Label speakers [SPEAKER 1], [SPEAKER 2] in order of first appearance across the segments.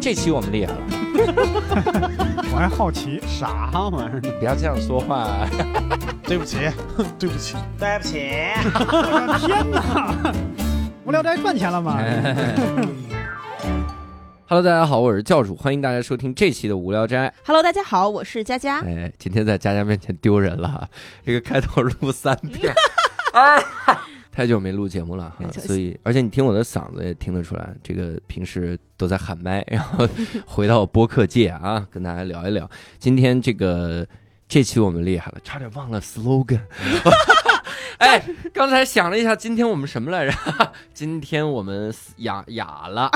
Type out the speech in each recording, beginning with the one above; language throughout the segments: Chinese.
[SPEAKER 1] 这期我们厉害了，
[SPEAKER 2] 我还好奇，
[SPEAKER 3] 啥玩意儿？
[SPEAKER 1] 你不要这样说话。
[SPEAKER 3] 对不起，对不起，
[SPEAKER 4] 对不起，
[SPEAKER 2] 哎天哪！无聊斋赚钱了吗？
[SPEAKER 1] 哎 Hello，大家好，我是教主，欢迎大家收听这期的无聊斋。
[SPEAKER 5] Hello，大家好，我是佳佳。
[SPEAKER 1] 哎，今天在佳佳面前丢人了啊，这个开头录三遍，太久没录节目了哈
[SPEAKER 5] 哎，
[SPEAKER 1] 所以而且你听我的嗓子也听得出来，这个平时都在喊麦，然后回到播客界啊，跟大家聊一聊。今天这个这期我们厉害了，差点忘了 slogan。哎，刚才想了一下，今天我们什么来着？ 今天我们哑哑了。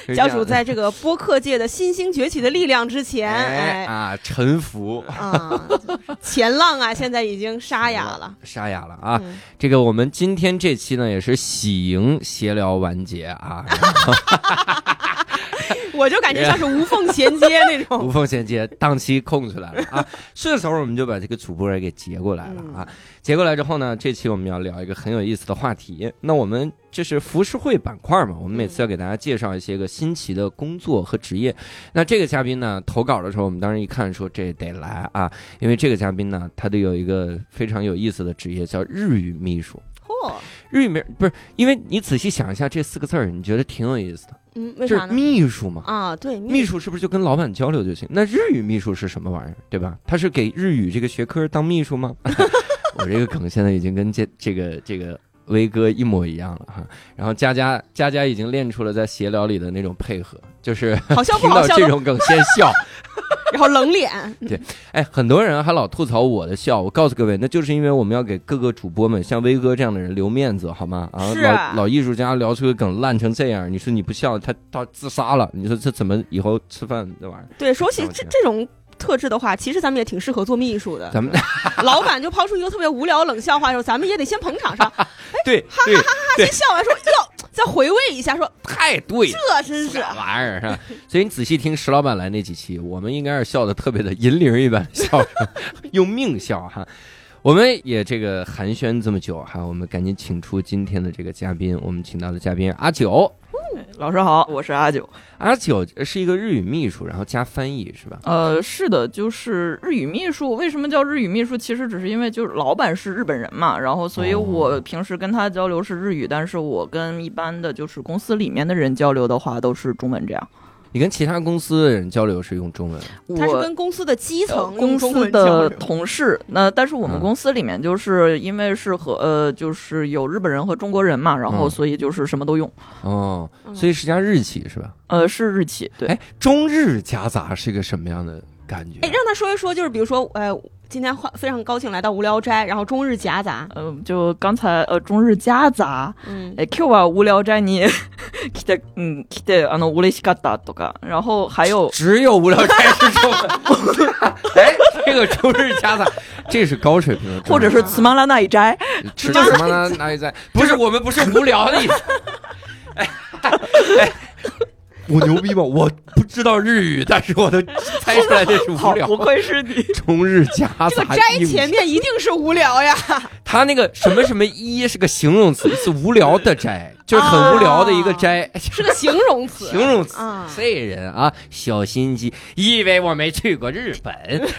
[SPEAKER 1] 是这
[SPEAKER 5] 教
[SPEAKER 1] 样
[SPEAKER 5] 主在这个播客界的新兴崛起的力量之前，
[SPEAKER 1] 哎
[SPEAKER 5] 哎
[SPEAKER 1] 啊，沉浮
[SPEAKER 5] 啊，前浪啊，现在已经沙哑了。
[SPEAKER 1] 沙哑了啊。
[SPEAKER 5] 嗯
[SPEAKER 1] 这个我们今天这期呢也是喜迎闲聊完结啊，
[SPEAKER 5] 我就感觉像是无缝衔接那
[SPEAKER 1] 无
[SPEAKER 5] 种。
[SPEAKER 1] 缝衔接，档期空出来了啊。是时候我们就把这个主播也给截过来了啊。截过来之后呢，这期我们要聊一个很有意思的话题。那我们这是浮世绘板块嘛，我们每次要给大家介绍一些个新奇的工作和职业。那这个嘉宾呢，投稿的时候，我们当时一看说这得来啊，因为这个嘉宾呢，他得啊有一个非常有意思的职业，叫日语秘书。
[SPEAKER 5] 嚯，
[SPEAKER 1] 日语名不是，因为你仔细想一下这四个字儿，你觉得挺有意思的，
[SPEAKER 5] 嗯，为
[SPEAKER 1] 就
[SPEAKER 5] 啥
[SPEAKER 1] 是
[SPEAKER 5] 呢？
[SPEAKER 1] 秘书嘛。
[SPEAKER 5] 啊，对，
[SPEAKER 1] 秘书是不是就跟老板交流就行？那日语秘书是什么玩意儿，对吧？他是给日语这个学科当秘书吗？ 我这个梗现在已经跟这这个这个威哥一模一样了哈。然后佳佳佳佳已经练出了在闲聊里的那种配合， 就是
[SPEAKER 5] 好笑不
[SPEAKER 1] 听
[SPEAKER 5] 好
[SPEAKER 1] 到
[SPEAKER 5] 笑
[SPEAKER 1] 这
[SPEAKER 5] 都，
[SPEAKER 1] 种梗先笑。
[SPEAKER 5] 然后冷脸。
[SPEAKER 1] 哎，很多人还老吐槽我的笑，我告诉各位，那就是因为我们要给各个主播们，像威哥这样的人留面子，好吗？啊，
[SPEAKER 5] 是
[SPEAKER 1] 老老艺术家聊出个梗烂成这样，你说你不笑，他他自杀了，你说这怎么以后吃饭这玩意 儿？
[SPEAKER 5] 对，说起
[SPEAKER 1] 了解
[SPEAKER 5] 这这种。特质的话，其实咱们也挺适合做秘书 的。
[SPEAKER 1] 咱们
[SPEAKER 5] 老板就抛出一个特别无聊冷笑话的时候，咱们也得先捧场上，哈
[SPEAKER 1] 对 对，
[SPEAKER 5] 哈，先笑完说哟，再回味一下，说
[SPEAKER 1] 太对了。
[SPEAKER 5] 这真是
[SPEAKER 1] 这玩意儿是吧？ 所以你仔细听石老板来那几期，我们应该是笑的特别的银铃一般的笑声，用命笑哈。 我们也这个寒暄这么久哈，我们赶紧请出今天的这个嘉宾，我们请到的嘉宾阿九，
[SPEAKER 6] 老师好，我是阿九。
[SPEAKER 1] 阿九是一个日语秘书，然后加翻译是吧？
[SPEAKER 6] 呃，是的，就是日语秘书。为什么叫日语秘书？其实只是因为就是老板是日本人嘛，然后所以
[SPEAKER 1] 哦
[SPEAKER 6] 我平时跟他交流是日语，但是我跟一般的就是公司里面的人交流的话都是中文这样。
[SPEAKER 1] 你跟其他公司的人交流是用中文，
[SPEAKER 5] 他是
[SPEAKER 6] 我。
[SPEAKER 5] 跟公司的基
[SPEAKER 6] 呃
[SPEAKER 5] 层、
[SPEAKER 6] 公司的同事，那但是我
[SPEAKER 1] 嗯
[SPEAKER 6] 们公司里面就是因为是和呃，就是有日本人和中国人嘛，然后
[SPEAKER 1] 嗯
[SPEAKER 6] 所以就是什么都用，
[SPEAKER 1] 哦，
[SPEAKER 5] 嗯
[SPEAKER 1] 所以是加日企是吧？
[SPEAKER 6] 呃，是日企，对，
[SPEAKER 1] 哎，中日夹杂是一个什么样的感觉？，
[SPEAKER 5] 哎，让他说一说，就是比如说，呃，今天欢非常高兴来到无聊斋，然后中日夹杂，
[SPEAKER 6] 呃，就刚才呃中日夹杂，
[SPEAKER 5] 嗯，
[SPEAKER 6] え今日は無聊斋に 来て、うん、来て、あの、嬉しかったとか。然后还有
[SPEAKER 1] 只有无聊斋是中文。 哎，这个中日夹杂，这是高水平的中
[SPEAKER 6] 或
[SPEAKER 1] 文，啊
[SPEAKER 6] 者是つまらない斋。
[SPEAKER 1] 吃什么呢？哪里在？不是我们不是无聊的意思。 哎哎 我牛逼吗？我不知道日语，但是我都猜出来这是无
[SPEAKER 6] 好，
[SPEAKER 1] 聊。
[SPEAKER 6] 不愧是你。
[SPEAKER 1] 中日夹
[SPEAKER 5] 这个
[SPEAKER 1] 杂
[SPEAKER 5] 斋
[SPEAKER 1] 硬
[SPEAKER 5] 前面一定是无聊 呀，
[SPEAKER 1] 他那个什么什么一是个形容词，是无聊的斋，就是很无聊的一个斋，
[SPEAKER 5] 是个形容词，
[SPEAKER 1] 形容词。
[SPEAKER 5] 啊，
[SPEAKER 1] 这人啊，小心机，以为我没去过日本。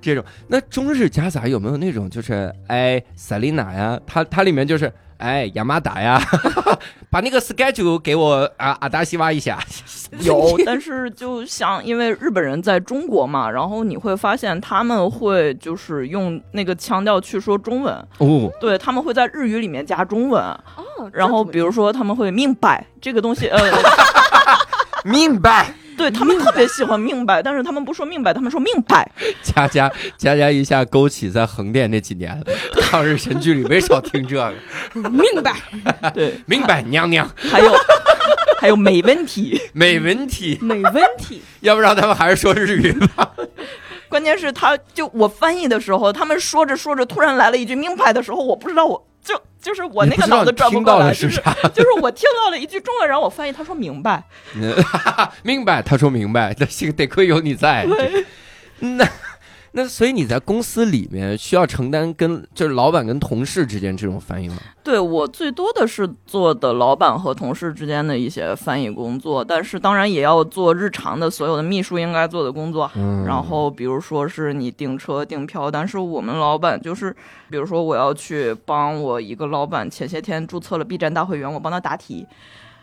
[SPEAKER 1] 这种，那中日夹杂有没有那种就是哎，塞琳娜呀，它它里面就是哎，雅马达呀， 把那个 schedule 给我啊，阿达西瓦一下。
[SPEAKER 6] 有，但是就像因为日本人在中国嘛，然后你会发现他们会就是用那个腔调去说中文，
[SPEAKER 1] 哦，
[SPEAKER 6] 对他们会在日语里面加中文，
[SPEAKER 5] 哦
[SPEAKER 6] 然后比如说他们会明白这个东西，呃，
[SPEAKER 1] 明白。
[SPEAKER 6] 对他们特别喜欢明白，但是他们不说明白，他们说明白。
[SPEAKER 1] 佳佳佳佳一下勾起在横店这几年抗日神剧里没少听这个，
[SPEAKER 5] 明白，
[SPEAKER 6] 对，
[SPEAKER 1] 明白娘娘
[SPEAKER 6] 还有还有没问题。
[SPEAKER 1] 没问题。
[SPEAKER 5] 没问题，
[SPEAKER 1] 要不然他们还是说日语吧。
[SPEAKER 6] 关键是他就我翻译的时候，他们说着说着突然来了一句名牌的时候，我不知道我就就是 我那个脑子转
[SPEAKER 1] 你不知道你听
[SPEAKER 6] 过
[SPEAKER 1] 到
[SPEAKER 6] 来，
[SPEAKER 1] 的
[SPEAKER 6] 就是是
[SPEAKER 1] 啥？
[SPEAKER 6] 就是我听到了一句中文，然后我翻译，他说明白，
[SPEAKER 1] 明白，他说明白，但是得亏有你在。那那所以你在公司里面需要承担跟就是老板跟同事之间这种翻译吗？
[SPEAKER 6] 对我最多的是做的老板和同事之间的一些翻译工作，但是当然也要做日常的所有的秘书应该做的工作。
[SPEAKER 1] 嗯，
[SPEAKER 6] 然后比如说是你订车订票，但是我们老板就是，比如说我要去帮我一个老板前些天注册了 B 站大会员，我帮他答题。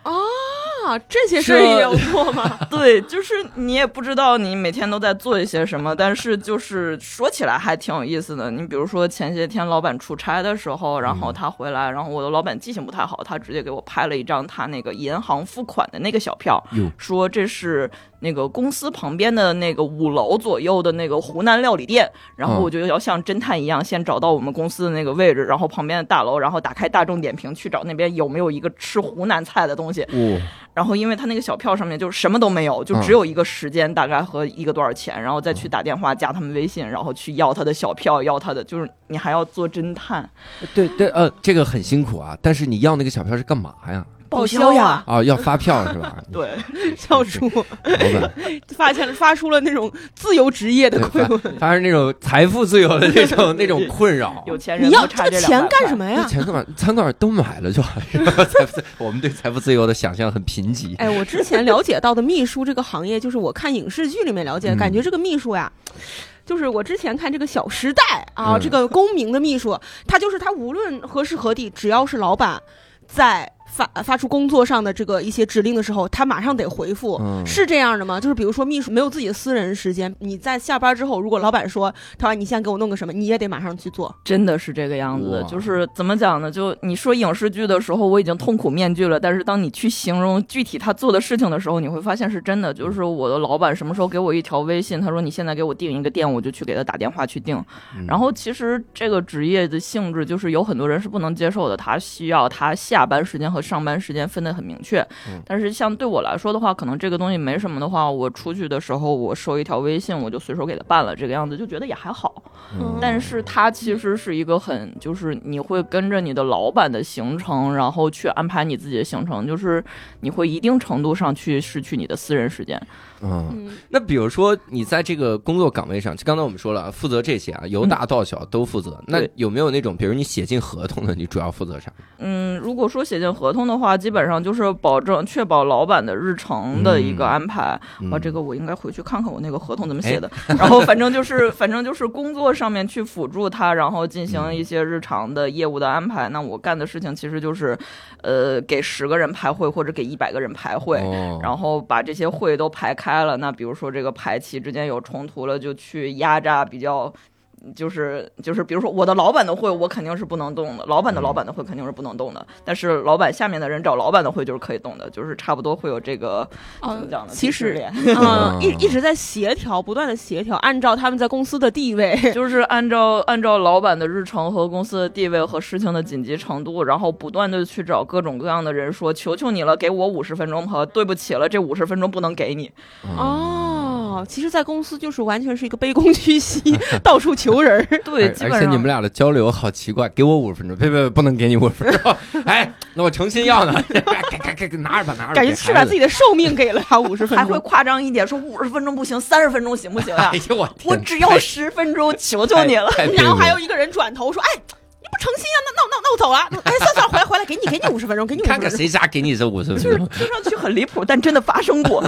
[SPEAKER 5] 啊，这些事儿也要 做吗？
[SPEAKER 6] 对，就是你也不知道你每天都在做一些什么，但是就是说起来还挺有意思的。你比如说前些天老板出差的时候，然后他回来，然后我的老板记性不太好，他直接给我拍了一张他那个银行付款的那个小票
[SPEAKER 1] 哟，
[SPEAKER 6] 说这是那个公司旁边的那个五楼左右的那个湖南料理店。然后
[SPEAKER 1] 嗯
[SPEAKER 6] 我就要像侦探一样，先找到我们公司的那个位置，然后旁边的大楼，然后打开大众点评去找那边有没有一个吃湖南菜的东西。
[SPEAKER 1] 哦，
[SPEAKER 6] 然后因为他那个小票上面就什么都没有，就只有一个时间大概和一个多少钱，然后再去打电话加他们微信，然后去要他的小票，要他的就是你还要做侦探
[SPEAKER 1] 对对，呃，这个很辛苦啊。但是你要那个小票是干嘛呀？
[SPEAKER 5] 报销 呀，
[SPEAKER 1] 啊，要发票是吧？
[SPEAKER 6] 对，
[SPEAKER 5] 教主
[SPEAKER 1] 老 板
[SPEAKER 5] 发现了发出了那种自由职业的
[SPEAKER 1] 对
[SPEAKER 5] 困
[SPEAKER 1] 发发生那种财富自由的那种那种困扰。
[SPEAKER 6] 有钱
[SPEAKER 5] 你
[SPEAKER 6] 人
[SPEAKER 5] 要
[SPEAKER 6] 不
[SPEAKER 5] 这
[SPEAKER 6] 差
[SPEAKER 5] 个
[SPEAKER 6] 这
[SPEAKER 5] 钱干什
[SPEAKER 6] 么？
[SPEAKER 5] 么
[SPEAKER 1] 那
[SPEAKER 5] 呀？
[SPEAKER 1] 钱干嘛？餐馆都买了就 好了。财富自，哎我们对财富自由的想象很贫瘠。
[SPEAKER 5] 哎，我之前了解到的秘书这个行业，就是我看影视剧里面了解，
[SPEAKER 1] 嗯
[SPEAKER 5] 感觉这个秘书呀。就是我之前看这个《小时代》啊，
[SPEAKER 1] 嗯
[SPEAKER 5] 这个公民的秘书，他就是他无论何时何地，只要是老板在发发出工作上的这个一些指令的时候，他马上得回复。
[SPEAKER 1] 嗯
[SPEAKER 5] 是这样的吗？就是比如说，秘书没有自己的私人时间，你在下班之后，如果老板说他说你先给我弄个什么，你也得马上去做。
[SPEAKER 6] 真的是这个样子的，
[SPEAKER 1] 哇
[SPEAKER 6] 就是怎么讲呢？就你说影视剧的时候，我已经痛苦面具了，但是当你去形容具体他做的事情的时候，你会发现是真的。就是我的老板什么时候给我一条微信，他说你现在给我订一个店，我就去给他打电话去订。
[SPEAKER 1] 嗯
[SPEAKER 6] 然后其实这个职业的性质就是有很多人是不能接受的，他需要他下班时间和上班时间分得很明确。
[SPEAKER 1] 嗯
[SPEAKER 6] 但是像对我来说的话，可能这个东西没什么的话，我出去的时候我收一条微信，我就随手给他办了，这个样子就觉得也还好。
[SPEAKER 1] 嗯
[SPEAKER 6] 但是它其实是一个很，就是你会跟着你的老板的行程，然后去安排你自己的行程，就是你会一定程度上去失去你的私人时间。
[SPEAKER 1] 嗯，
[SPEAKER 5] 嗯，
[SPEAKER 1] 那比如说你在这个工作岗位上，就刚才我们说了，负责这些啊，由大到小都负责。那嗯
[SPEAKER 6] 对
[SPEAKER 1] 有没有那种，比如你写进合同的，你主要负责啥？
[SPEAKER 6] 嗯，如果说写进合同的话，基本上就是保证确保老板的日程的一个安排。
[SPEAKER 1] 嗯
[SPEAKER 6] 啊，这个我应该回去看看我那个合同怎么写的。然后反正就是，反正就是工作上面去辅助他，然后进行一些日常的业务的安排。那我干的事情其实就是，呃，给十个人排会或者给一百个人排会。
[SPEAKER 1] 哦、
[SPEAKER 6] 然后把这些会都排开了，那比如说这个排期之间有冲突了，就去压榨比较，就是就是比如说我的老板的会我肯定是不能动的，老板的
[SPEAKER 1] 嗯
[SPEAKER 6] 老板的会肯定是不能动的，但是老板下面的人找老板的会就是可以动的，就是差不多会有这个怎么讲呢？
[SPEAKER 5] 其
[SPEAKER 6] 鄙视
[SPEAKER 5] 实
[SPEAKER 6] 链
[SPEAKER 5] 嗯
[SPEAKER 1] 嗯，
[SPEAKER 5] 一一直在协调，不断的协调，按照他们在公司的地位，
[SPEAKER 6] 就是按照按照老板的日程和公司的地位和事情的紧急程度，然后不断的去找各种各样的人说，求求你了，给我五十分钟和对不起了，这五十分钟不能给你。
[SPEAKER 1] 嗯，
[SPEAKER 5] 哦，其实，在公司就是完全是一个卑躬屈膝，到处求人 儿。
[SPEAKER 6] 对，
[SPEAKER 1] 而
[SPEAKER 6] 基本
[SPEAKER 1] 哎而
[SPEAKER 6] 上
[SPEAKER 1] 且你们俩的交流好奇怪，给我五十分钟，别别别，不能给你五十分 钟。哎，那我诚心 要呢，给给给给拿着吧，拿着吧。
[SPEAKER 5] 感觉是把自
[SPEAKER 1] 己。
[SPEAKER 5] 己的寿命给了他五十分
[SPEAKER 6] 还会
[SPEAKER 5] 钟。
[SPEAKER 6] 夸张一点，说五十分钟不行，三十分钟行不行呀、
[SPEAKER 1] 哎呀，哎我天
[SPEAKER 6] 我只要十分钟，求求你了。
[SPEAKER 1] 太
[SPEAKER 5] 然后还有
[SPEAKER 1] 佩
[SPEAKER 5] 一个人转头说：“哎，你不诚心啊？那那那那我走了。哎，算算，回来回来，给你给你五十分钟，给
[SPEAKER 1] 服
[SPEAKER 5] 你
[SPEAKER 1] 了
[SPEAKER 5] 五十
[SPEAKER 1] 看看
[SPEAKER 5] 分钟。
[SPEAKER 1] 谁家给你这五十分钟。
[SPEAKER 6] 听上去很离谱，但真的发生过。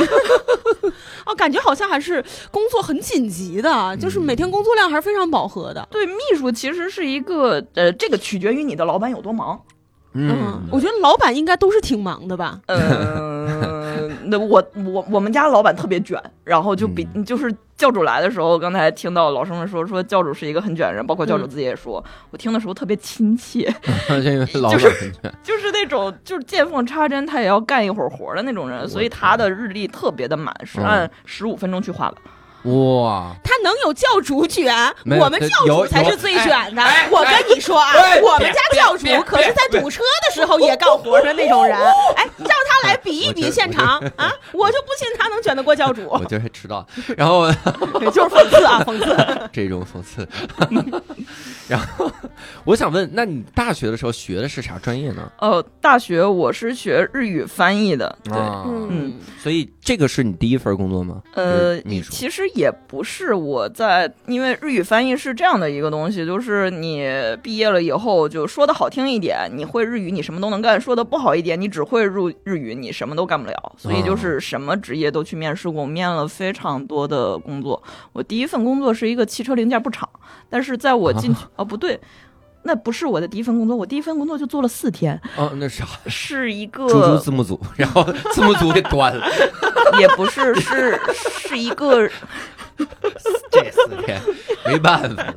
[SPEAKER 5] 哦，感觉好像还是工作很紧急的，就是每天工作量还是非常饱和的。
[SPEAKER 6] 对，秘书其实是一个，呃，这个取决于你的老板有多忙。
[SPEAKER 5] 嗯，我觉得老板应该都是挺忙的吧。
[SPEAKER 6] 嗯，那我我我们家老板特别卷，然后就比、就是教主来的时候，刚才听到老师们说说教主是一个很卷的人，包括教主自己也说，我听的时候特别亲切，
[SPEAKER 1] 因为老板
[SPEAKER 6] 就是就是那种就是见缝插针，他也要干一会儿活的那种人，所以他的日历特别的满，是按十五分钟去画的。
[SPEAKER 1] 哇，
[SPEAKER 5] 他能有教主卷，
[SPEAKER 1] 没有
[SPEAKER 5] 我们
[SPEAKER 1] 这
[SPEAKER 5] 教
[SPEAKER 1] 有
[SPEAKER 5] 主才
[SPEAKER 1] 有
[SPEAKER 5] 是最
[SPEAKER 1] 哎
[SPEAKER 5] 卷的
[SPEAKER 1] 哎。
[SPEAKER 5] 我跟你说啊
[SPEAKER 1] 哎，
[SPEAKER 5] 我们家
[SPEAKER 1] 别
[SPEAKER 5] 教主
[SPEAKER 1] 别别
[SPEAKER 5] 可是在堵车的时候也干活的那 种人。哎，让他来比一
[SPEAKER 1] 我觉得
[SPEAKER 5] 比现场啊，我就不信他能卷得过教主。
[SPEAKER 1] 我就是迟到了，然后
[SPEAKER 5] 就是讽刺啊，讽刺。
[SPEAKER 1] 这种讽刺。 然后我想问，那你大学的时候学的是啥专业呢？
[SPEAKER 6] 呃，大学我是学日语翻译的，对，
[SPEAKER 1] 啊，
[SPEAKER 5] 嗯，
[SPEAKER 1] 所以这个是你第一份工作吗？嗯就
[SPEAKER 6] 呃
[SPEAKER 1] 是，秘书。
[SPEAKER 6] 其实也不是我在，因为日语翻译是这样的一个东西，就是你毕业了以后，就说的好听一点，你会日语，你什么都能干；说的不好一点，你只会日日语，你什么都干不了。所以
[SPEAKER 1] 哦
[SPEAKER 6] 就是什么职业都去面试过，面了非常多的工作。我第一份工作是一个汽车零件布厂，但是在我进去，
[SPEAKER 1] 啊
[SPEAKER 6] 哦不对，那不是我的第一份工作，我第一份工作就做了四天，
[SPEAKER 1] 哦，那啥，
[SPEAKER 6] 是一个
[SPEAKER 1] 猪猪字幕组，然后字幕组给端了
[SPEAKER 6] 也不是，是是一个
[SPEAKER 1] 这四天，没办法了，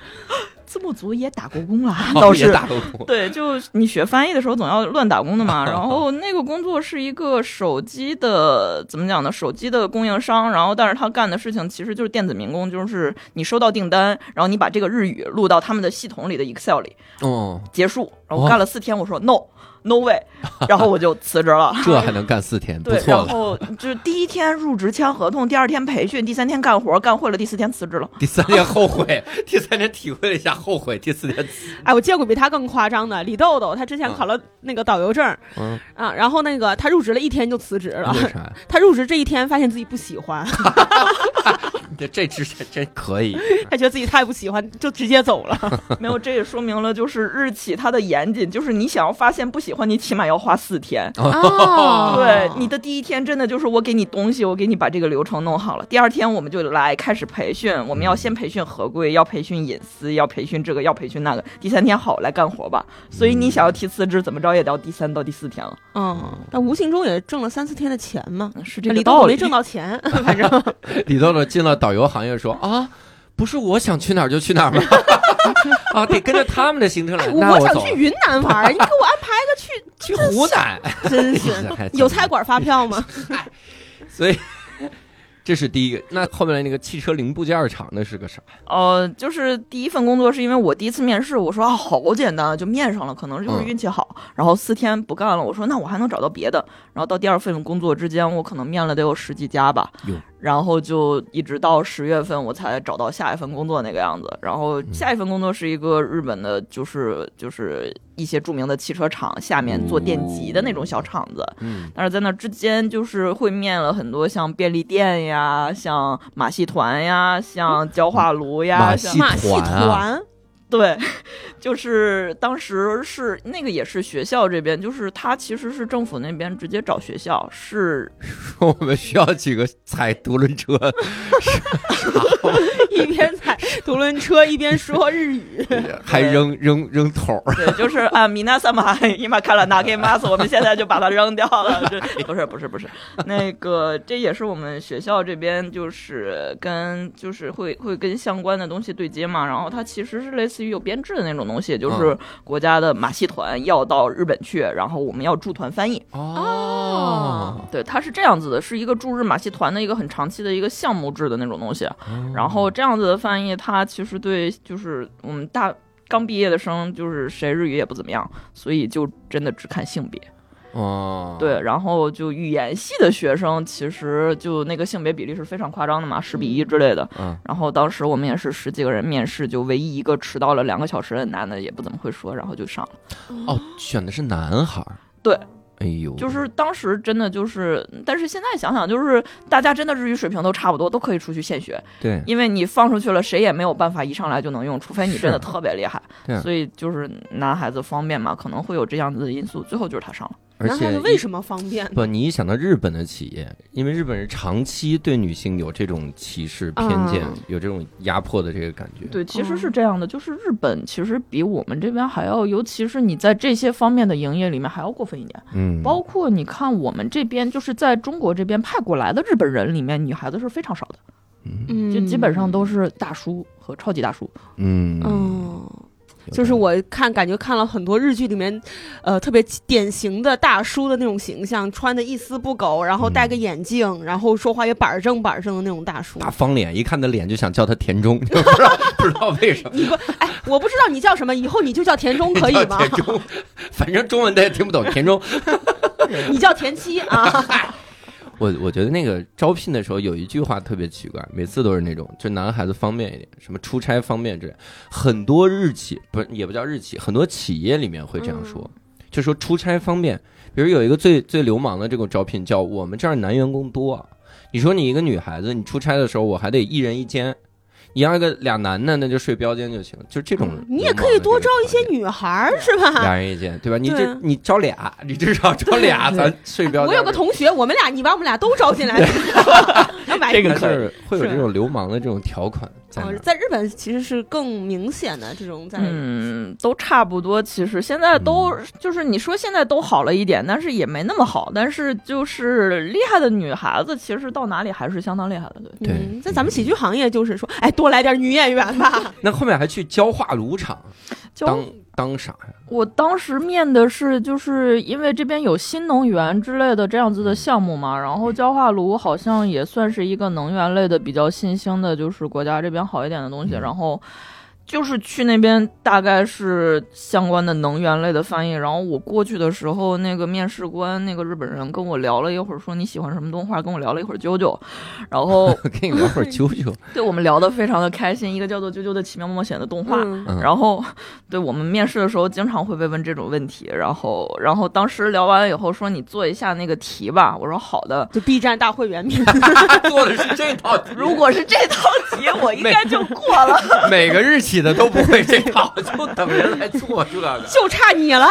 [SPEAKER 6] 字幕组也打过工了，
[SPEAKER 1] 哦
[SPEAKER 6] 倒
[SPEAKER 1] 也
[SPEAKER 6] 是。
[SPEAKER 1] 打过工。
[SPEAKER 6] 对，就你学翻译的时候总要乱打工的嘛。然后那个工作是一个手机的，怎么讲呢？手机的供应商。然后，但是他干的事情其实就是电子民工，就是你收到订单，然后你把这个日语录到他们的系统里的 Excel 里，
[SPEAKER 1] 哦，
[SPEAKER 6] 结束。然
[SPEAKER 1] 哇
[SPEAKER 6] 后我干了四天，我说 no no way，然后我就辞职了。
[SPEAKER 1] 这还能干四天，不
[SPEAKER 6] 对，
[SPEAKER 1] 错
[SPEAKER 6] 然
[SPEAKER 1] 了。
[SPEAKER 6] 后就是第一天入职签合同，第二天培训，第三天干活，干会了，第四天辞职了。
[SPEAKER 1] 第三天后悔， 第三天体会了一下后悔，第四天辞
[SPEAKER 5] 哎，我见过比他更夸张的，李豆豆，他之前
[SPEAKER 1] 嗯
[SPEAKER 5] 考了那个导游证，
[SPEAKER 1] 嗯
[SPEAKER 5] 啊，然后那个他入职了一天就辞职了，
[SPEAKER 1] 为 啥？
[SPEAKER 5] 他入职这一天发现自己不喜欢，
[SPEAKER 1] 这这之前真可以，
[SPEAKER 5] 他觉得自己太不喜欢，就直接走了。
[SPEAKER 6] 没有，这也说明了就是日企它的严谨，就是你想要发现不喜欢，你起码要花四天。
[SPEAKER 5] 哦
[SPEAKER 6] 对，你的第一天真的就是我给你东西，我给你把这个流程弄好了。第二天我们就来开始培训，我们要先培训合规，要培训隐私，要培训这个，要培训那个。第三天好来干活吧。所以你想要提辞职，怎么着也得要第三到第四天了，
[SPEAKER 5] 嗯，但无形中也挣了三四天的钱嘛。
[SPEAKER 6] 是嗯这
[SPEAKER 5] 李
[SPEAKER 6] 个
[SPEAKER 5] 豆
[SPEAKER 6] 道
[SPEAKER 5] 豆
[SPEAKER 6] 理
[SPEAKER 5] 没。挣到钱，反正
[SPEAKER 1] 李豆豆进了导游行业说啊，不是我想去哪儿就去哪儿吗？ 啊，得跟着他们的行程来。那
[SPEAKER 5] 哎我想
[SPEAKER 1] 走
[SPEAKER 5] 去云南玩儿，你给我安排一个去，
[SPEAKER 1] 去湖南，
[SPEAKER 5] 真是有菜馆发票吗？
[SPEAKER 1] 所以这是第一个。那后面那个汽车零部件厂那是个啥？
[SPEAKER 6] 呃，就是第一份工作是因为我第一次面试，我说啊好简单，就面上了，可能就是
[SPEAKER 1] 嗯
[SPEAKER 6] 运气好。然后四天不干了，我说那我还能找到别的。然后到第二份工作之间，我可能面了得有十几家吧
[SPEAKER 1] 哟，
[SPEAKER 6] 然后就一直到十月份我才找到下一份工作那个样子。然后
[SPEAKER 1] 嗯
[SPEAKER 6] 下一份工作是一个日本的，就是就是一些著名的汽车厂下面做电极的那种小厂子。
[SPEAKER 1] 嗯，
[SPEAKER 6] 但是在那之间，就是会面了很多像便利店呀、像马戏团呀、像焦化炉
[SPEAKER 1] 马
[SPEAKER 6] 呀、
[SPEAKER 1] 戏
[SPEAKER 6] 像
[SPEAKER 1] 团
[SPEAKER 5] 马戏团，
[SPEAKER 6] 对，就是当时是那个也是学校这边，就是他其实是政府那边直接找学校，是
[SPEAKER 1] 我们需要几个踩独轮车，
[SPEAKER 5] 一边踩独轮车一边说日语。
[SPEAKER 1] 还扔扔扔桶儿。
[SPEAKER 6] 对，就是啊，米娜萨玛 伊玛卡拉拿给马斯，我们现在就把它扔掉了。 这不是不是不是，那个这也是我们学校这边就是跟就是会会跟相关的东西对接嘛。然后它其实是类似于有编制的那种东西，就是国家的马戏团要到日本去，然后我们要驻团翻译。
[SPEAKER 1] 哦，
[SPEAKER 6] 对，它是这样子的，是一个驻日马戏团的一个很长期的一个项目制的那种东西。
[SPEAKER 1] 哦
[SPEAKER 6] 然后这样子的翻译，它其实对就是我们大刚毕业的生，就是谁日语也不怎么样，所以就真的只看性别。
[SPEAKER 1] 哦，
[SPEAKER 6] 对，然后就语言系的学生，其实就那个性别比例是非常夸张的嘛，十比一之类的。
[SPEAKER 1] 嗯
[SPEAKER 6] 然后当时我们也是十几个人面试，就唯一一个迟到了两个小时的男的也不怎么会说，然后就上了。
[SPEAKER 1] 哦，选的是男孩。
[SPEAKER 6] 对，
[SPEAKER 1] 哎呦，
[SPEAKER 6] 就是当时真的就是，但是现在想想，就是大家真的日语水平都差不多，都可以出去现学。
[SPEAKER 1] 对，
[SPEAKER 6] 因为你放出去了，谁也没有办法一上来就能用，除非你真的
[SPEAKER 1] 是
[SPEAKER 6] 特别厉害
[SPEAKER 1] 对啊。
[SPEAKER 6] 所以就是男孩子方便嘛，可能会有这样子的因素。最后就是他上了，
[SPEAKER 1] 而
[SPEAKER 5] 男
[SPEAKER 1] 且
[SPEAKER 5] 孩子为什么方便呢？
[SPEAKER 1] 不，你一想到日本的企业，因为日本人长期对女性有这种歧视、偏见，
[SPEAKER 5] 嗯
[SPEAKER 1] 有这种压迫的这个感觉。
[SPEAKER 6] 对，其实
[SPEAKER 5] 实是
[SPEAKER 6] 是这样的，就是日本其实比我们这边还要，尤其是你在这些方面的营业里面还要过分一点。
[SPEAKER 1] 嗯，
[SPEAKER 6] 包括你看我们这边，就是在中国这边派过来的日本人里面，女孩子是非常少的，
[SPEAKER 1] 嗯
[SPEAKER 5] 嗯
[SPEAKER 6] 就基本上都是大叔和超级大叔。
[SPEAKER 1] 嗯
[SPEAKER 5] 嗯，
[SPEAKER 1] 有
[SPEAKER 5] 就是
[SPEAKER 1] 道理
[SPEAKER 5] 我看感觉看了很多日剧里面，呃，特别典型的大叔的那种形象，穿的一丝不苟，然后戴个眼镜，然后说话也板正板正的那种大叔。
[SPEAKER 1] 大方脸，一看他脸就想叫他田中，不 知道不知道为什么
[SPEAKER 5] 你不，哎，我不知道你叫什么，以后你就叫田中可以
[SPEAKER 1] 叫
[SPEAKER 5] 吗？
[SPEAKER 1] 田中， 反正中文他也听不懂。田中，
[SPEAKER 5] 你叫田七啊，
[SPEAKER 1] 我我觉得那个招聘的时候有一句话特别奇怪，每次都是那种，就男孩子方便一点，什么出差方便之类。很多日企不是也不叫日企，很多企业里面会这样说，
[SPEAKER 5] 嗯
[SPEAKER 1] 就说出差方便。比如有一个最最流氓的这种招聘叫我们这儿男员工多啊，你说你一个女孩子，你出差的时候我还得一人一间，你要一个俩男的那就睡标间就行，就这种。
[SPEAKER 5] 嗯你也可以多招一些女孩儿，是吧？
[SPEAKER 1] 俩人一间，对吧？你
[SPEAKER 5] 对
[SPEAKER 1] 这
[SPEAKER 5] 啊
[SPEAKER 1] 你招俩，你至少招俩，咱睡标间。
[SPEAKER 5] 我有个同学，我们俩你把我们俩都招 进来，然后把
[SPEAKER 1] 这个
[SPEAKER 5] 你
[SPEAKER 1] 是会有
[SPEAKER 5] 是
[SPEAKER 1] 这种流氓的这种条款在那
[SPEAKER 5] 哦
[SPEAKER 1] 儿。
[SPEAKER 5] 在日本其实是更明显的这种在。
[SPEAKER 6] 嗯，都差不多。其实现在都、就是你说现在都好了一点，但是也没那么好。但是就是厉害的女孩子，其实到哪里还是相当厉害的。对，
[SPEAKER 1] 对
[SPEAKER 5] 嗯，在咱们喜剧行业就是说，哎，多来点女演员吧。
[SPEAKER 1] 那后面还去焦化炉厂
[SPEAKER 6] 就
[SPEAKER 1] 当当啥呀？
[SPEAKER 6] 我当时面的是，就是因为这边有新能源之类的这样子的项目嘛，然后焦化炉好像也算是一个能源类的比较新兴的，就是国家这边好一点的东西，
[SPEAKER 1] 嗯
[SPEAKER 6] 然后。就是去那边，大概是相关的能源类的翻译。然后我过去的时候，那个面试官那个日本人跟我聊了一会儿，说你喜欢什么动画，跟我聊了一会儿啾啾。然后
[SPEAKER 1] 我跟你聊会儿啾 啾。
[SPEAKER 6] 对我们聊得非常的开心，一个叫做《啾啾的奇妙冒险》的动画，
[SPEAKER 5] 嗯
[SPEAKER 1] 嗯
[SPEAKER 6] 然后，对我们面试的时候经常会被问这种问题，然后，然后当时聊完了以后说你做一下那个题吧，我说好 的。
[SPEAKER 5] 就 B 站大会员面，
[SPEAKER 1] 做的是这套，
[SPEAKER 6] 如果是这套题，我应该就过 了。
[SPEAKER 1] 每个日企的都不会这套，就等人来做这个。
[SPEAKER 5] 就差你了。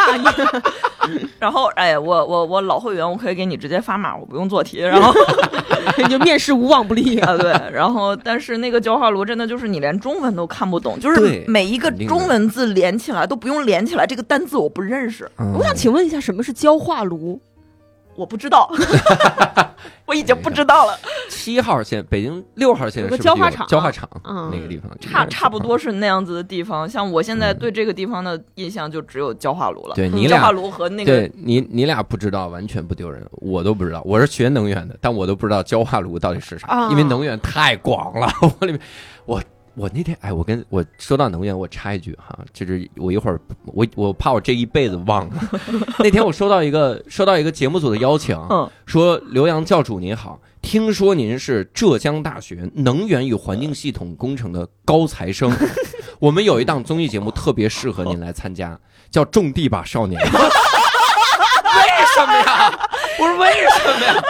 [SPEAKER 5] 你
[SPEAKER 6] 然后，哎，我我我老会员，我可以给你直接发码，我不用做题。然后
[SPEAKER 5] 你就面试无往不利啊！
[SPEAKER 6] 啊，对，然后但是那个焦化炉真的就是你连中文都看不懂，就是
[SPEAKER 1] 对
[SPEAKER 6] 每一个
[SPEAKER 1] 肯定的
[SPEAKER 6] 中文字连起来都不用连起来，这个单字我不认识，
[SPEAKER 1] 嗯
[SPEAKER 5] 我想请问一下，什么是焦化 炉？
[SPEAKER 6] 我不知道， 我已经不知道了。
[SPEAKER 1] 七号线，北京六号线
[SPEAKER 5] 有
[SPEAKER 1] 是不
[SPEAKER 5] 个
[SPEAKER 1] 是
[SPEAKER 5] 焦化
[SPEAKER 1] 有
[SPEAKER 5] 厂
[SPEAKER 1] 焦化厂
[SPEAKER 5] 嗯
[SPEAKER 1] 那个地方，
[SPEAKER 6] 差差不。多是那样子的地方，像我现在对这个地方的印象就只有焦化炉了。
[SPEAKER 1] 嗯
[SPEAKER 6] 嗯
[SPEAKER 1] 对你
[SPEAKER 6] 焦化
[SPEAKER 1] 俩，
[SPEAKER 6] 炉和那个
[SPEAKER 1] 对你你俩不知道，完全不丢人，我都不知道。我是学能源的，但我都不知道焦化炉到底是啥，
[SPEAKER 5] 啊
[SPEAKER 1] 因为能源太广了。 我里面，我我那天哎，我跟我说到能源，我插一句哈，就是我一会儿我我怕我这一辈子忘 了。那天我收到一个收到一个节目组的邀请，
[SPEAKER 6] 嗯
[SPEAKER 1] 说刘洋教主您好，听说您是浙江大学能源与环境系统工程的高材 生，我们有一档综艺节目特别适合您来参加，叫《种地吧少年》。为什么呀？我说为什么呀？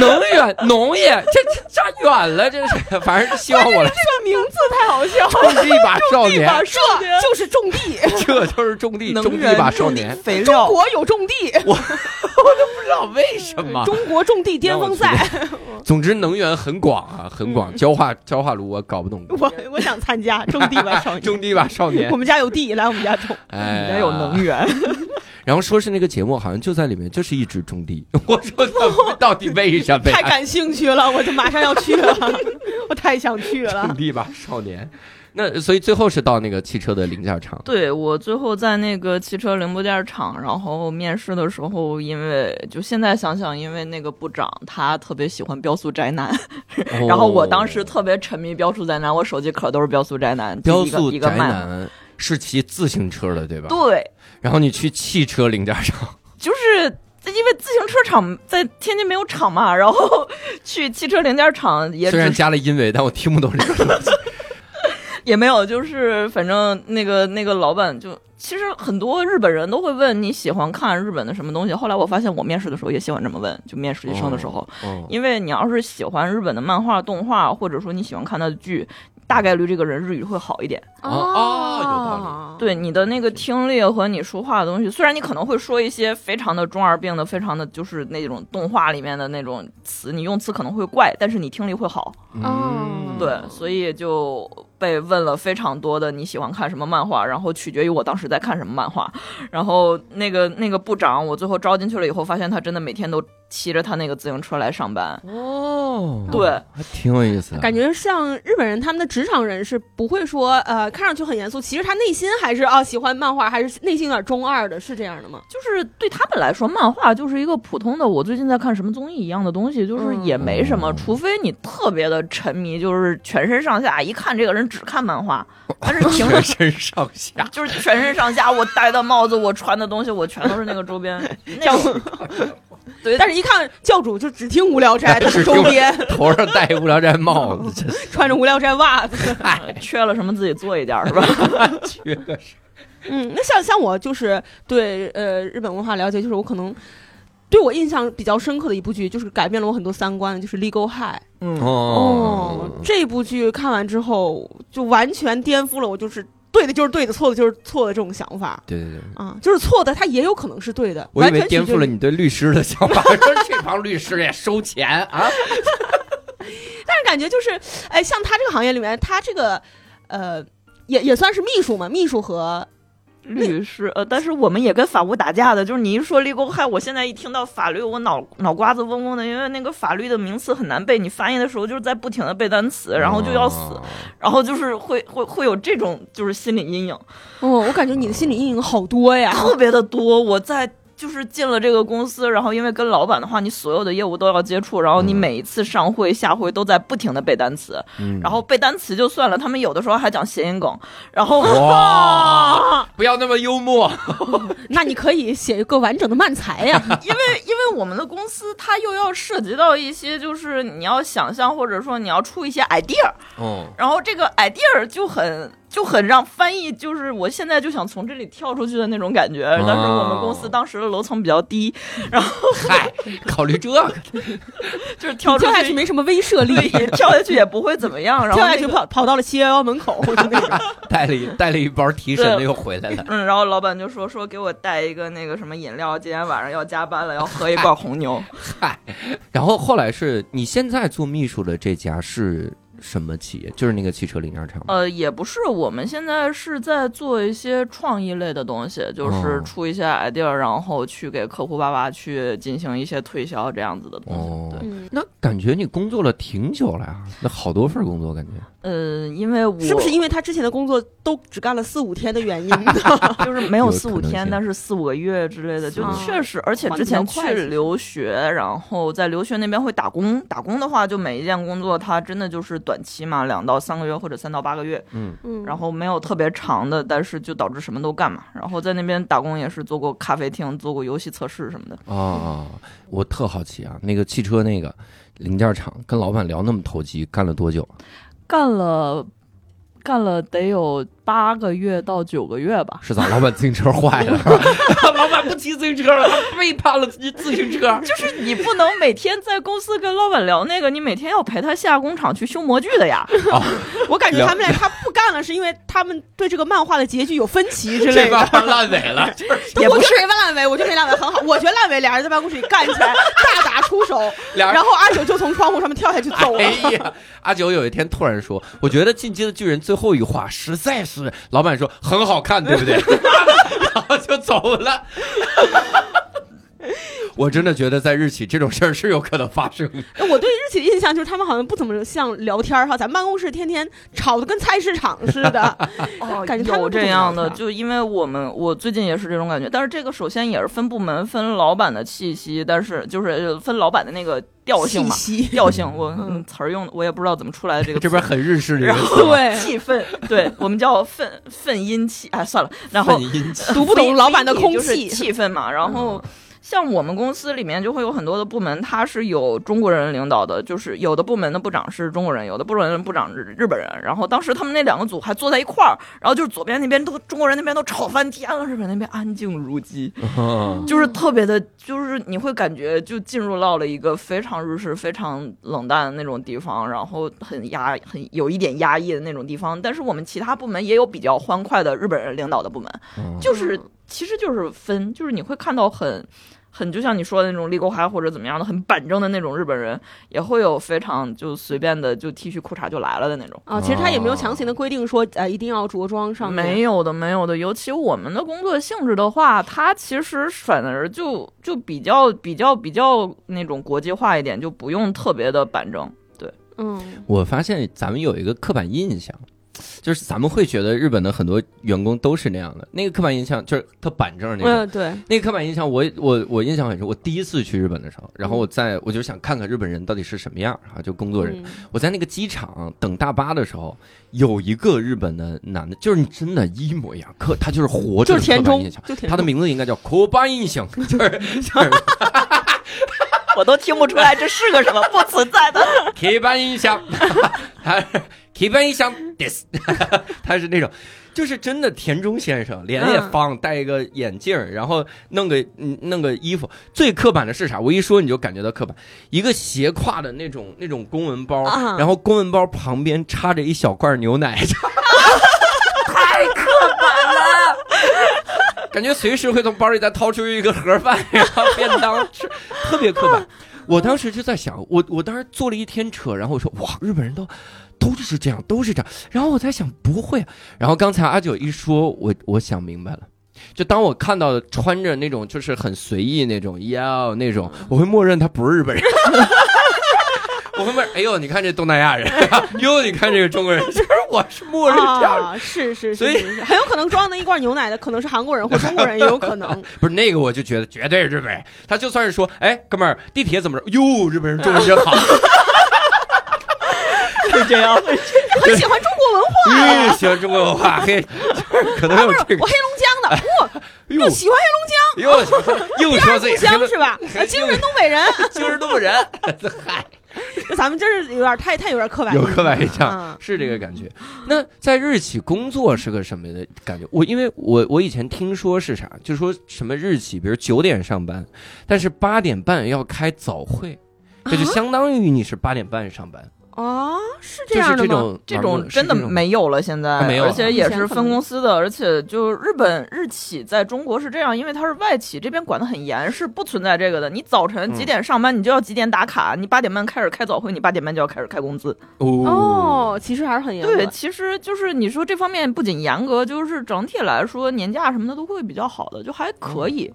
[SPEAKER 1] 能源、农业，这这差远了，这是反正希望我
[SPEAKER 6] 哎
[SPEAKER 1] 来
[SPEAKER 5] 这名字太好笑了。
[SPEAKER 1] 种地吧少年，
[SPEAKER 5] 这就是种地，
[SPEAKER 1] 这就是种地，
[SPEAKER 6] 能
[SPEAKER 1] 种地
[SPEAKER 6] 源
[SPEAKER 1] 吧少
[SPEAKER 6] 种地
[SPEAKER 1] 年，
[SPEAKER 6] 肥
[SPEAKER 5] 中
[SPEAKER 6] 料，
[SPEAKER 5] 国有种地，
[SPEAKER 1] 啊不知道为什么。
[SPEAKER 5] 中国种地巅峰赛，
[SPEAKER 1] 总之，能源很广啊，很广。
[SPEAKER 6] 嗯
[SPEAKER 1] 焦化焦化炉我搞不懂，
[SPEAKER 5] 我我想参加种地吧少
[SPEAKER 1] 种
[SPEAKER 5] 年。
[SPEAKER 1] 地吧少年
[SPEAKER 5] 我。们家有地，来我们家种。
[SPEAKER 1] 哎，
[SPEAKER 6] 人家有能。源，
[SPEAKER 1] 然后说是那个节目好像就在里面，就是一直种地。 我说怎么到底为什么
[SPEAKER 5] 太
[SPEAKER 1] 呀？
[SPEAKER 5] 感兴趣了，我就马上要去 了，我太想去
[SPEAKER 1] 种
[SPEAKER 5] 了。
[SPEAKER 1] 地吧少年。那所以最后是到那个汽车的零件厂。
[SPEAKER 6] 对我最后在那个汽车零部件厂，然后面试的时候，因为就现在想想，因为那个部长他特别喜欢标速宅男，
[SPEAKER 1] 哦
[SPEAKER 6] 然后我当时特别沉迷标速宅男，我手机壳都是标速宅男，就
[SPEAKER 1] 雕
[SPEAKER 6] 一个
[SPEAKER 1] 塑
[SPEAKER 6] 一个
[SPEAKER 1] 宅
[SPEAKER 6] 卖。
[SPEAKER 1] 男是骑自行车的，对吧？
[SPEAKER 6] 对，
[SPEAKER 1] 然后你去汽车零件厂，
[SPEAKER 6] 就是因为自行车厂在天津没有厂嘛，然后 去汽车零件厂也
[SPEAKER 1] 虽
[SPEAKER 6] 只
[SPEAKER 1] 然加了因为，但我听不懂这个东西。
[SPEAKER 6] 也没有，就是反正那个那个老板就，其实很多日本人都会问你喜欢看日本的什么东西。后来我发现我面试的时候也喜欢这么问，就面实习生的时候，
[SPEAKER 1] 哦
[SPEAKER 6] 因为你要是喜欢日本的漫画、动画，或者说你喜欢看他的剧。大概率这个人日语会好一点，
[SPEAKER 1] 哦哦有道
[SPEAKER 6] 对你的那个听力和你说话的东西，虽然你可能会说一些非常的中二病的、非常的就是那种动画里面的那种词，你用词可能会怪，但是你听力会好。
[SPEAKER 1] 嗯
[SPEAKER 6] 对，所以就被问了非常多的你喜欢看什么漫画，然后取决于我当时在看什么漫画。然后那个那个部长，我最后招进去了以后，发现他真的每天都骑着他那个自行车来上班。
[SPEAKER 1] 哦，
[SPEAKER 6] 对，
[SPEAKER 1] 还挺有意思的。
[SPEAKER 5] 感觉像日本人，他们的职场人是不会说，呃，看上去很严肃，其实他内心还是啊喜欢漫画，还是内心有点中二的，是这样的吗？
[SPEAKER 6] 就是对他们来说，漫画就是一个普通的我最近在看什么综艺一样的东西，就是也没什么，
[SPEAKER 1] 嗯
[SPEAKER 6] 除非你特别的沉迷，就是全身上下一看这个人只看漫画，但是停了
[SPEAKER 1] 全身上 下，
[SPEAKER 6] 哎就是全身上下，我戴的帽子，我穿的东西，我全都是那个周边。那种对，
[SPEAKER 5] 但是一看教主就只听《无聊
[SPEAKER 6] 哎
[SPEAKER 5] 斋》，他是周边
[SPEAKER 1] 头上戴无聊斋帽子，真是
[SPEAKER 5] 穿着《无聊斋》袜子。
[SPEAKER 6] 呃缺了什么自己做一点儿是吧？
[SPEAKER 1] 缺个啥
[SPEAKER 5] 嗯，那像像我就是对呃日本文化了解，就是我可能对我印象比较深刻的一部剧，就是改变了我很多三观，就是《Legal High》。哦，这部剧看完之后，就完全颠覆了我就是对的就是对的，错的就是错的这种想法
[SPEAKER 1] 对对对，
[SPEAKER 5] 啊，就是错的它也有可能是对的，
[SPEAKER 1] 嗯我以
[SPEAKER 5] 完
[SPEAKER 1] 为
[SPEAKER 5] 全
[SPEAKER 1] 颠
[SPEAKER 5] 取决
[SPEAKER 1] 覆了
[SPEAKER 5] 于。
[SPEAKER 1] 你对律师的想法，说这帮律师也收钱啊，
[SPEAKER 5] 但是感觉就是，哎，像他这个行业里面，他这个呃也也算是秘书嘛，秘书和
[SPEAKER 6] 律师，呃，但是我们也跟法务打架的，就是你一说立功害，我现在一听到法律，我脑脑瓜子嗡嗡的，因为那个法律的名词很难背，你翻译的时候就是在不停的背单词，
[SPEAKER 1] 哦
[SPEAKER 6] 然后就要死，然后就是会会会有这种就是心理阴影
[SPEAKER 5] 哦，我感觉你的心理阴影好多呀。
[SPEAKER 6] 特别的多，我在。就是进了这个公司，然后因为跟老板的话，你所有的业务都要接触，然后你
[SPEAKER 1] 嗯
[SPEAKER 6] 每一次上会、下会都在不停的背单词，
[SPEAKER 1] 嗯，
[SPEAKER 6] 然后背单词就算了，他们有的时候还讲谐音梗，然后
[SPEAKER 1] 哦哇，不要那么幽默，
[SPEAKER 5] 那你可以写一个完整的漫 才呀。
[SPEAKER 6] 因为因为我们的公司它又要涉及到一些，就是你要想象或者说你要出一些 idea，
[SPEAKER 1] 嗯，
[SPEAKER 6] 然后这个 idea 就很就很让翻译，就是我现在就想从这里跳出去的那种感觉。但是我们公司当时的楼层比较低，
[SPEAKER 1] 嗨，考虑这个，
[SPEAKER 6] 就是跳
[SPEAKER 5] 跳
[SPEAKER 6] 出
[SPEAKER 5] 下去没什么威慑力，
[SPEAKER 6] 对跳下去也不会怎么样，然后
[SPEAKER 5] 跳
[SPEAKER 6] 那
[SPEAKER 5] 下
[SPEAKER 6] 个
[SPEAKER 5] 去跑跑到了七幺幺 门口，就那种
[SPEAKER 1] 带了一带了一包提神的又回来了，
[SPEAKER 6] 嗯，然后老板就说说给我带一个那个什么饮料，今天晚上要加班了，要喝一罐红牛。
[SPEAKER 1] 嗨，然后后来是你现在做秘书的这家是什么企业？就是那个汽车零件厂吗？
[SPEAKER 6] 呃，也不是，我们现在是在做一些创意类的东西，就是
[SPEAKER 1] 哦
[SPEAKER 6] 出一些 idea，、然后去给客户爸爸去进行一些推销这样子的东西。
[SPEAKER 1] 哦
[SPEAKER 6] 呃对，
[SPEAKER 5] 嗯，
[SPEAKER 1] 那感觉你工作了挺久了呀，那好多份工作感觉。
[SPEAKER 6] 嗯、因为我
[SPEAKER 5] 是不是因为他之前的工作都只干了四五天的原因 呢？
[SPEAKER 6] 啊就是没有
[SPEAKER 1] 有
[SPEAKER 6] 四
[SPEAKER 1] 可
[SPEAKER 6] 五
[SPEAKER 1] 能
[SPEAKER 6] 天，
[SPEAKER 1] 性哦
[SPEAKER 6] 但是四五个月之类的，就
[SPEAKER 1] 四五
[SPEAKER 6] 确实，而且
[SPEAKER 5] 换
[SPEAKER 6] 之
[SPEAKER 5] 得比较
[SPEAKER 6] 前
[SPEAKER 5] 快
[SPEAKER 6] 去
[SPEAKER 5] 其实
[SPEAKER 6] 留学，然后在留学那边会打工，打工的话，就每一件工作它真的就是短期嘛，两到三个月或者三到八个月，
[SPEAKER 1] 嗯，
[SPEAKER 5] 嗯
[SPEAKER 6] 然后没有特别长的，但是就导致什么都干嘛。然后在那边打工也是做过咖啡厅，做过游戏测试什么的。
[SPEAKER 1] 哦，我特好奇啊，那个汽车那个零件厂跟老板聊那么投机，干了多久啊？
[SPEAKER 6] 干了干了得有八个月到九个月吧。
[SPEAKER 1] 是咋？老板自行车坏了，老板不骑自行车了，他背叛了自行车。
[SPEAKER 6] 就是你不能每天在公司跟老板聊那个，你每天要陪他下工厂去修模具的 呀。
[SPEAKER 5] 我感觉他们俩他不干了，是因为他们对这个漫画的结局有分歧之类
[SPEAKER 1] 这
[SPEAKER 5] 的。
[SPEAKER 1] 帮烂尾了，
[SPEAKER 6] 也
[SPEAKER 5] 我
[SPEAKER 6] 不
[SPEAKER 5] 就是没烂尾，我就没烂尾，很好。我觉得烂尾俩人在办公室里干起来，大打出手，
[SPEAKER 1] 俩人
[SPEAKER 5] 然后阿九就从窗户上面跳下去走 了。
[SPEAKER 1] 哎呀，阿九有一天突然说：“我觉得《进击的巨人》最后一话实在是……”老板说：“很好看，对不 对？”然后就走了。 我真的觉得在日企这种事儿是有可能发生的。
[SPEAKER 5] 我对日企的印象就是他们好像不怎么像聊天儿哈，咱办公室天天吵得跟菜市场似的。
[SPEAKER 6] 哦
[SPEAKER 5] 感觉他们
[SPEAKER 6] 有
[SPEAKER 5] 不怎
[SPEAKER 6] 这
[SPEAKER 5] 么
[SPEAKER 6] 样的，
[SPEAKER 5] 聊天
[SPEAKER 6] 就因为我们我最近也是这种感觉，但是这个首先也是分部门、分老板的气息，但是就是分老板的那个调性
[SPEAKER 5] 信
[SPEAKER 6] 嘛，
[SPEAKER 5] 息
[SPEAKER 6] 调性 我、
[SPEAKER 5] 嗯
[SPEAKER 6] 嗯、词儿用的我也不知道怎么出来的这个
[SPEAKER 1] 这
[SPEAKER 6] 词
[SPEAKER 1] 边很日式的一
[SPEAKER 6] 然
[SPEAKER 1] 个词 啊，
[SPEAKER 5] 对，
[SPEAKER 6] 气氛，对我们叫愤愤阴气，哎算了，然后
[SPEAKER 1] 很阴 气。
[SPEAKER 5] 读不懂老板的空
[SPEAKER 6] 就是
[SPEAKER 5] 气。嗯
[SPEAKER 6] 气氛 嘛。然后像我们公司里面就会有很多的部门，它是有中国人领导的，就是有的部门的部长是中国人，有的部门的部长是日本人。然后当时他们那两个组还坐在一块儿，然后就是左边那边都中国人那边都吵翻天了，日本那边啊安静 如鸡，
[SPEAKER 1] 嗯
[SPEAKER 6] 就是特别的，就是你会感觉就进入到了一个非常日式、非常冷淡的那种地方，然后很压、很有一点压抑的那种地方。但是我们其他部门也有比较欢快的日本人领导的部门，
[SPEAKER 1] 嗯
[SPEAKER 6] 就是
[SPEAKER 5] 嗯
[SPEAKER 6] 其实就是分，就是你会看到很很就像你说的那种立沟嗨或者怎么样的很板正的那种日本人，也会有非常就随便的就 T 恤裤衩就来了的那种。
[SPEAKER 5] 啊，其实他也没有强行的规定说，呃，一定要着装上面。
[SPEAKER 6] 没有的，没有的。尤其我们的工作性质的话，它其实反而就就比较比较比较那种国际化一点，就不用特别的板正。
[SPEAKER 5] 嗯，
[SPEAKER 1] 我发现咱们有一个刻板印象，就是咱们会觉得日本的很多员工都是那样的。那个刻板印象就是特板正那种。
[SPEAKER 5] 嗯，对，
[SPEAKER 1] 那个刻板印象我，我我印象很深。我第一次去日本的时候，然后我在我就想看看日本人到底是什么样啊，就工作人。
[SPEAKER 5] 嗯嗯
[SPEAKER 1] 我在那个机场等大巴的时候，有一个日本的男的，就是真的，一模一样，刻他就是活着
[SPEAKER 5] 就是
[SPEAKER 1] 的刻
[SPEAKER 5] 田
[SPEAKER 1] 板
[SPEAKER 5] 中
[SPEAKER 1] 印象，。
[SPEAKER 5] 就田
[SPEAKER 1] 他的
[SPEAKER 5] 中。
[SPEAKER 1] 名字应该叫 Koba 印象，就是就是。
[SPEAKER 6] 我都听不出来这是个什么不存在的。
[SPEAKER 1] 铁板音响，他是铁板音响 this，他是那种，就是真的田中先生，脸
[SPEAKER 5] 嗯
[SPEAKER 1] 也方，戴一个眼镜儿，然后弄个嗯弄个衣服。最刻板的是啥？我一说你就感觉到刻板，一个斜挎的那种那种公文包，
[SPEAKER 5] 啊
[SPEAKER 1] 然后公文包旁边插着一小罐牛奶， 太刻板了。感觉随时会从包里再掏出一个盒饭，然后便当吃，特别刻板。我当时就在想，我我当时坐了一天车，然后我说哇，日本人都都是这样，都是这样。然后我在想，不会啊。然后刚才阿九一说，我我想明白了。就当我看到穿着那种就是很随意那种哟那种，
[SPEAKER 6] 嗯
[SPEAKER 1] 我会默认他不是日本人。 我会默认，哎呦，你看这东南亚人， 哟，你看这个中 国人，其实我是默认这样的。
[SPEAKER 5] 啊，是是
[SPEAKER 1] 所
[SPEAKER 5] 是
[SPEAKER 1] 以
[SPEAKER 5] 是，是很有可能装的一罐牛奶的可能是韩国人或中国人，也 有可能。
[SPEAKER 1] 不是那个，我就觉得绝对是日本人。他就算是说，哎，哥们儿，地铁怎么着？哟，日本人中文真好。
[SPEAKER 6] 是这样，
[SPEAKER 5] 很喜欢中国文化，
[SPEAKER 1] 嗯，喜欢中国文化，嘿，可能有这个
[SPEAKER 5] 我。黑龙江的，哇，
[SPEAKER 1] 哟
[SPEAKER 5] 又喜欢黑
[SPEAKER 1] 又又说自己
[SPEAKER 5] 龙江，故乡是吧？啊精神东北人，
[SPEAKER 1] 就是东北 人，嗨，
[SPEAKER 5] 这咱们真是有点太太有点刻板印
[SPEAKER 1] 有
[SPEAKER 5] 象，
[SPEAKER 1] 刻板印象。
[SPEAKER 5] 啊
[SPEAKER 1] 是这个感觉。那在日企工作是个什么的感觉？我因为我我以前听说是啥，就说什么日企，比如九点上班，但是八点半要开早会，这就相当于你是八点半上班，
[SPEAKER 5] 啊，是这
[SPEAKER 1] 就是
[SPEAKER 5] 样的
[SPEAKER 1] 这
[SPEAKER 5] 吗？
[SPEAKER 1] 种
[SPEAKER 6] 这种
[SPEAKER 1] 是
[SPEAKER 6] 真的
[SPEAKER 1] 这种
[SPEAKER 6] 没有了，现在
[SPEAKER 1] 啊没有了
[SPEAKER 6] 而且也是分公司的，而且就日本日企在中国是这样，因为它是外企，这边管得很严，是不存在这个的。你早晨
[SPEAKER 1] 嗯
[SPEAKER 6] 几点上班，你就要几点打卡，你八点半开始开早会，你八点半就要开始开工资。
[SPEAKER 1] 哦。
[SPEAKER 5] 哦，其实还是很严格
[SPEAKER 6] 对，。其实就是你说这方面不仅严格，就是整体来说年假什么的都会比较好的，就还可以。
[SPEAKER 1] 嗯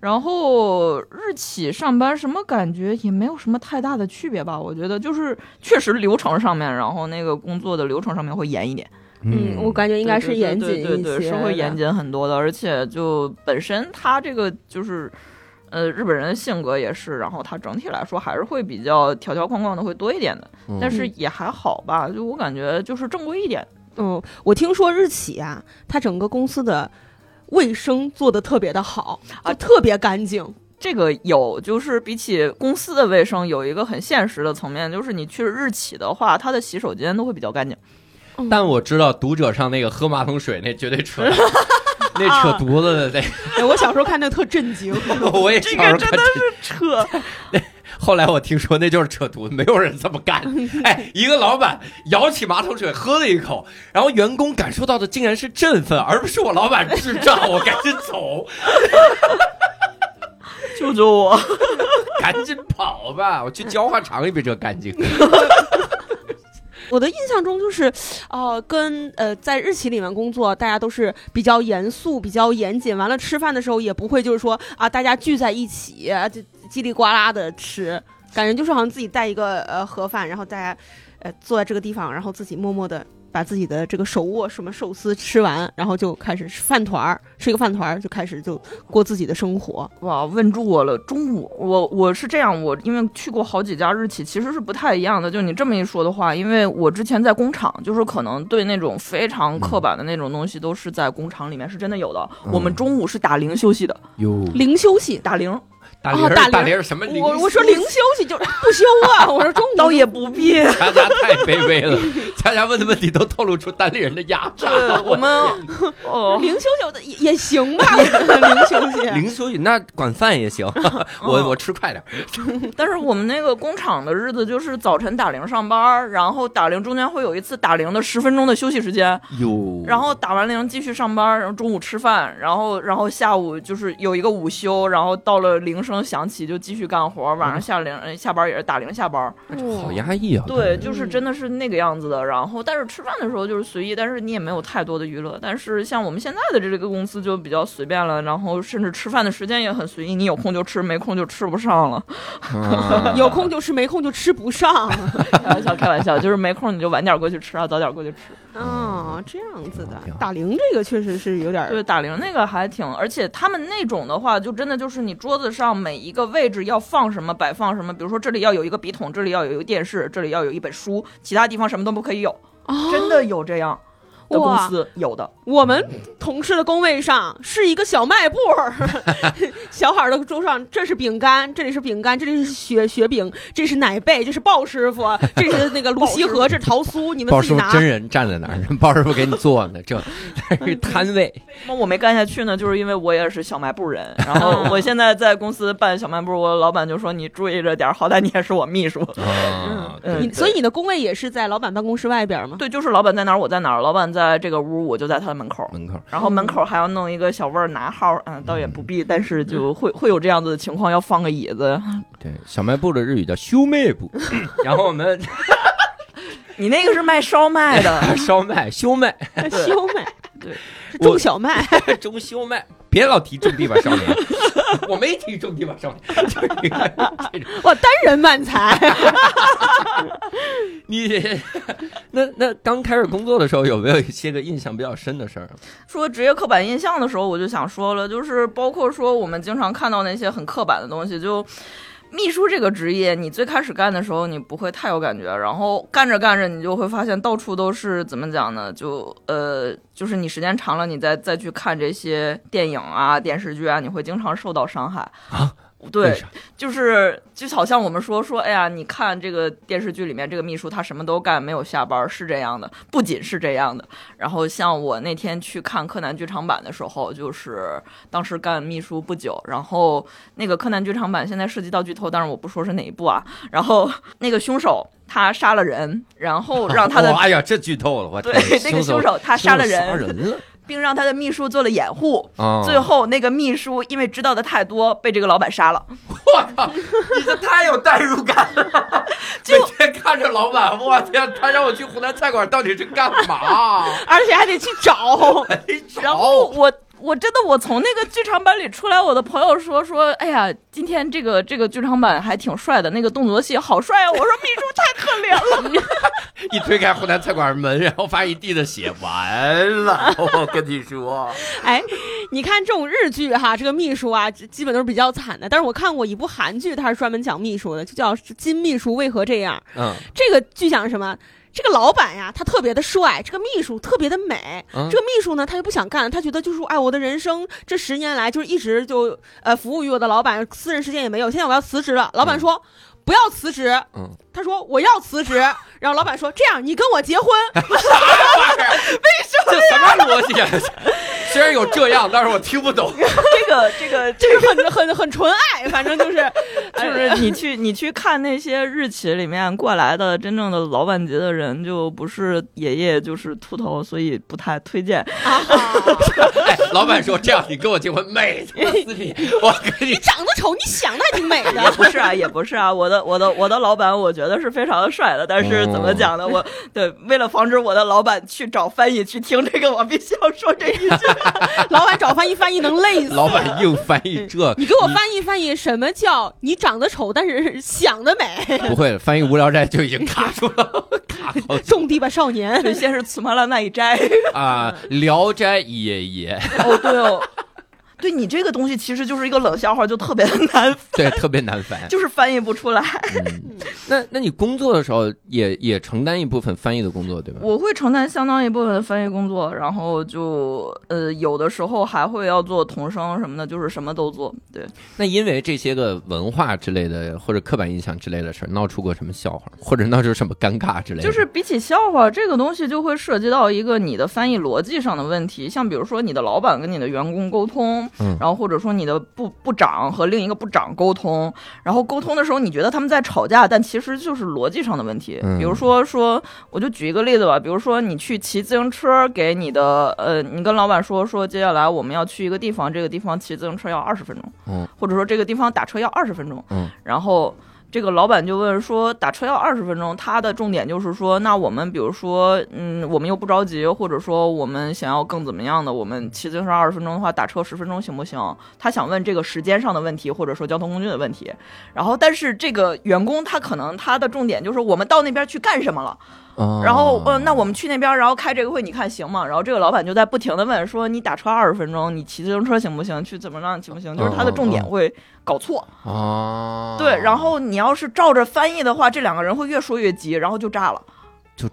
[SPEAKER 6] 然后日企上班什么感觉也没有什么太大的区别吧，我觉得就是确实流程上面，然后那个工作的流程上面会严一点。
[SPEAKER 5] 嗯，我感觉应该是严谨
[SPEAKER 6] 对对
[SPEAKER 5] 一
[SPEAKER 6] 对对
[SPEAKER 5] 些，
[SPEAKER 6] 对，是会严。谨很多的，而且就本身他这个就是。呃，日本人的性格也是，然后他整体来说还是会比较条条框框的，会多一点的，
[SPEAKER 1] 嗯
[SPEAKER 6] 但是也还好吧。就我感觉就是正规一点，
[SPEAKER 5] 嗯，我听说日企啊，它整个公司的卫生做的特别的好
[SPEAKER 6] 啊
[SPEAKER 5] 就特别干净。
[SPEAKER 6] 这个有，就是比起公司的卫生，有一个很现实的层面，就是你去日企的话，它的洗手间都会比较干净。
[SPEAKER 1] 但我知道读者上那个喝马桶水那绝对扯 淡，那扯犊子的
[SPEAKER 5] 哎，我小时候看那个特震惊，
[SPEAKER 1] 那， 我也小时候看这
[SPEAKER 6] 扯，
[SPEAKER 1] 后来我听说那就是扯犊子，没有人这么干。哎，一个老板舀起马桶水喝了一口，然后员工感受到的竟然是振奋，而不是我老板智障，我赶紧走，
[SPEAKER 6] 救救我！
[SPEAKER 1] 赶紧跑吧，我去焦化厂也比这干净。
[SPEAKER 5] 我的印象中就是，呃，跟呃在日企里面工作，大家都是比较严肃、比较严谨。完了吃饭的时候也不会就是说啊，大家聚在一起，啊就叽里呱啦的吃，感觉就是好像自己带一个呃盒饭，然后大家呃坐在这个地方，然后自己默默的把自己的这个手握什么寿司吃完，然后就开始吃饭团儿，吃一个饭团儿就开始就过自己的生活。
[SPEAKER 6] 哇，问住我了。中午，我我是这样，我因为去过好几家日企，其实是不太一样的。就你这么一说的话，因为我之前在工厂，就是可能对那种非常刻板的那种东西，都是在工厂里面是真的有的。
[SPEAKER 1] 嗯
[SPEAKER 6] 我们中午是打铃休息的，
[SPEAKER 1] 哟，
[SPEAKER 5] 零休息，
[SPEAKER 6] 打铃，
[SPEAKER 1] 大玲儿
[SPEAKER 5] 哦大玲儿
[SPEAKER 1] 大玲儿什么啊零？
[SPEAKER 5] 我 我说零休息就是不休啊，我说中午
[SPEAKER 6] 倒也不必。
[SPEAKER 1] 佳佳太卑微了，佳佳问的问题都透露出单立人的压 榨。
[SPEAKER 6] 对，呃我们哦，
[SPEAKER 5] 零休息我的也也 行吧，我觉得零休 息。
[SPEAKER 1] 零休息那管饭也行， 我我吃快点儿。
[SPEAKER 6] 但是我们那个工厂的日子就是早晨打铃上班儿，然后打铃中间会有一次打铃的十分钟的休息时间，
[SPEAKER 1] 哟
[SPEAKER 6] 然后打完铃继续上班儿，然后中午吃饭，然后然后下午就是有一个午休，然后到了铃声响起就继续干活儿，晚上下铃呃下班儿也是打铃下班儿，
[SPEAKER 1] 好压抑啊！
[SPEAKER 6] 对，就是真的是那个样子的。然后但是吃饭的时候就是随意，但是你也没有太多的娱乐。但是像我们现在的这个公司就比较随便了，然后甚至吃饭的时间也很随意，你有空就吃，没空就吃不上了。
[SPEAKER 1] 嗯
[SPEAKER 5] 有空就吃，没空就吃不上。
[SPEAKER 6] 开玩笑，开玩笑，就是没空你就晚点过去吃啊，早点过去吃。
[SPEAKER 5] 啊，这样子的
[SPEAKER 1] 嗯挺好
[SPEAKER 5] 打铃这个确实是有点儿
[SPEAKER 6] 对，打铃那个还挺，而且他们那种的话，就真的就是你桌子上每一个位置要放什么，摆放什么，比如说这里要有一个笔筒，这里要有一个电视，这里要有一本书，其他地方什么都不可以有，
[SPEAKER 5] 啊
[SPEAKER 6] 真的有这样。的公
[SPEAKER 5] 哇
[SPEAKER 6] 司有的，
[SPEAKER 5] 我们同事的工位上是一个小卖部 儿，小孩儿的桌上，这是饼干，这里是饼干，这里是雪雪饼，这是奶贝，这是鲍师傅，这是那个泸溪河，这是桃 酥，你们
[SPEAKER 1] 鲍
[SPEAKER 5] 自
[SPEAKER 1] 师傅
[SPEAKER 5] 己拿。
[SPEAKER 1] 真人站在那儿，鲍师傅给你做呢，
[SPEAKER 6] 嗯
[SPEAKER 1] 这这是摊位。
[SPEAKER 6] 为什么我没干下去呢？就是因为我也是小卖部人，然后
[SPEAKER 5] 嗯
[SPEAKER 6] 我现在在公司办小卖部，我老板就说你注意着点儿，好歹你也是我秘书。
[SPEAKER 1] 啊，
[SPEAKER 6] 嗯
[SPEAKER 5] 你所以你的工位也是在老板办公室外边儿吗？
[SPEAKER 6] 对，就是老板在哪儿，我在哪儿。老板在这个屋，我就在他的门口。
[SPEAKER 1] 门口
[SPEAKER 6] 然后门口还要弄一个小位儿拿号儿，嗯，倒也不必，但是就会会有这样子的情况，要放个椅子。
[SPEAKER 1] 对小卖部的日语叫修妹部， 然后我们
[SPEAKER 6] 你那个是卖烧麦的，
[SPEAKER 1] 烧麦修麦
[SPEAKER 6] 对
[SPEAKER 5] 修麦，
[SPEAKER 6] 对，
[SPEAKER 5] 是种小麦，
[SPEAKER 1] 中修麦，别老提种地吧少年， 我没提种地吧少年，就是这个这种
[SPEAKER 5] 哇，单人 漫才，
[SPEAKER 1] 你那那刚开始工作的时候有没有一些个印象比较深的事儿？
[SPEAKER 6] 说职业刻板印象的时候，我就想说了，就是包括说我们经常看到那些很刻板的东西，就秘书这个职业，你最开始干的时候你不会太有感觉，然后干着干着你就会发现到处都是怎么讲呢？就呃，就是你时间长了，你再再去看这些电影啊、电视剧啊，你会经常受到伤害
[SPEAKER 1] 啊。为
[SPEAKER 6] 对
[SPEAKER 1] 啥，
[SPEAKER 6] 就是就好像我们说说，哎呀，你看这个电视剧里面这个秘书他什么都干，没有下班，是这样的，不仅是这样的，然后像我那天去看柯南剧场版的时候，就是当时干秘书不久，然后那个柯南剧场版现在涉及到剧透，但是我不说是哪一部啊。然后那个凶手他杀了人，然后让 他的
[SPEAKER 1] 哦哎呀，这剧透了，我
[SPEAKER 6] 对
[SPEAKER 1] 天
[SPEAKER 6] 那个凶手他杀了人
[SPEAKER 1] 杀人了
[SPEAKER 6] 并让他的秘书做了掩护。
[SPEAKER 1] 啊！
[SPEAKER 6] 最后，那个秘书因为知道的太多，被这个老板杀了。
[SPEAKER 1] 我靠，你 这太有代入感了！
[SPEAKER 6] 就
[SPEAKER 1] 每天看着老板，我天，他让我去湖南菜馆到底是干嘛？
[SPEAKER 5] 而且还得去找。
[SPEAKER 1] 你
[SPEAKER 6] 然后我我真的我从那个剧场版里出来，我的朋友说说，哎呀，今天这个这个剧场版还挺帅的，那个动作戏好帅啊！我说秘书太可怜了。
[SPEAKER 1] 一推开湖南菜馆门，然后发现一地的血，完 了！我跟你说，
[SPEAKER 5] 哎，你看这种日剧哈，这个秘书啊，基基本都是比较惨的。但是我看过一部韩剧，它是专门讲秘书的，就叫《金秘书为何这样》。
[SPEAKER 1] 嗯，
[SPEAKER 5] 这个剧讲什么？这个老板呀，他特别的帅，这个秘书特别的美。
[SPEAKER 1] 嗯
[SPEAKER 5] 这个秘书呢，他就不想干，他觉得就是说哎，我的人生这十年来就是一直就呃服务于我的老板，私人时间也没有。现在我要辞职了，老板说。不要辞职，
[SPEAKER 1] 嗯，
[SPEAKER 5] 他说我要辞职，然后老板说这样，你跟我结婚，
[SPEAKER 1] 这什么逻辑啊？ 虽然有这样，但是我听不 懂。
[SPEAKER 6] 这个这个哎
[SPEAKER 5] 这是很很很纯爱，反正就是
[SPEAKER 6] 啊就是你去你去看那些日企里面过来的真正的老板级的人，就不是爷爷就是秃头，所以不太推荐。
[SPEAKER 5] 啊，
[SPEAKER 1] 哎，老板说这样，你跟我结婚，美死你！我跟你
[SPEAKER 5] 你长得丑，你想的还挺美
[SPEAKER 6] 也
[SPEAKER 5] 的。
[SPEAKER 6] 不是啊，也不是啊，我的我的我的老板，我觉得是非常的帅的，但是
[SPEAKER 1] 哦
[SPEAKER 6] 怎么讲呢？我对为了防止我的老板去找翻译去听这个，我必须要说这一句。
[SPEAKER 5] 老板找翻译翻译能累死。
[SPEAKER 1] 老板硬翻译这，
[SPEAKER 5] 你给我翻译翻译，什么叫你长得丑，但是想得美？
[SPEAKER 1] 不会了，翻译《无聊斋》就已经卡住了，卡好久
[SPEAKER 5] 种地吧少年，
[SPEAKER 6] 对，先是茨麻拉那一摘。
[SPEAKER 1] 啊，《聊斋也也》
[SPEAKER 6] 哦，对哦，对你这个东西其实就是一个冷笑话，就特别难，
[SPEAKER 1] 对，特别难翻。
[SPEAKER 6] 就是翻译不出来。
[SPEAKER 1] 嗯，那那你工作的时候也也承担一部分翻译的工作，对吧？
[SPEAKER 6] 我会承担相当一部分的翻译工作，然后就呃，有的时候还会要做同声什么的，就是什么都做。对，
[SPEAKER 1] 那因为这些个文化之类的或者刻板印象之类的事儿，闹出过什么笑话，或者闹出什么尴尬之类的？
[SPEAKER 6] 就是比起笑话这个东西，就会涉及到一个你的翻译逻辑上的问题，像比如说你的老板跟你的员工沟通，
[SPEAKER 1] 嗯
[SPEAKER 6] 然后或者说你的部部长和另一个部长沟通，然后沟通的时候你觉得他们在吵架，但其实就是逻辑上的问题。
[SPEAKER 1] 嗯
[SPEAKER 6] 比如说说，我就举一个例子吧，比如说你去骑自行车给你的呃，你跟老板说说接下来我们要去一个地方，这个地方骑自行车要二十分钟，
[SPEAKER 1] 嗯
[SPEAKER 6] 或者说这个地方打车要二十分钟，
[SPEAKER 1] 嗯
[SPEAKER 6] 然后这个老板就问说，打车要二十分钟，他的重点就是说，那我们比如说，嗯，我们又不着急，或者说我们想要更怎么样的，我们骑自行车二十分钟的话，打车十分钟行不行？他想问这个时间上的问题，或者说交通工具的问题。然后，但是这个员工他可能他的重点就是我们到那边去干什么了。
[SPEAKER 1] 哦，
[SPEAKER 6] 然后，呃，那我们去那边，然后开这个会，你看行吗？然后这个老板就在不停的问说，你打车二十分钟，你骑自行车行不行？去怎么样行不行？就是他的重
[SPEAKER 1] 嗯
[SPEAKER 6] 点
[SPEAKER 1] 嗯嗯
[SPEAKER 6] 会搞错。
[SPEAKER 1] 哦，
[SPEAKER 6] 对，然后你要是照着翻译的话，这两个人会越说越急，然后就炸了。
[SPEAKER 5] 嗯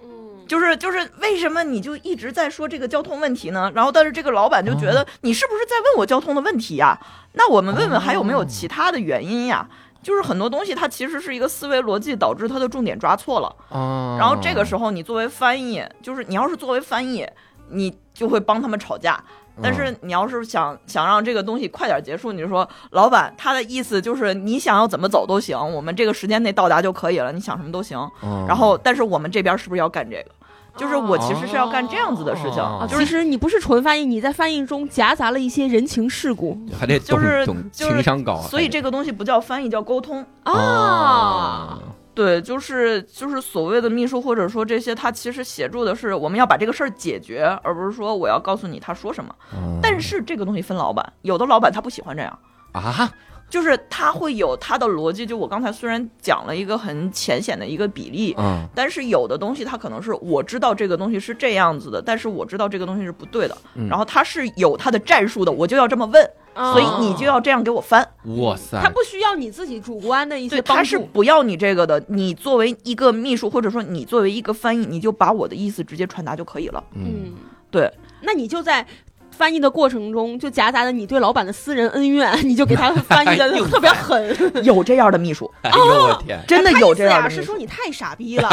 [SPEAKER 6] 就是就是为什么你就一直在说这个交通问题呢？然后但是这个老板就
[SPEAKER 1] 哦
[SPEAKER 6] 觉得你是不是在问我交通的问题呀？那我们问问还有没
[SPEAKER 1] 哦
[SPEAKER 6] 有其他的原因呀？就是很多东西它其实是一个思维逻辑导致它的重点抓错了。
[SPEAKER 1] 哦
[SPEAKER 6] 然后这个时候你作为翻译，就是你要是作为翻译，你就会帮他们吵架。
[SPEAKER 1] 哦嗯
[SPEAKER 6] 但是你要是想想让这个东西快点结束，你就说老板，他的意思就是你想要怎么走都行，我们这个时间内到达就可以了，你想什么都行。然
[SPEAKER 1] 哦
[SPEAKER 6] 后，但是我们这边是不是要干这个？就是我其实是要干这样子的事情，
[SPEAKER 1] 哦
[SPEAKER 6] 就
[SPEAKER 5] 其
[SPEAKER 6] 是
[SPEAKER 5] 实你不啊是纯翻译，你在翻译中夹杂了一些人情世故
[SPEAKER 1] 还得懂
[SPEAKER 6] 就是
[SPEAKER 1] 懂
[SPEAKER 6] 就是
[SPEAKER 1] 情商高啊，哦
[SPEAKER 6] 所以这个东西不叫翻译，叫沟通。
[SPEAKER 5] 啊。
[SPEAKER 6] 对，就是就是所谓的秘书或者说这些，他其实协助的是我们要把这个事儿解决，而不是说我要告诉你他说什么。
[SPEAKER 1] 嗯哦
[SPEAKER 6] 但是这个东西分老板，有的老板他不喜欢这样，
[SPEAKER 1] 啊，
[SPEAKER 6] 就是他会有他的逻辑。就我刚才虽然讲了一个很浅显的一个比例，
[SPEAKER 1] 嗯
[SPEAKER 6] 但是有的东西他可能是我知道这个东西是这样子的，但是我知道这个东西是不对的，
[SPEAKER 1] 嗯
[SPEAKER 6] 然后他是有他的战术的，我就要这么问，所以你就要这样给我翻。
[SPEAKER 1] 哇塞
[SPEAKER 5] 他，不需要你自己主观的一
[SPEAKER 6] 对，
[SPEAKER 5] 些
[SPEAKER 6] 他
[SPEAKER 5] 帮
[SPEAKER 6] 是
[SPEAKER 5] 助。
[SPEAKER 6] 不要你这个的。你作为一个秘书，或者说你作为一个翻译，你就把我的意思直接传达就可以了。
[SPEAKER 1] 嗯，，
[SPEAKER 6] 对，
[SPEAKER 5] 那你就在。翻译的过程中，就夹杂着你对老板的私人恩怨，你就给他翻译的
[SPEAKER 1] 又
[SPEAKER 5] 特别
[SPEAKER 1] 哎
[SPEAKER 5] 狠。
[SPEAKER 6] 有这样的秘书，
[SPEAKER 1] 哎呦我天，
[SPEAKER 6] 真的有这样的
[SPEAKER 5] 他意思呀
[SPEAKER 6] 秘
[SPEAKER 5] 是
[SPEAKER 6] 书。
[SPEAKER 5] 说你太傻 逼了。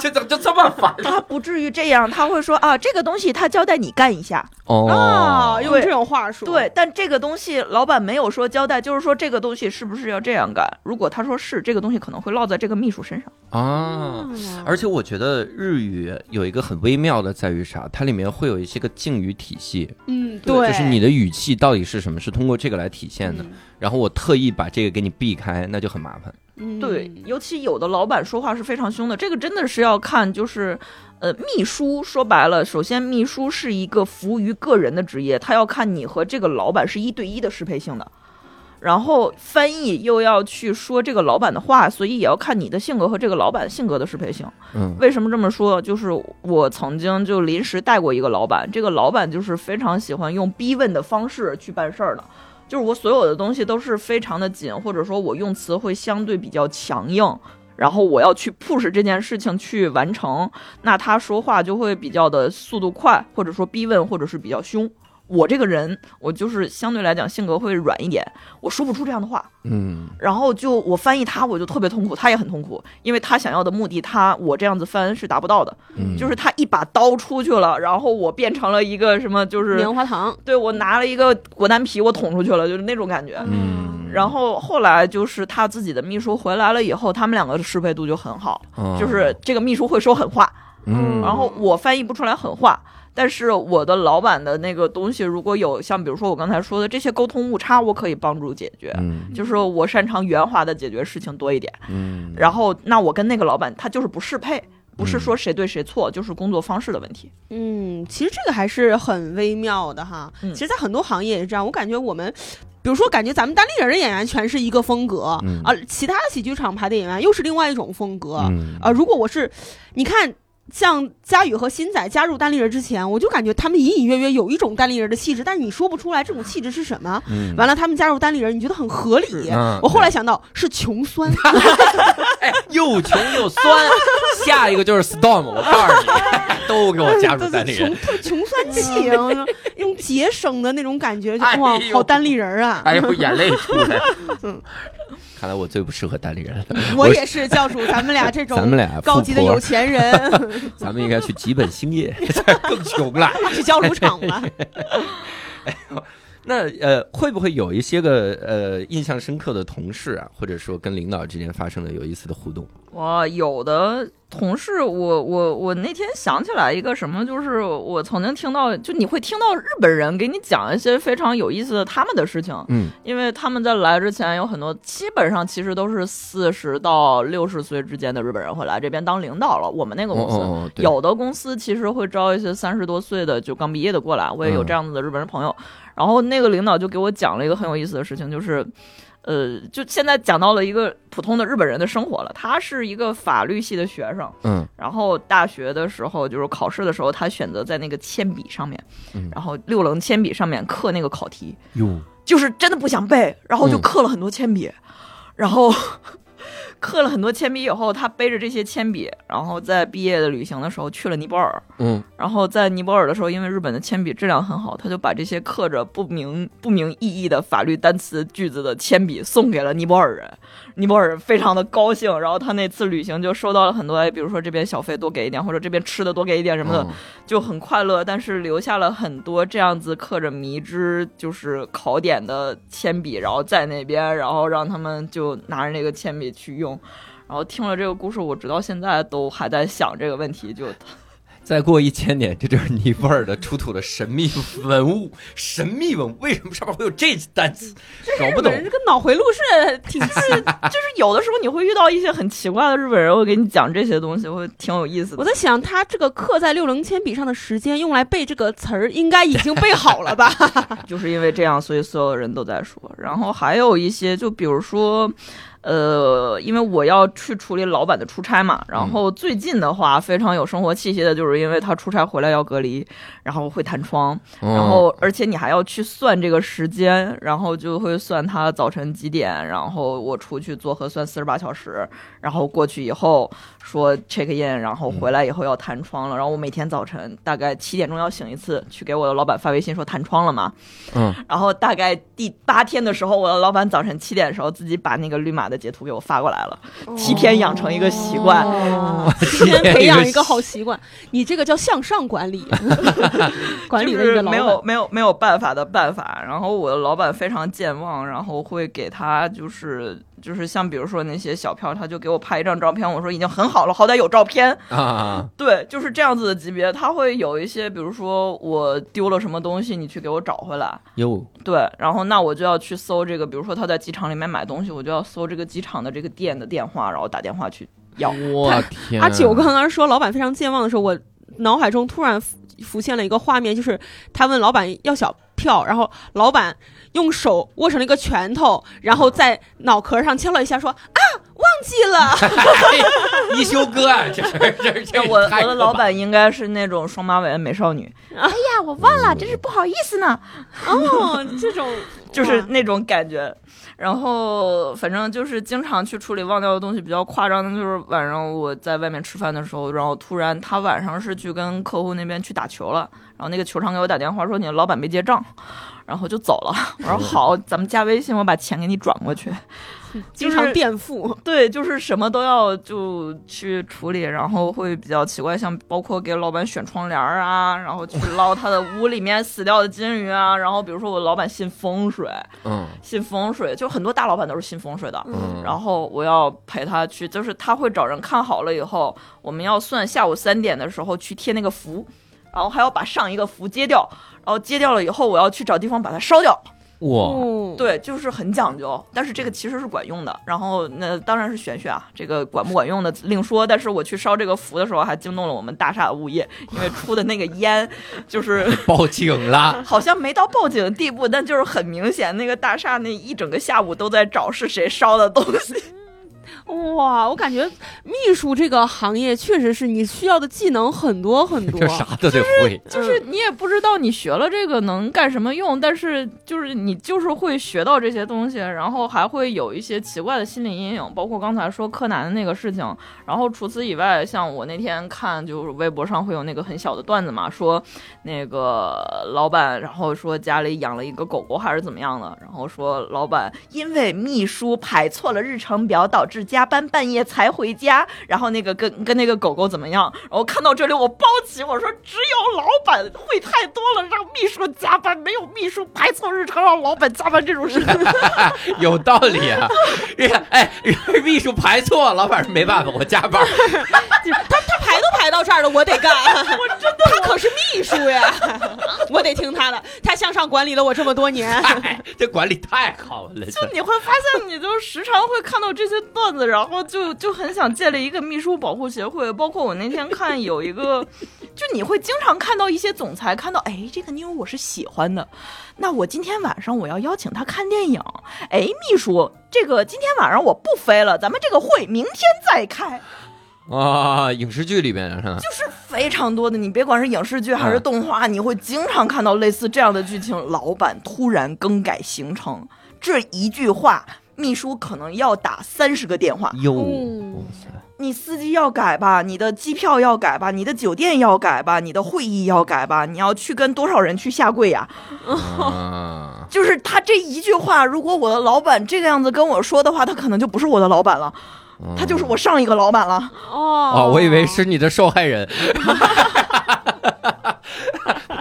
[SPEAKER 1] 这怎么就这么烦？
[SPEAKER 6] 他不至于这样，他会说啊，这个东西他交代你干一下，哦
[SPEAKER 1] 哦
[SPEAKER 5] 啊，用
[SPEAKER 6] 对
[SPEAKER 5] 这种话说，
[SPEAKER 6] 对，，但这个东西老板没有说交代，就是说这个东西是不是要这样干？如果他说是，这个东西可能会落在这个秘书身上。
[SPEAKER 1] 啊。
[SPEAKER 5] 嗯
[SPEAKER 1] 而且我觉得日语有一个很微妙的在于啥，它里面会有一些个敬语体系，
[SPEAKER 5] 嗯，对，
[SPEAKER 1] 就是你的语气到底是什么，是通过这个来体现的。
[SPEAKER 5] 嗯
[SPEAKER 1] 然后我特意把这个给你避开，那就很麻烦。
[SPEAKER 5] 嗯，
[SPEAKER 6] 对，尤其有的老板说话是非常凶的，这个真的是要看，就是，呃，秘书说白了，首先秘书是一个服务于个人的职业，他要看你和这个老板是一对一的适配性的，然后翻译又要去说这个老板的话，所以也要看你的性格和这个老板性格的适配性。
[SPEAKER 1] 嗯，
[SPEAKER 6] 为什么这么说？就是我曾经就临时带过一个老板，这个老板就是非常喜欢用逼问的方式去办事儿的，就是我所有的东西都是非常的紧，或者说我用词会相对比较强硬。然后我要去 push 这件事情去完成，那他说话就会比较的速度快，或者说逼问，或者是比较凶。我这个人，我就是相对来讲性格会软一点，我说不出这样的话，
[SPEAKER 1] 嗯，
[SPEAKER 6] 然后就我翻译他，我就特别痛苦，他也很痛苦，因为他想要的目的，他我这样子翻是达不到的，
[SPEAKER 1] 嗯
[SPEAKER 6] 就是他一把刀出去了，然后我变成了一个什么，就是
[SPEAKER 5] 棉花糖，
[SPEAKER 6] 对我拿了一个果丹皮，我捅出去了，就是那种感觉。
[SPEAKER 1] 嗯，
[SPEAKER 6] 然后后来就是他自己的秘书回来了以后，他们两个的适配度就很好，
[SPEAKER 1] 嗯
[SPEAKER 6] 就是这个秘书会说狠话，
[SPEAKER 1] 嗯，
[SPEAKER 6] 然后我翻译不出来狠话，但是我的老板的那个东西，如果有像比如说我刚才说的这些沟通误差，我可以帮助解决。
[SPEAKER 1] 嗯
[SPEAKER 6] 就是我擅长圆滑的解决事情多一点，
[SPEAKER 1] 嗯，
[SPEAKER 6] 然后那我跟那个老板他就是不适配，不是
[SPEAKER 1] 嗯
[SPEAKER 6] 说谁对谁错，就是工作方式的问题。
[SPEAKER 5] 嗯，其实这个还是很微妙的哈。
[SPEAKER 6] 嗯
[SPEAKER 5] 其实，在很多行业也是这样，我感觉我们。比如说，感觉咱们单立人的演员全是一个风格，
[SPEAKER 1] 嗯
[SPEAKER 5] 啊，其他的喜剧厂牌的演员又是另外一种风格，
[SPEAKER 1] 嗯
[SPEAKER 5] 啊，如果我是，你看像佳宇和新仔加入单立人之前，我就感觉他们隐隐约约有一种单立人的气质，但是你说不出来这种气质是什么。
[SPEAKER 1] 嗯
[SPEAKER 5] 完了，他们加入单立人，你觉得很合理。
[SPEAKER 1] 嗯
[SPEAKER 5] 我后来想到是穷 酸，
[SPEAKER 1] 哎，又穷又酸，下一个就是 storm，我告诉你，都给我 加入单立人哎
[SPEAKER 5] 穷。特穷 酸气， 用节省的那种感觉，就
[SPEAKER 1] 哎呦
[SPEAKER 5] 哇，好单立人啊！
[SPEAKER 1] 哎呦，眼泪出来
[SPEAKER 5] 嗯。
[SPEAKER 1] 看来我最不适合单立人了。
[SPEAKER 5] 我也是教主，咱们俩这
[SPEAKER 1] 咱们
[SPEAKER 5] 种
[SPEAKER 1] 俩
[SPEAKER 5] 高级的
[SPEAKER 1] 富婆
[SPEAKER 5] 有，钱人
[SPEAKER 1] 咱们应该去吉本兴业， 更穷了。
[SPEAKER 5] 去教主场吧。
[SPEAKER 1] 那呃，会不会有一些个呃印象深刻的同事啊，或者说跟领导之间发生的有意思的互动？
[SPEAKER 6] 我有的同事，我我我那天想起来一个什么，就是我曾经听到，就你会听到日本人给你讲一些非常有意思的他们的事情，
[SPEAKER 1] 嗯
[SPEAKER 6] 因为他们在来之前有很多，基本上其实都是四十到六十岁之间的日本人会来这边当领导了。我们那个公司，
[SPEAKER 1] 哦哦哦对
[SPEAKER 6] 有的公司其实会招一些三十多岁的就刚毕业的过来，我也有
[SPEAKER 1] 嗯
[SPEAKER 6] 这样子的日本人朋友。然后那个领导就给我讲了一个很有意思的事情，就是。呃，就现在讲到了一个普通的日本人的生活了。他是一个法律系的学生，
[SPEAKER 1] 嗯
[SPEAKER 6] 然后大学的时候，就是考试的时候，他选择在那个铅笔上面，
[SPEAKER 1] 嗯
[SPEAKER 6] 然后六棱铅笔上面刻那个考题。
[SPEAKER 1] 哟，
[SPEAKER 6] 就是真的不想背，然后就刻了很多铅笔，然后 刻了很多铅笔以后，他背着这些铅笔，然后在毕业的旅行的时候去了尼泊尔。
[SPEAKER 1] 嗯，
[SPEAKER 6] 然后在尼泊尔的时候，因为日本的铅笔质量很好，他就把这些刻着不明不明意义的法律单词句子的铅笔送给了尼泊尔人。尼泊尔人非常的高兴，然后他那次旅行就收到了很多，哎，比如说这边小费多给一点，或者这边吃的多给一点什么
[SPEAKER 1] 哦
[SPEAKER 6] 的，就很快乐。但是留下了很多这样子刻着迷之就是考点的铅笔，然后在那边，然后让他们就拿着那个铅笔去用。然后听了这个故事，我直到现在都还在想这个问题，就
[SPEAKER 1] 再过一千年，这就是尼泊尔的出土的神秘文物，神秘文物为什么上面会有这单词？搞 不
[SPEAKER 5] 日
[SPEAKER 1] 懂
[SPEAKER 5] 本。人这个脑回路是挺
[SPEAKER 6] 就是有的时候你会遇到一些很奇怪的日本人，会给你讲这些东西，会挺有意思
[SPEAKER 5] 我
[SPEAKER 6] 的。
[SPEAKER 5] 在想，他这个刻在六棱铅笔上的时间，用来背这个词儿，应该已经背好 了吧？
[SPEAKER 6] 就是因为这样，所以所有人都在说。然后还有一些，就比如说。呃，因为我要去处理老板的出差嘛，然后最近的话非常有生活气息的，就是因为他出差回来要隔离，然后会弹窗，
[SPEAKER 1] 然
[SPEAKER 6] 然后而且你还要去算这个时间，然后就会算他早晨几点，然后我出去做核酸四十八小时，然后过去以后说 check in，然后回来以后要弹窗了，然后我每天早晨大概七点钟要醒一次，去给我的老板发微信说弹窗了嘛，
[SPEAKER 1] 嗯，
[SPEAKER 6] 然后大概第八天的时候，我的老板早晨七点的时候自己把那个绿码的截图给我发过来了，七天养成一个习惯
[SPEAKER 5] 哦，七天培养一个好习惯，你这个叫向上管 理，管理
[SPEAKER 6] 就
[SPEAKER 5] 了你
[SPEAKER 6] 是
[SPEAKER 5] 的老
[SPEAKER 6] 没
[SPEAKER 5] 板。
[SPEAKER 6] 有没有没有办法的办法。然后我的老板非常健忘，然后会给他就是就是像比如说那些小票，他就给我拍一张照片，我说已经很好了，好歹有照片。
[SPEAKER 1] 啊，
[SPEAKER 6] 对，就是这样子的级别，他会有一些，比如说我丢了什么东西，你去给我找回来。
[SPEAKER 1] 有
[SPEAKER 6] 对，然后那我就要去搜这个，比如说他在机场里面买东西，我就要搜这个机场的这个店的电话，然后打电话去要。
[SPEAKER 1] 我天啊
[SPEAKER 5] 阿九刚刚说老板非常健忘的时候，我脑海中突然浮浮现了一个画面，就是他问老板要小票，然后老板用手握成了一个拳头，然后在脑壳上敲了一下，说啊忘记了。
[SPEAKER 1] 一休哥啊，这是这是这
[SPEAKER 6] 那我我的老板应该是那种双马尾的美少女。哎呀，我忘了，真是不好意思呢。
[SPEAKER 5] 哦，这种
[SPEAKER 6] 就是
[SPEAKER 5] 哇
[SPEAKER 6] 那种感觉。然后反正就是经常去处理忘掉的东西，比较夸张的就是晚上我在外面吃饭的时候，然后突然他晚上是去跟客户那边去打球了，然后那个球场给我打电话说你的老板没结账。然后就走了。我说好，咱们加微信，我把钱给你转过去。
[SPEAKER 5] 经常垫付，
[SPEAKER 6] 对，就是什么都要就去处理，然后会比较奇怪，像包括给老板选窗帘儿啊，然后去捞他的屋里面死掉的金鱼啊，然后比如说我老板信风水，
[SPEAKER 1] 嗯
[SPEAKER 6] 信风水，就很多大老板都是信风水的。
[SPEAKER 1] 嗯，
[SPEAKER 6] 然后我要陪他去，就是他会找人看好了以后，我们要算下午三点的时候去贴那个符，然后还要把上一个符揭掉，然后揭掉了以后，我要去找地方把它烧掉。
[SPEAKER 1] 我
[SPEAKER 5] 哦，
[SPEAKER 6] 对，就是很讲究，但是这个其实是管用的。然后那当然是玄学啊，这个管不管用的另说。但是我去烧这个符的时候，还惊动了我们大厦物业，因为出的那个烟就是。
[SPEAKER 1] 报警了，
[SPEAKER 6] 好像没到报警的地步，但就是很明显，那个大厦那一整个下午都在找是谁烧的东西。
[SPEAKER 5] 哇，我感觉秘书这个行业确实是你需要的技能很多很多
[SPEAKER 1] 这。啥都得 会。
[SPEAKER 6] 就是你也不知道你学了这个能干什么用，但是就是你就是会学到这些东西，然后还会有一些奇怪的心理阴影，包括刚才说柯南的那个事情。然后除此以外，像我那天看就是微博上会有那个很小的段子嘛，说那个老板，然后说家里养了一个狗狗还是怎么样的，然后说老板因为秘书排错了日程表，导致加班半夜才回家，然后那个跟跟那个狗狗怎么样？然后看到这里我抱起，我说只有老板会太多了，让秘书加班，没有秘书排错日程让老板加班这种事情。
[SPEAKER 1] 有道理啊！ 哎， 秘书排错，老板说没办法，我加 班。
[SPEAKER 5] 他他排都排到这儿了，我得干，我真的，他可是秘书呀，我得听他的，他向上管理了我这么多年。
[SPEAKER 1] 哎，这管理太好了，这
[SPEAKER 6] 你会发现，你就时常会看到这些段子，然后就就很想建立一个秘书保护协会。包括我那天看有一个，就你会经常看到一些总裁看到，哎，这个妞我是喜欢的，那我今天晚上我要邀请她看电影。哎，秘书，这个今天晚上我不飞了，咱们这个会明天再开。
[SPEAKER 1] 啊，影视剧里面是吧？
[SPEAKER 6] 就是非常多的，你别管是影视剧还是动画，你会经常看到类似这样的剧情：老板突然更改行程，这一句话秘书可能要打三十个电话，
[SPEAKER 1] 哟，
[SPEAKER 5] 嗯
[SPEAKER 1] 哇塞
[SPEAKER 6] 你司机要改吧，你的机票要改吧，你的酒店要改吧，你的会议要改吧，你要去跟多少人去下跪呀、
[SPEAKER 1] 啊，
[SPEAKER 6] 就是他这一句话，如果我的老板这个样子跟我说的话，他可能就不是我的老板了，他就是我上一个老板了。
[SPEAKER 5] 哦
[SPEAKER 1] 嗯哦，我以为是你的受害 人，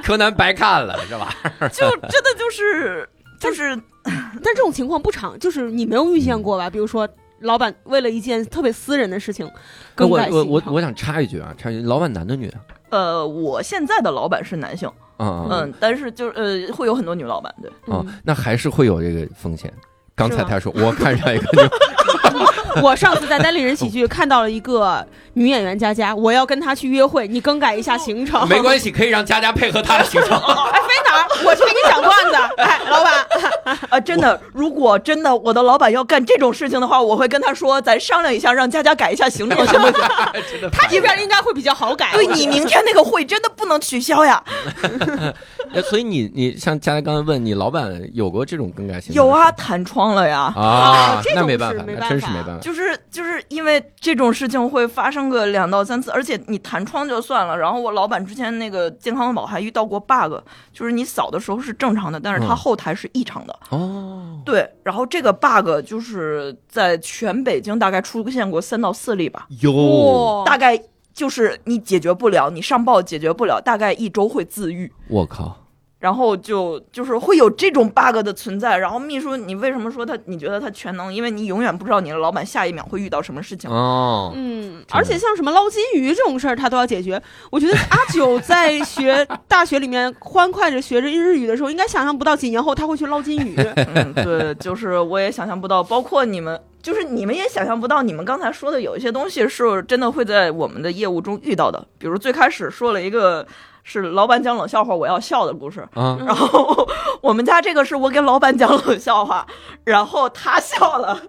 [SPEAKER 1] 柯南白看了是吧？
[SPEAKER 6] 就真的就是就是
[SPEAKER 5] 但这种情况不常，就是你没有遇见
[SPEAKER 1] 嗯
[SPEAKER 5] 过吧？比如说，老板为了一件特别私人的事情更
[SPEAKER 1] 我
[SPEAKER 5] 改
[SPEAKER 1] 我
[SPEAKER 5] 行
[SPEAKER 1] 我
[SPEAKER 5] 程
[SPEAKER 1] 我想插一句啊，插一句，老板男的女的？
[SPEAKER 6] 呃，我现在的老板是男性，
[SPEAKER 1] 啊啊啊
[SPEAKER 6] 嗯，但是就是呃，会有很多女老板，对，
[SPEAKER 1] 哦
[SPEAKER 5] 嗯，
[SPEAKER 1] 那还是会有这个风险。刚才
[SPEAKER 5] 是吗
[SPEAKER 1] 他说，我看上一个 就
[SPEAKER 5] 我上次在单立人喜剧看到了一个女演员佳佳，我要跟她去约会，你更改一下行 程。
[SPEAKER 1] 没关系，可以让佳佳配合他的行程。
[SPEAKER 5] 哎，飞哪儿？我去给你讲段子。哎， 老板，
[SPEAKER 6] 啊，真的，如果真的我的老板要干这种事情的话，我会跟他说，咱商量一下，让佳佳改一下行程，
[SPEAKER 1] 哎
[SPEAKER 6] 行不行？
[SPEAKER 5] 他这边应该会比较好改。
[SPEAKER 6] 对你明天那个会真的不能取消呀。
[SPEAKER 1] 嗯哎所以你你像佳佳刚才问你，老板有过这种更改行程的
[SPEAKER 6] 有啊，弹窗了呀。
[SPEAKER 1] 啊
[SPEAKER 5] 啊，这种
[SPEAKER 1] 那没
[SPEAKER 5] 是
[SPEAKER 1] 办法，
[SPEAKER 5] 没
[SPEAKER 1] 那
[SPEAKER 5] 办
[SPEAKER 1] 真是
[SPEAKER 5] 法
[SPEAKER 1] 没办法。
[SPEAKER 6] 就是就是因为这种事情会发生个两到三次，而且你弹窗就算了，然后我老板之前那个健康宝还遇到过 bug，就是你扫的时候是正常的，但是它
[SPEAKER 1] 嗯
[SPEAKER 6] 后台是异常的。
[SPEAKER 1] 哦，
[SPEAKER 6] 对，然后这个 bug 就是在全北京大概出现过三到四例吧，
[SPEAKER 1] 哟，
[SPEAKER 5] 哦
[SPEAKER 6] 大概就是你解决不了，你上报解决不了，大概一周会自愈。
[SPEAKER 1] 我靠，
[SPEAKER 6] 然后就就是会有这种 bug 的存在，然后秘书，你为什么说他？你觉得他全能？因为你永远不知道你的老板下一秒会遇到什么事情。
[SPEAKER 1] 哦，
[SPEAKER 5] 嗯，而且像什么捞金鱼这种事儿，他都要解决。我觉得阿九在学大学里面欢快着学着日语的时候，应该想象不到几年后他会去捞金鱼。
[SPEAKER 6] 嗯，对，就是我也想象不到，包括你们，就是你们也想象不到，你们刚才说的有一些东西是真的会在我们的业务中遇到的。比如最开始说了一个是老板讲冷笑话，我要笑的故事。
[SPEAKER 5] 嗯
[SPEAKER 1] 啊，
[SPEAKER 6] 然后我们家这个是我给老板讲冷笑话，然后他笑了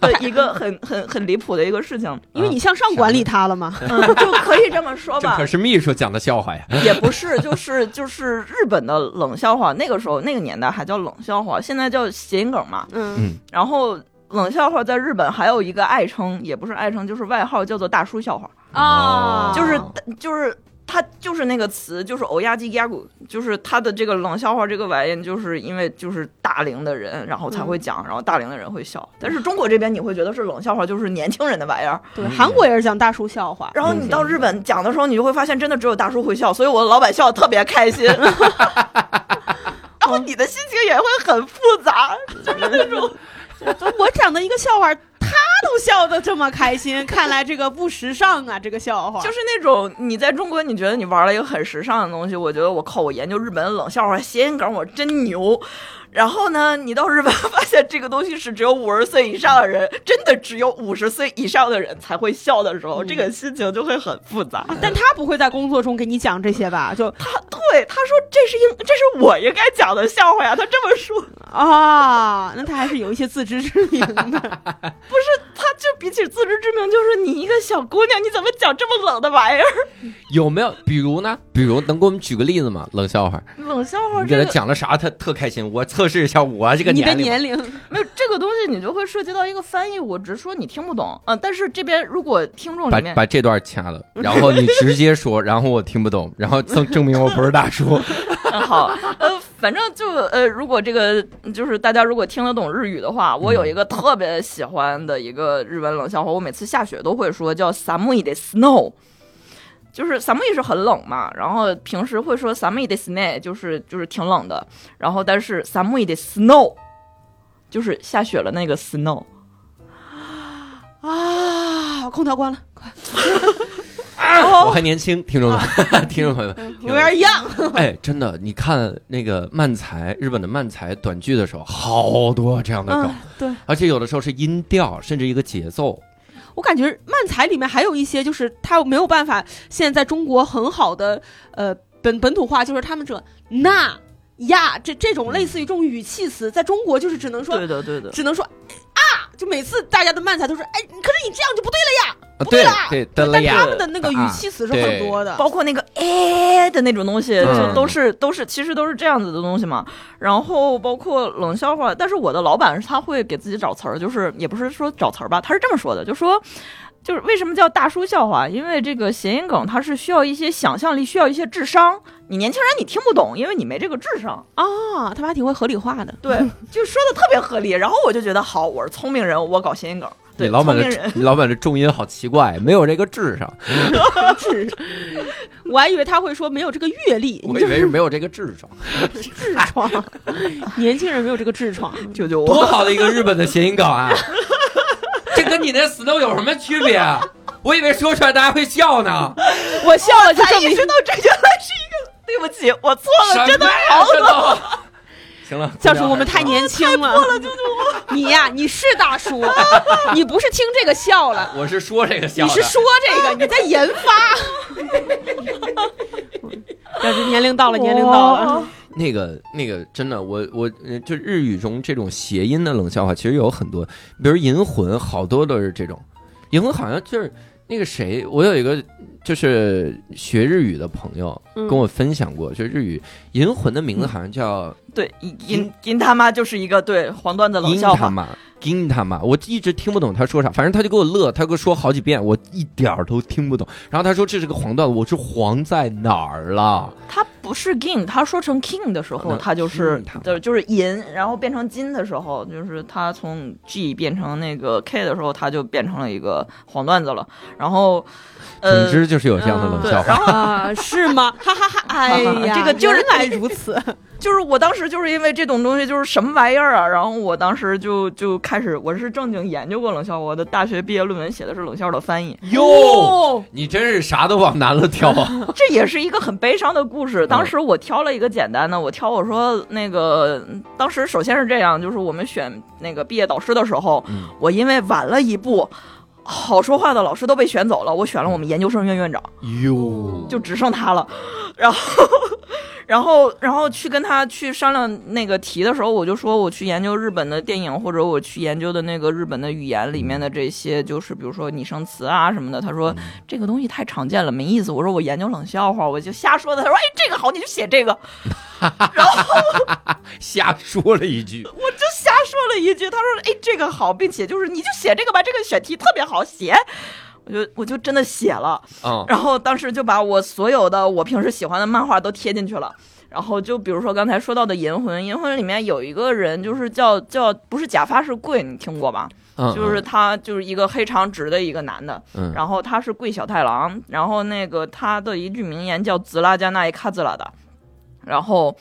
[SPEAKER 6] 的一个很很很离谱的一个事情，
[SPEAKER 5] 因为你向上管理他了嘛。
[SPEAKER 6] 嗯，就可以这么说
[SPEAKER 1] 这
[SPEAKER 6] 吧
[SPEAKER 1] 可。是秘书讲的笑话呀。
[SPEAKER 6] 也不是，就是就是日本的冷笑话，那个时候那个年代还叫冷笑话，现在叫谐音梗嘛。
[SPEAKER 5] 嗯
[SPEAKER 1] 嗯
[SPEAKER 6] 然后冷笑话在日本还有一个爱称，也不是爱称，就是外号，叫做大叔笑话，
[SPEAKER 5] 哦
[SPEAKER 1] 啊
[SPEAKER 6] 就是就是。它就是那个词，就是欧亚基亚古，就是它的这个冷笑话这个玩意，就是因为就是大龄的人，然后才会讲，然后大龄的人会笑。但是中国这边你会觉得是冷笑话，就是年轻人的玩意儿。
[SPEAKER 5] 对，韩国也是讲大叔笑话。
[SPEAKER 6] 然后你到日本讲的时候，你就会发现真的只有大叔会笑，所以我的老板笑得特别开心。然后你的心情也会很复杂，
[SPEAKER 5] 我讲的一个笑话，他都笑得这么开心，看来这个不时尚啊，这个笑话。
[SPEAKER 6] 就是那种你在中国你觉得你玩了一个很时尚的东西，我觉得我靠，我研究日本的冷笑话、谐音梗，我真牛。然后呢，你到日本发现这个东西是只有五十岁以上的人，真的只 有五十岁以上的人才会笑的时候，
[SPEAKER 5] 嗯
[SPEAKER 6] 这个心情就会很复杂。
[SPEAKER 5] 但他不会在工作中给你讲这些吧？就
[SPEAKER 6] 他对他说这是应这是我应该讲的笑话呀，他这么说。
[SPEAKER 5] 啊，那他还是有一些自知之明的。
[SPEAKER 6] 他就比起自知之明，就是你一个小姑娘，你怎么讲这么冷的玩意儿？
[SPEAKER 1] 有没有？比如呢？比如能给我们举个例子吗？冷笑话，
[SPEAKER 6] 冷笑话
[SPEAKER 1] 你给
[SPEAKER 6] 这
[SPEAKER 1] 他
[SPEAKER 6] 个
[SPEAKER 1] 讲了啥？他特开心。我测试一下我这个
[SPEAKER 5] 你的
[SPEAKER 1] 龄。
[SPEAKER 5] 年龄，
[SPEAKER 6] 没有这个东西，你就会涉及到一个翻译，我直说你听不懂嗯、但是这边如果听众
[SPEAKER 1] 把
[SPEAKER 6] 里面，
[SPEAKER 1] 把这段掐了，然后你直接说，然后我听不懂，然后证证明我不是大 叔。
[SPEAKER 5] 哦
[SPEAKER 6] 嗯 好，呃，反正就呃，如果这个就是大家如果听得懂日语的话，我有一个特别喜欢的一个日文冷笑话，我每次下雪都会说叫 “samui de snow”。就是 “samui” 是很冷嘛，然后平时会说 “samui de snow”，就是就是挺冷的。然后但是 “samui de snow”，就是下雪了那个 “snow”。
[SPEAKER 5] 啊，空调关了，快，
[SPEAKER 1] 啊
[SPEAKER 6] 哦
[SPEAKER 1] 我还年轻，听众们，听众朋友 们，
[SPEAKER 5] 有点样。
[SPEAKER 1] 听众们哎，真的，你看那个漫才，日本的漫才短剧的时候，好多这样的梗
[SPEAKER 5] 嗯，，对
[SPEAKER 1] 而且有的时候是音调，甚至一个节奏。
[SPEAKER 5] 我感觉漫才里面还有一些，就是他没有办法现在在中国很好的呃本本土化，就是他们这那呀这这种类似于这种语气词，在中国就是只能说
[SPEAKER 6] 的，对的。
[SPEAKER 5] 只能说啊就每次大家的慢才都是，哎，可是你这样就不对了呀。
[SPEAKER 1] 啊
[SPEAKER 5] 不
[SPEAKER 1] 对
[SPEAKER 5] 对啦
[SPEAKER 1] 对，得了
[SPEAKER 5] 但
[SPEAKER 1] 呀
[SPEAKER 5] 他，们的那个
[SPEAKER 1] 啊
[SPEAKER 5] 语气词是很多的，
[SPEAKER 6] 包括那个哎的那种东西，
[SPEAKER 1] 嗯
[SPEAKER 6] 就都是都是其实都是这样子的东西嘛。然后包括冷笑话，但是我的老板他会给自己找词儿，就是也不是说找词儿吧，他是这么说的，就说。就是为什么叫大叔笑话？因为这个谐音梗，它是需要一些想象力，需要一些智商。你年轻人你听不懂，因为你没这个智商。
[SPEAKER 5] 啊，他们还挺会合理化的。
[SPEAKER 6] 对， 就说的特别合理。然后我就觉得好，我是聪明人，我搞谐音梗。
[SPEAKER 1] 你
[SPEAKER 6] 对，
[SPEAKER 1] 老板
[SPEAKER 6] 聪
[SPEAKER 1] 的
[SPEAKER 6] 明人
[SPEAKER 1] 你老板的重音好奇怪，没有这个智 商，
[SPEAKER 5] 智，我还以为他会说没有这个阅历，
[SPEAKER 1] 我以为是没有这个智 商，
[SPEAKER 5] 痔疮， 年轻人没有这个痔疮。
[SPEAKER 6] 救救
[SPEAKER 1] 多
[SPEAKER 6] 我！
[SPEAKER 1] 好的一个日本的谐音梗啊！这跟你那 snow 有什么区别？啊我以为说出来大家会笑呢。
[SPEAKER 5] 哦我笑了就
[SPEAKER 6] 才
[SPEAKER 5] 证
[SPEAKER 6] 意
[SPEAKER 5] 明
[SPEAKER 6] 识到这原来是一个，对不起，我错了，真
[SPEAKER 1] 什
[SPEAKER 6] 的
[SPEAKER 1] 么呀，真的。 行了，
[SPEAKER 5] 教哦主我 们太年轻了， 你呀、你是大叔，啊你不是听这个笑了。
[SPEAKER 1] 我是说这个笑
[SPEAKER 5] 你
[SPEAKER 1] 的，
[SPEAKER 5] 是说这个？你在研发？教主年龄到了，年龄到了。
[SPEAKER 1] 那个那个，真的，我我呃就日语中这种谐音的冷笑话，其实有很多，比如银魂，好多都是这种。银魂好像就是那个谁，我有一个就是学日语的朋友
[SPEAKER 5] 嗯
[SPEAKER 1] 跟我分享过，就是日语银魂的
[SPEAKER 6] 嗯
[SPEAKER 1] 名字好像叫
[SPEAKER 6] 对，银银银他妈就是一个对黄段子冷
[SPEAKER 1] 金
[SPEAKER 6] 笑
[SPEAKER 1] 他
[SPEAKER 6] 话，
[SPEAKER 1] 妈金他妈，我一直听不懂他说啥，反正他就给我乐，他给我说好几遍，我一点儿都听不懂。然后他说这是个黄段子，我说黄在哪儿了？
[SPEAKER 6] 他不是 king，他说成 king 的时
[SPEAKER 1] 那
[SPEAKER 6] 候，他就是
[SPEAKER 1] 金他妈
[SPEAKER 6] 就是就是银，然后变成金的时候，就是他从 g 变成那个 k 的时候，他就变成了一个黄段子了。然后，呃，
[SPEAKER 1] 总之就是有这样的冷笑话。
[SPEAKER 5] 啊，是吗？哈哈哈！哎 呀，
[SPEAKER 6] 这个就是
[SPEAKER 5] 原来如此。
[SPEAKER 6] 就是我当时就是因为这种东西就是什么玩意儿啊，然后我当时就就开始我是正经研究过冷笑话，我的大学毕业论文写的是冷笑话的翻译，哦
[SPEAKER 1] 哟，
[SPEAKER 5] 哦
[SPEAKER 1] 你真是啥都往难了挑 啊！
[SPEAKER 6] 这也是一个很悲伤的故事。当时我挑了一个简单的，我挑我说那个，嗯当时首先是这样，就是我们选那个毕业导师的时候，
[SPEAKER 1] 嗯
[SPEAKER 6] 我因为晚了一步。好说话的老师都被选走了，我选了我们研究生院院长，
[SPEAKER 1] 哟，
[SPEAKER 6] 就只剩他了。然后， 然后，然后去跟他去商量那个题的时候，我就说我去研究日本的电影，或者我去研究的那个日本的语言里面的这些，就是比如说拟声词啊什么的。他说这个东西太常见了，没意思。我说我研究冷笑话，我就瞎说的。他说哎，这个好，你就写这个。
[SPEAKER 1] 瞎说了一句，
[SPEAKER 6] 我就瞎说了一句，他说哎，这个好，并且就是你就写这个吧，这个选题特别好写。我就我就真的写了。
[SPEAKER 1] 嗯，
[SPEAKER 6] 然后当时就把我所有的我平时喜欢的漫画都贴进去了。然后就比如说刚才说到的《银魂》，《银魂》里面有一个人就是叫叫不是假发是贵，你听过吧？
[SPEAKER 1] 嗯
[SPEAKER 6] 就是他就是一个黑长直的一个男的，
[SPEAKER 1] 嗯
[SPEAKER 6] 然后他是贵小太郎，然后那个他的一句名言叫“兹拉加那伊卡兹拉的”，然后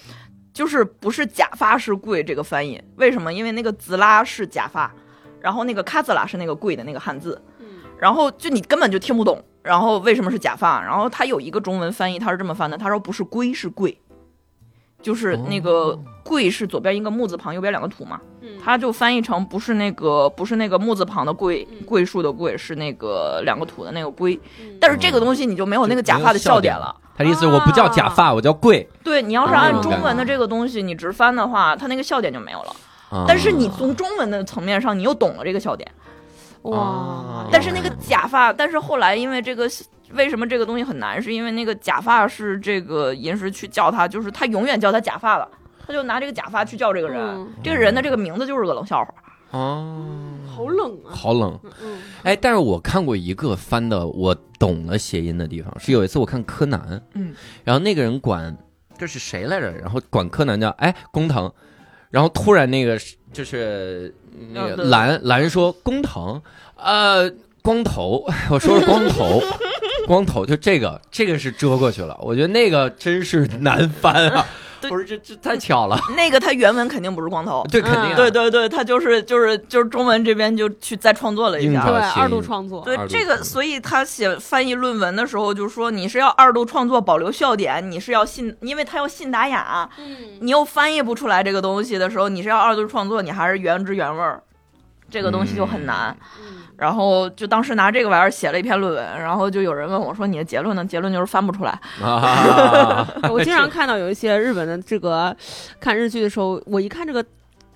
[SPEAKER 6] 就是不是假发是贵这个翻译，为什么？因为那个兹拉是假发，然后那个卡兹拉是那个贵的那个汉字，
[SPEAKER 5] 嗯
[SPEAKER 6] 然后就你根本就听不懂，然后为什么是假发？然后他有一个中文翻译，他是这么翻的，他说不是龟是贵，就是那个
[SPEAKER 1] 哦
[SPEAKER 6] 贵是左边一个木字旁，右边两个土嘛。
[SPEAKER 5] 嗯
[SPEAKER 6] 他就翻译成不是那个不是那个木字旁的桂
[SPEAKER 5] 嗯
[SPEAKER 6] 桂树的桂，是那个两个土的那个龟。但是这个东西你就没有那个假发的笑点了。
[SPEAKER 1] 他的意思是我不叫假发，我叫贵。
[SPEAKER 6] 对你要是
[SPEAKER 1] 啊
[SPEAKER 6] 按
[SPEAKER 1] 那种
[SPEAKER 6] 中文的
[SPEAKER 5] 感觉
[SPEAKER 6] 这个东西你直翻的话，它那个笑点就没有了。
[SPEAKER 1] 啊
[SPEAKER 6] 但是你从中文的层面上，你又懂了这个笑点。
[SPEAKER 5] 哇啊
[SPEAKER 1] 哦！
[SPEAKER 6] 但是那个假发，但是后来因为这个。为什么这个东西很难？是因为那个假发是这个银石去叫他，就是他永远叫他假发了，他就拿这个假发去叫这个人。
[SPEAKER 5] 嗯
[SPEAKER 6] 这个人的这个名字就是个冷笑话。
[SPEAKER 1] 哦，
[SPEAKER 5] 好冷啊！
[SPEAKER 1] 好冷。
[SPEAKER 5] 嗯，
[SPEAKER 1] 哎，但是我看过一个翻的，我懂了谐音的地方，是有一次我看柯南，
[SPEAKER 6] 嗯，
[SPEAKER 1] 然后那个人管这是谁来着？然后管柯南叫哎工藤，然后突然那个就是那
[SPEAKER 6] 啊
[SPEAKER 1] 个
[SPEAKER 6] 对
[SPEAKER 1] 蓝蓝说工藤，呃光头， 我说是光头。光头就这个，这个是遮过去了。我觉得那个真是难翻啊！我
[SPEAKER 6] 对
[SPEAKER 1] 说这这 太巧了，
[SPEAKER 6] 那个他原文肯定不是光头，
[SPEAKER 1] 对，肯定、啊
[SPEAKER 6] 嗯对对对，他就是就是就是中文这边就去再创作了一
[SPEAKER 1] 硬
[SPEAKER 5] 对
[SPEAKER 1] 找
[SPEAKER 6] 下。
[SPEAKER 1] 谐音
[SPEAKER 5] 二度创作，
[SPEAKER 6] 对
[SPEAKER 1] 二度
[SPEAKER 6] 这个，所以他写翻译论文的时候就说，你是要二度创作保留笑点，你是要信，因为他要信达雅，
[SPEAKER 5] 嗯，
[SPEAKER 6] 你又翻译不出来这个东西的时候，你是要二度创作，你还是原汁原味儿，这个东西就很难。
[SPEAKER 5] 嗯
[SPEAKER 6] 然后就当时拿这个玩意儿写了一篇论文，然后就有人问我说：“你的结论呢？”结论就是翻不出来。
[SPEAKER 1] 啊、
[SPEAKER 5] 我经常看到有一些日本的这个看日剧的时候，我一看这个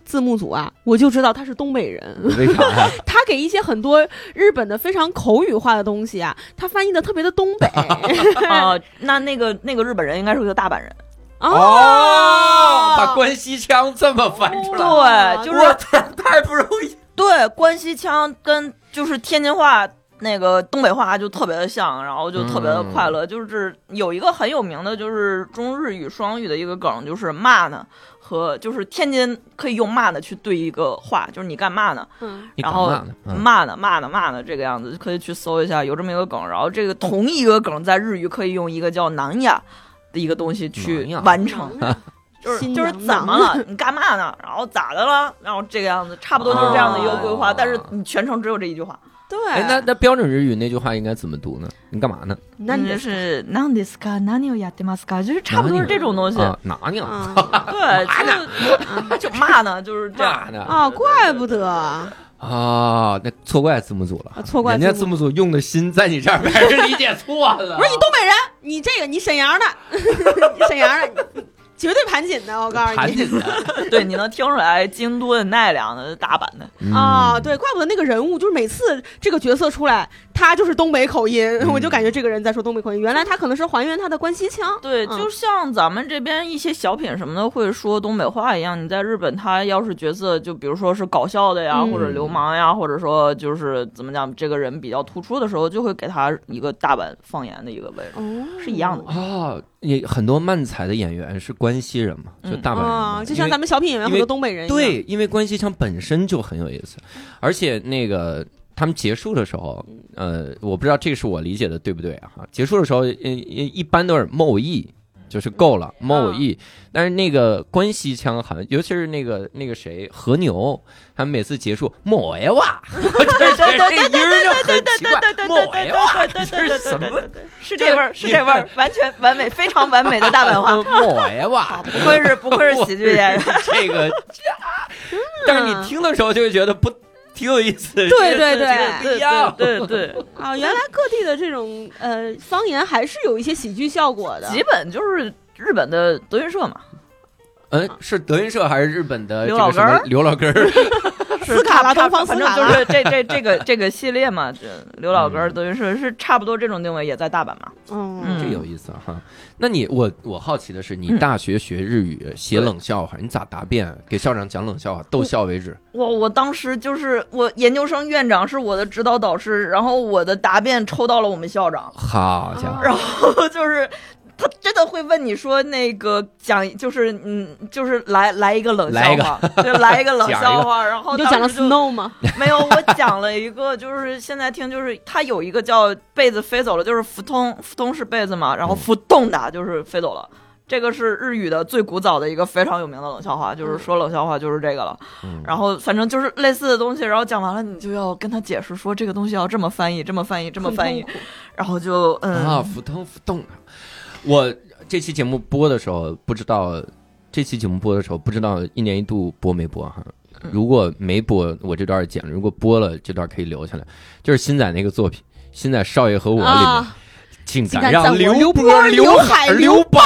[SPEAKER 5] 字幕组啊，我就知道他是东北人。
[SPEAKER 1] 为啥呀？
[SPEAKER 5] 他给一些很多日本的非常口语化的东西啊，他翻译的特别 的东北
[SPEAKER 6] 啊、那那个那个日本人应该是个大阪人，
[SPEAKER 5] 哦
[SPEAKER 1] 哦，把关西腔这么翻出来，
[SPEAKER 5] 哦
[SPEAKER 6] 对，就是
[SPEAKER 1] 操，太不容易。
[SPEAKER 6] 对关西腔跟就是天津话。那个东北话就特别的像，然后就特别的快乐。就是有一个很有名的，就是中日语双语的一个梗，就是骂呢和就是天津可以用骂呢去对一个话，就是你干嘛呢？
[SPEAKER 5] 嗯，
[SPEAKER 1] 你
[SPEAKER 6] 然
[SPEAKER 1] 干
[SPEAKER 6] 后
[SPEAKER 1] 嘛呢？嗯
[SPEAKER 6] 骂呢骂呢骂呢这个样子，可以去搜一下，有这么一个梗。然后这个同一个梗在日语可以用一个叫“囊呀”的一个东西去
[SPEAKER 1] 囊呀
[SPEAKER 6] 完成，
[SPEAKER 1] 嗯
[SPEAKER 6] 就是
[SPEAKER 5] 嗯新
[SPEAKER 6] 就是
[SPEAKER 5] 娘
[SPEAKER 6] 怎么
[SPEAKER 5] 囊
[SPEAKER 6] 了？你干嘛呢？然后咋的了？然后这个样子，差不多就是这样的一个规划。
[SPEAKER 1] 哦
[SPEAKER 6] 但是你全程只有这一句话，
[SPEAKER 5] 对，
[SPEAKER 1] 哎，那那标准日语那句话应该怎么读呢？你干嘛呢？
[SPEAKER 5] 那
[SPEAKER 6] 嗯
[SPEAKER 5] 你
[SPEAKER 6] 是“なんですか？何をやってますか？”就是差不多是嗯这种东西。
[SPEAKER 1] 啊，拿你了，
[SPEAKER 5] 啊
[SPEAKER 6] 对， 就就骂呢，就是这样。
[SPEAKER 1] 这呢？
[SPEAKER 5] 啊，怪不得啊
[SPEAKER 1] 啊，那错怪字幕组
[SPEAKER 6] 嗯
[SPEAKER 1] 了，
[SPEAKER 5] 错怪
[SPEAKER 1] 人家
[SPEAKER 5] 字
[SPEAKER 1] 字
[SPEAKER 5] 幕，
[SPEAKER 1] 幕组用的心在你这儿，被 人理解错了。
[SPEAKER 5] 不是你东北人，你这个你沈阳的， 你沈阳的，你绝对盘锦的，我告诉
[SPEAKER 1] 盘
[SPEAKER 5] 你
[SPEAKER 1] 锦 的
[SPEAKER 6] 对，你能听出来京都的、奈良的、大阪的。
[SPEAKER 1] 嗯
[SPEAKER 5] 啊，，对，怪不得那个人物就是每次这个角色出来，他就是东北口音，我就感觉这个人在说东北口音，原来他可能是还原他的关西腔，
[SPEAKER 6] 对，
[SPEAKER 5] 嗯
[SPEAKER 6] 就像咱们这边一些小品什么的会说东北话一样，你在日本，他要是角色就比如说是搞笑的呀，
[SPEAKER 5] 嗯
[SPEAKER 6] 或者流氓呀，或者说就是怎么讲，这个人比较突出的时候，就会给他一个大阪方言的一个位置，
[SPEAKER 5] 哦，
[SPEAKER 6] 是一样的。
[SPEAKER 1] 啊，也很多漫才的演员是关西人嘛，就
[SPEAKER 6] 嗯
[SPEAKER 1] 大阪人嘛
[SPEAKER 5] 啊，，就
[SPEAKER 1] 因
[SPEAKER 5] 像
[SPEAKER 1] 为
[SPEAKER 5] 咱们小品演员
[SPEAKER 1] 因
[SPEAKER 5] 很
[SPEAKER 1] 为
[SPEAKER 5] 多东北人一样，
[SPEAKER 1] 对，因为关西腔本身就很有意思，而且那个他们结束的时候，呃，我不知道这是我理解的对不对啊？结束的时候，呃一一般都是某意，就是够了某意，但是那个关西腔好像，尤其是那个那个谁和牛，他们每次结束某哎哇，对对对，这音儿就很奇怪，某哎哇，这是什么？
[SPEAKER 6] 是这味儿，是这味儿，完全完美，非常完美的大阪话。
[SPEAKER 1] 某哎哇，
[SPEAKER 6] 不愧是不愧是喜剧演员，
[SPEAKER 1] 这个，但是你听的时候就会觉得不挺有意思，对
[SPEAKER 5] 对对对
[SPEAKER 1] 不一样。
[SPEAKER 6] 对对，
[SPEAKER 5] 啊，原来各地的这种呃方言还是有一些喜剧效果的。
[SPEAKER 6] 基本就是日本的德云社嘛，
[SPEAKER 1] 嗯，是德云社还是日本的
[SPEAKER 6] 刘
[SPEAKER 1] 这个
[SPEAKER 6] 老
[SPEAKER 1] 什么刘老根儿？
[SPEAKER 5] 斯卡拉
[SPEAKER 6] 差
[SPEAKER 5] 东方斯
[SPEAKER 6] 反正
[SPEAKER 5] 卡
[SPEAKER 6] 就
[SPEAKER 5] 拉
[SPEAKER 6] 是这这这个这个系列嘛，这刘老
[SPEAKER 1] 嗯
[SPEAKER 6] 根儿、德云社是差不多这种定位，也在大阪嘛。
[SPEAKER 5] 嗯
[SPEAKER 6] 嗯，
[SPEAKER 1] 这有意思哈。那你我我好奇的是，你
[SPEAKER 6] 嗯
[SPEAKER 1] 大学学日语写冷笑话，你咋答辩？给校长讲冷笑话，逗笑为止。
[SPEAKER 6] 我我当时就是我研究生院长是我的指导导师，然后我的答辩抽到了我们校长，
[SPEAKER 1] 好家伙，
[SPEAKER 6] 然后就是。他真的会问你说那个讲就是嗯就是来来一个冷
[SPEAKER 1] 来
[SPEAKER 6] 笑
[SPEAKER 1] 一个
[SPEAKER 6] 话，对，来一个冷
[SPEAKER 1] 讲一
[SPEAKER 6] 笑话，然后
[SPEAKER 5] 你就讲了
[SPEAKER 6] 当时
[SPEAKER 5] snow 吗？
[SPEAKER 6] 没有，我讲了一个，就是现在听，就是它有一个叫被子飞走了，就是浮通，浮通是被子嘛，然后
[SPEAKER 1] 嗯
[SPEAKER 6] 浮动的啊就是飞走了。这个是日语的最古早的一个非常有名的冷笑话，就是说冷笑话就是这个了。
[SPEAKER 1] 嗯
[SPEAKER 6] 然后反正就是类似的东西，然后讲完了，你就要跟他解释说这个东西要这么翻译，这么翻译，这么
[SPEAKER 5] 很
[SPEAKER 6] 翻译
[SPEAKER 5] 痛，苦
[SPEAKER 6] 然后就嗯，
[SPEAKER 1] 啊，浮腾浮动。我这期节目播的时候，不知道这期节目播的时候，不知道一年一度播没播哈。
[SPEAKER 6] 嗯
[SPEAKER 1] 如果没播，我这段剪了；如果播了，这段可以留下来。就是新仔那个作品，新仔《少爷和我》里面，
[SPEAKER 5] 啊！
[SPEAKER 1] 竟
[SPEAKER 5] 竟
[SPEAKER 1] 敢
[SPEAKER 5] 敢
[SPEAKER 1] 让
[SPEAKER 5] 让我
[SPEAKER 1] 刘
[SPEAKER 5] 刘
[SPEAKER 1] 波、
[SPEAKER 5] 波
[SPEAKER 1] 刘
[SPEAKER 5] 刘
[SPEAKER 1] 海、
[SPEAKER 5] 海
[SPEAKER 1] 刘
[SPEAKER 5] 刘
[SPEAKER 1] 疤，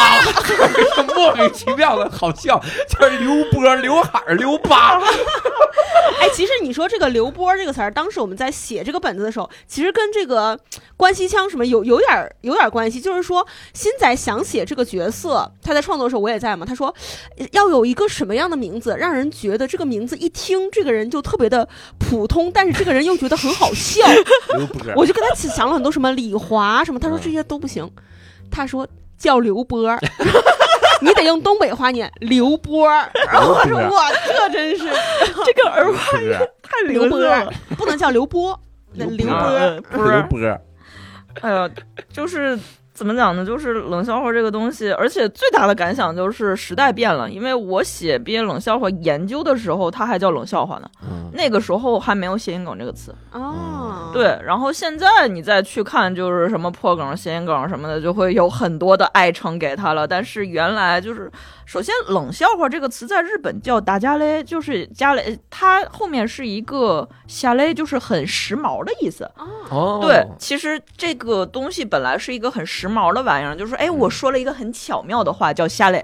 [SPEAKER 1] 莫名其妙的好笑，就是刘波、刘海、刘疤，
[SPEAKER 5] 哎，其实你说这个“刘波”这个词儿，当时我们在写这个本子的时候，其实跟这个关西腔什么有有点儿有点儿关系。就是说，新仔想写这个角色，他在创作的时候我也在嘛。他说呃要有一个什么样的名字，让人觉得这个名字一听这个人就特别的普通，但是这个人又觉得很好笑。
[SPEAKER 1] 刘波
[SPEAKER 5] 我就跟他起想了很多什么李华什么，他说这些都不行，他说叫刘波儿， 你得用东北话念刘波儿。然后我说哇，这真是
[SPEAKER 6] 这个儿化
[SPEAKER 1] 不是
[SPEAKER 6] 太
[SPEAKER 5] 刘
[SPEAKER 6] 灵
[SPEAKER 5] 波
[SPEAKER 6] 了。
[SPEAKER 5] 儿，不能叫 刘波，那
[SPEAKER 1] 刘
[SPEAKER 5] 刘
[SPEAKER 1] 波
[SPEAKER 5] 波
[SPEAKER 1] 儿
[SPEAKER 5] 儿。
[SPEAKER 6] 不是
[SPEAKER 1] 波，
[SPEAKER 6] 哎呀，就是怎么讲呢？就是冷笑话这个东西，而且最大的感想就是时代变了。因为我写毕业冷笑话研究的时候，它还叫冷笑话呢，
[SPEAKER 1] 嗯，
[SPEAKER 6] 那个时候还没有谐音梗这个词。
[SPEAKER 5] 哦，
[SPEAKER 6] 嗯对，然后现在你再去看，就是什么破梗、谐音梗什么的，就会有很多的爱称给它了。但是原来就是，首先“冷笑话”这个词在日本叫“达加嘞”，就是加嘞，它后面是一个“下嘞”，就是很时髦的意思。
[SPEAKER 1] 哦，
[SPEAKER 6] 对，其实这个东西本来是一个很时髦的玩意儿，就是哎，我说了一个很巧妙的话叫“瞎嘞”，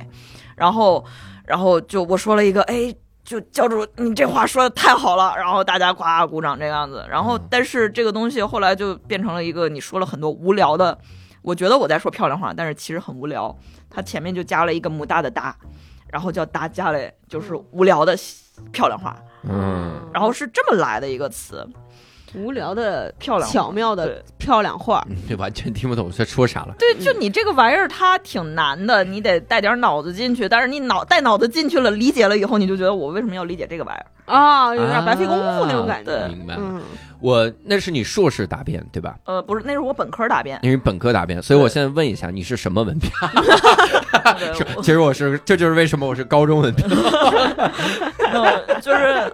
[SPEAKER 6] 然后，然后就我说了一个哎。就教主，你这话说的太好了，然后大家呱鼓掌这个样子。然后，但是这个东西后来就变成了一个你说了很多无聊的，我觉得我在说漂亮话，但是其实很无聊。它前面就加了一个“母大”的“大”，然后叫“大家嘞”，就是无聊的漂亮话。
[SPEAKER 1] 嗯，
[SPEAKER 6] 然后是这么来的一个词，
[SPEAKER 5] 无聊的、
[SPEAKER 6] 漂亮话
[SPEAKER 5] 巧妙的
[SPEAKER 6] 对
[SPEAKER 5] 漂亮话，
[SPEAKER 1] 这完全听不懂我在说啥了。
[SPEAKER 6] 对，就你这个玩意儿，它挺难的，你得带点脑子进去。但是你脑带脑子进去了，理解了以后，你就觉得我为什么要理解这个玩意儿？
[SPEAKER 5] 啊，有点白费功夫那种感
[SPEAKER 6] 啊
[SPEAKER 5] 觉。
[SPEAKER 1] 明白了，
[SPEAKER 5] 嗯，
[SPEAKER 1] 我那是你硕士答辩对吧？
[SPEAKER 6] 呃，不是，那是我本科答辩。
[SPEAKER 1] 因为本科答辩，所以我现在问一下，你是什么文凭？
[SPEAKER 6] 对
[SPEAKER 1] 是
[SPEAKER 6] 呃我
[SPEAKER 1] 其实我是，这就是为什么我是高中 文凭。，
[SPEAKER 6] 嗯就是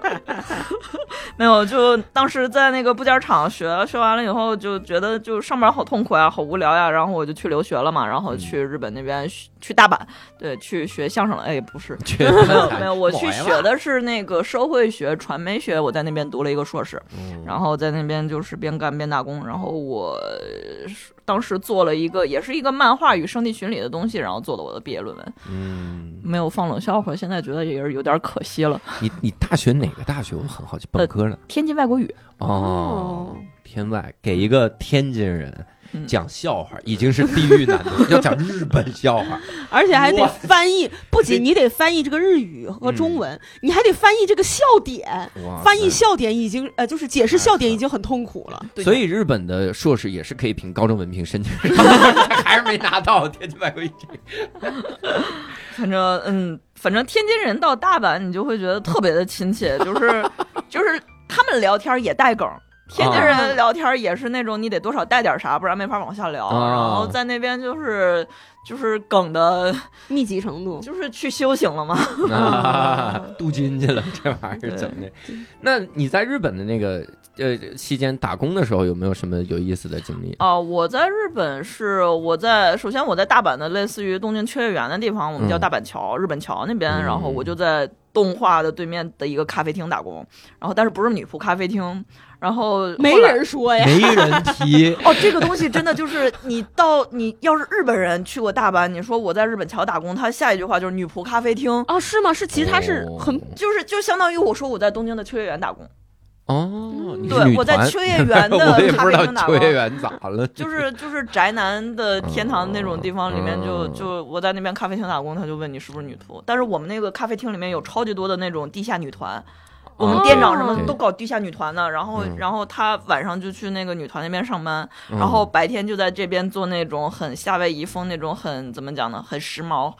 [SPEAKER 6] 没有，就当时在那个部件厂学，学完了以后就觉得就上班好痛苦呀，好无聊呀，然后我就去留学了嘛，然后去日本那边学去大阪，对，去学相声了。哎，不是
[SPEAKER 1] 确
[SPEAKER 6] 没有没有，我去学的是那个社会学、传媒学，我在那边读了一个硕士。
[SPEAKER 1] 嗯
[SPEAKER 6] 然后在那边就是边干边打工，然后我呃是当时做了一个也是一个漫画与圣地巡礼的东西，然后做了我的毕业论文，
[SPEAKER 1] 嗯，
[SPEAKER 6] 没有放冷笑话，现在觉得也是有点可惜了。
[SPEAKER 1] 你你大学哪个大学？我很好奇，
[SPEAKER 6] 呃
[SPEAKER 1] 本科的
[SPEAKER 6] 天津外国语，
[SPEAKER 1] 哦，天外给一个天津人
[SPEAKER 6] 嗯
[SPEAKER 1] 讲笑话，已经是地狱难 度，要讲日本笑话，
[SPEAKER 5] 而且还得
[SPEAKER 1] 哇
[SPEAKER 5] 翻译，不仅你得翻译这个日语和中文，你还得翻译这个笑点。
[SPEAKER 1] 嗯哇
[SPEAKER 5] 翻译
[SPEAKER 1] 塞。
[SPEAKER 5] 笑点已经呃，就是解释笑点已经很痛苦了。
[SPEAKER 1] 所以日本的硕士也是可以凭高中文凭申 请，还是没拿到天津外国语。
[SPEAKER 6] 反正嗯，反正天津人到大阪，你就会觉得特别的亲切，就是 就是他们聊天也带梗。天津
[SPEAKER 5] 啊
[SPEAKER 6] 人聊天也是那种你得多少带点啥，不然没法往下聊。
[SPEAKER 1] 啊
[SPEAKER 6] 然后在那边就是就是梗的，
[SPEAKER 5] 密集程度，
[SPEAKER 6] 就是去修行了嘛。
[SPEAKER 1] 啊，镀金去了，这玩意儿整的。那你在日本的那个呃期间打工的时候，有没有什么有意思的经历？
[SPEAKER 6] 哦，我在日本是我在首先我在大阪的类似于东京秋叶原的地方，我们叫
[SPEAKER 1] 嗯
[SPEAKER 6] 大阪桥、日本桥那边，
[SPEAKER 1] 嗯
[SPEAKER 6] 然后我就在动画的对面的一个咖啡厅打工，然后但是不是女仆咖啡厅，然后
[SPEAKER 5] 没
[SPEAKER 6] 后来，
[SPEAKER 5] 人说呀。
[SPEAKER 1] 没人提
[SPEAKER 6] 哦，这个东西真的就是你到你要是日本人去过大阪，你说我在日本桥打工，他下一句话就是女仆咖啡厅，
[SPEAKER 5] 哦，是吗？是，其实他是很
[SPEAKER 6] 就是就相当于我说我在东京的秋叶原打工，
[SPEAKER 1] 哦，你是
[SPEAKER 6] 对
[SPEAKER 1] 女，
[SPEAKER 6] 我在
[SPEAKER 1] 团
[SPEAKER 6] 秋叶原的
[SPEAKER 1] 我也
[SPEAKER 6] 咖
[SPEAKER 1] 不
[SPEAKER 6] 啡
[SPEAKER 1] 知道
[SPEAKER 6] 厅打
[SPEAKER 1] 秋
[SPEAKER 6] 工
[SPEAKER 1] 叶。原咋了，
[SPEAKER 6] 就是就是宅男的天堂那种地方里面就，
[SPEAKER 1] 嗯嗯
[SPEAKER 6] 就我在那边咖啡厅打工，他就问你是不是女仆。但是我们那个咖啡厅里面有超级多的那种地下女团，我们
[SPEAKER 5] 哦
[SPEAKER 6] 店长什么
[SPEAKER 1] 对
[SPEAKER 6] 的都搞地下女团呢。然后
[SPEAKER 1] 嗯
[SPEAKER 6] 然后他晚上就去那个女团那边上班，
[SPEAKER 1] 嗯
[SPEAKER 6] 然后白天就在这边做那种很夏威夷风那种很怎么讲呢，很时髦。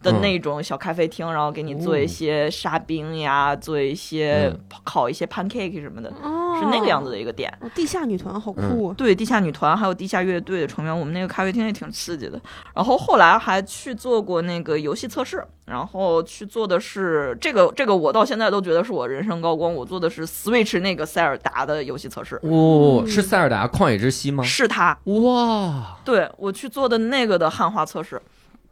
[SPEAKER 6] 的
[SPEAKER 1] 嗯哦
[SPEAKER 6] 那种小咖啡厅，然后给你做一些沙冰呀，做一些
[SPEAKER 1] 嗯
[SPEAKER 6] 烤一些 pancake 什么的，
[SPEAKER 5] 哦
[SPEAKER 6] 是那个样子的一个店。
[SPEAKER 5] 哦。地下女团好酷
[SPEAKER 1] 嗯
[SPEAKER 5] 啊！
[SPEAKER 6] 对地下女团还有地下乐队的成员，我们那个咖啡厅也挺刺激的。然后后来还去做过那个游戏测试，然后去做的是这个这个我到现在都觉得是我人生高光，我做的是 Switch 那个塞尔达的游戏测试，
[SPEAKER 1] 哦，是塞尔达旷野之息吗？
[SPEAKER 6] 是他，
[SPEAKER 1] 哇，
[SPEAKER 6] 对我去做的那个的汉化测试，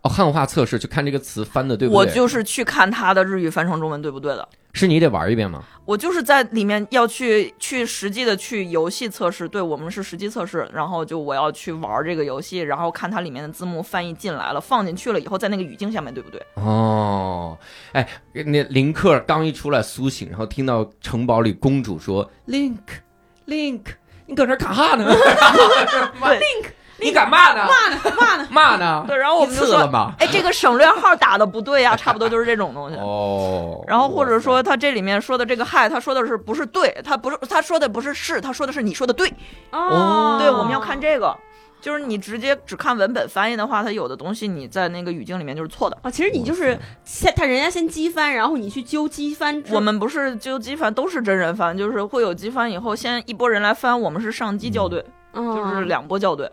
[SPEAKER 1] 哦，汉化测试就看这个词翻的对不
[SPEAKER 6] 我
[SPEAKER 1] 对？
[SPEAKER 6] 就是去看他的日语翻成中文对不对的。
[SPEAKER 1] 是你得玩一遍吗？
[SPEAKER 6] 我就是在里面要去去实际的去游戏测试，对我们是实际测试，然后就我要去玩这个游戏，然后看它里面的字幕翻译进来了，放进去了以后，在那个语境下面对不对？
[SPEAKER 1] 哦，哎，那林克刚一出来苏醒，然后听到城堡里公主说：“Link，Link，你搁这儿干哈呢？
[SPEAKER 6] 对
[SPEAKER 1] 你干嘛呢？骂呢？骂呢？骂呢？
[SPEAKER 6] 对，然后我们就
[SPEAKER 1] 刺了
[SPEAKER 6] 说，
[SPEAKER 1] 吧？
[SPEAKER 6] 哎，这个省略号打的不对呀、差不多就是这种 东西。
[SPEAKER 1] 哦，
[SPEAKER 6] 嗯然后或者说他这里面说的这个嗨，他说的是不是对？他不是他说的不是是，他说的是你说的对。
[SPEAKER 1] 哦
[SPEAKER 6] 对，我们要看这个，就是你直接只看文本翻译的话，它有的东西你在那个语境里面就是错的。
[SPEAKER 5] 啊，其实你就是先他人家先机翻，然后你去揪机翻之。
[SPEAKER 6] 我们不是就机翻，都是真人翻，就是会有机翻以后，先一波人来翻，我们是上机校对，就
[SPEAKER 5] 就是
[SPEAKER 6] 两波校对。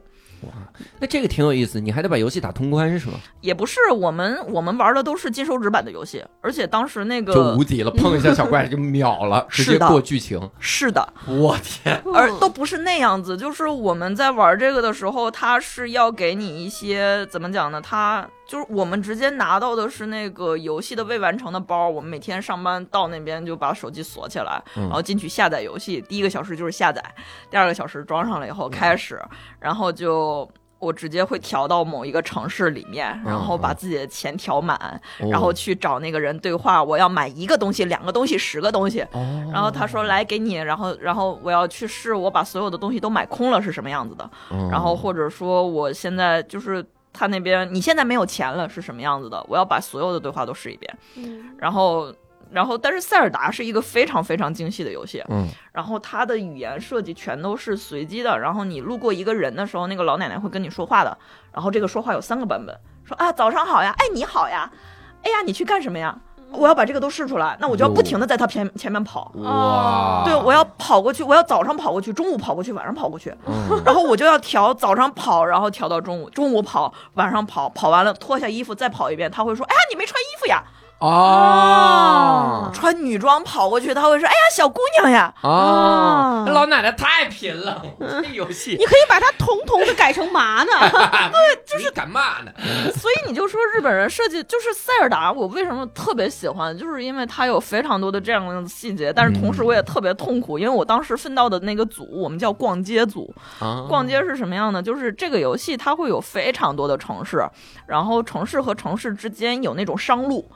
[SPEAKER 1] 那这个挺有意思，你还得把游戏打通关是吗？
[SPEAKER 6] 也不是我们，我们玩的都是金手指版的游戏，而且当时那
[SPEAKER 1] 就
[SPEAKER 6] 个
[SPEAKER 1] 无敌了，碰一下小怪就秒 了，直
[SPEAKER 6] 是
[SPEAKER 1] 接
[SPEAKER 6] 的
[SPEAKER 1] 过剧情。
[SPEAKER 6] 是的，
[SPEAKER 1] 我天，
[SPEAKER 5] 嗯
[SPEAKER 6] 而都不是那样子，就是我们在玩这个的时候，它是要给你一些怎么讲呢？它就是我们直接拿到的是那个游戏的未完成的包，我们每天上班到那边就把手机锁起来，
[SPEAKER 1] 嗯
[SPEAKER 6] 然后进去下载
[SPEAKER 1] 嗯
[SPEAKER 6] 游戏，第一个小时就是下载，第二个小时装上了以后开始，然后就。我直接会调到某一个城市里面，然后把自己的钱调满，
[SPEAKER 1] 嗯哦
[SPEAKER 6] 然后去找那个人对话，我要买一个东西、两个东西、十个东西。
[SPEAKER 1] 哦
[SPEAKER 6] 然后他说来给你，然后然后我要去试，我把所有的东西都买空了是什么样子的，
[SPEAKER 1] 哦
[SPEAKER 6] 然后或者说我现在就是他那边你现在没有钱了是什么样子的，我要把所有的对话都试一遍，
[SPEAKER 5] 嗯
[SPEAKER 6] 然后然后但是塞尔达是一个非常非常精细的游戏，
[SPEAKER 1] 嗯
[SPEAKER 6] 然后它的语言设计全都是随机的。然后你路过一个人的时候，那个老奶奶会跟你说话的。然后这个说话有三个版本，说啊早上好呀，哎你好呀，哎呀你去干什么呀？我要把这个都试出来，那我就要不停的在他前前面跑。
[SPEAKER 1] 哇，
[SPEAKER 6] 啊对，我要跑过去，我要早上跑过去，中午跑过去，晚上跑过去，
[SPEAKER 1] 嗯
[SPEAKER 6] 然后我就要调早上跑，然后调到中午，中午跑，晚上跑，跑完了脱下衣服再跑一遍，他会说，哎呀你没穿衣服呀，
[SPEAKER 1] 哦
[SPEAKER 6] 穿女装跑过去，他会说，哎呀小姑娘呀，
[SPEAKER 1] 哦，老奶奶太贫了，这游戏
[SPEAKER 5] 你可以把它统统的改成麻呢，
[SPEAKER 1] 就是干嘛呢？
[SPEAKER 6] 所以你就说日本人设计就是塞尔达，我为什么特别喜欢，就是因为它有非常多的这样的细节，但是同时我也特别痛苦，因为我当时分到的那个组，我们叫逛街组。
[SPEAKER 1] 啊
[SPEAKER 6] 逛街是什么样呢？就是这个游戏它会有非常多的城市，然后城市和城市之间有那种商路。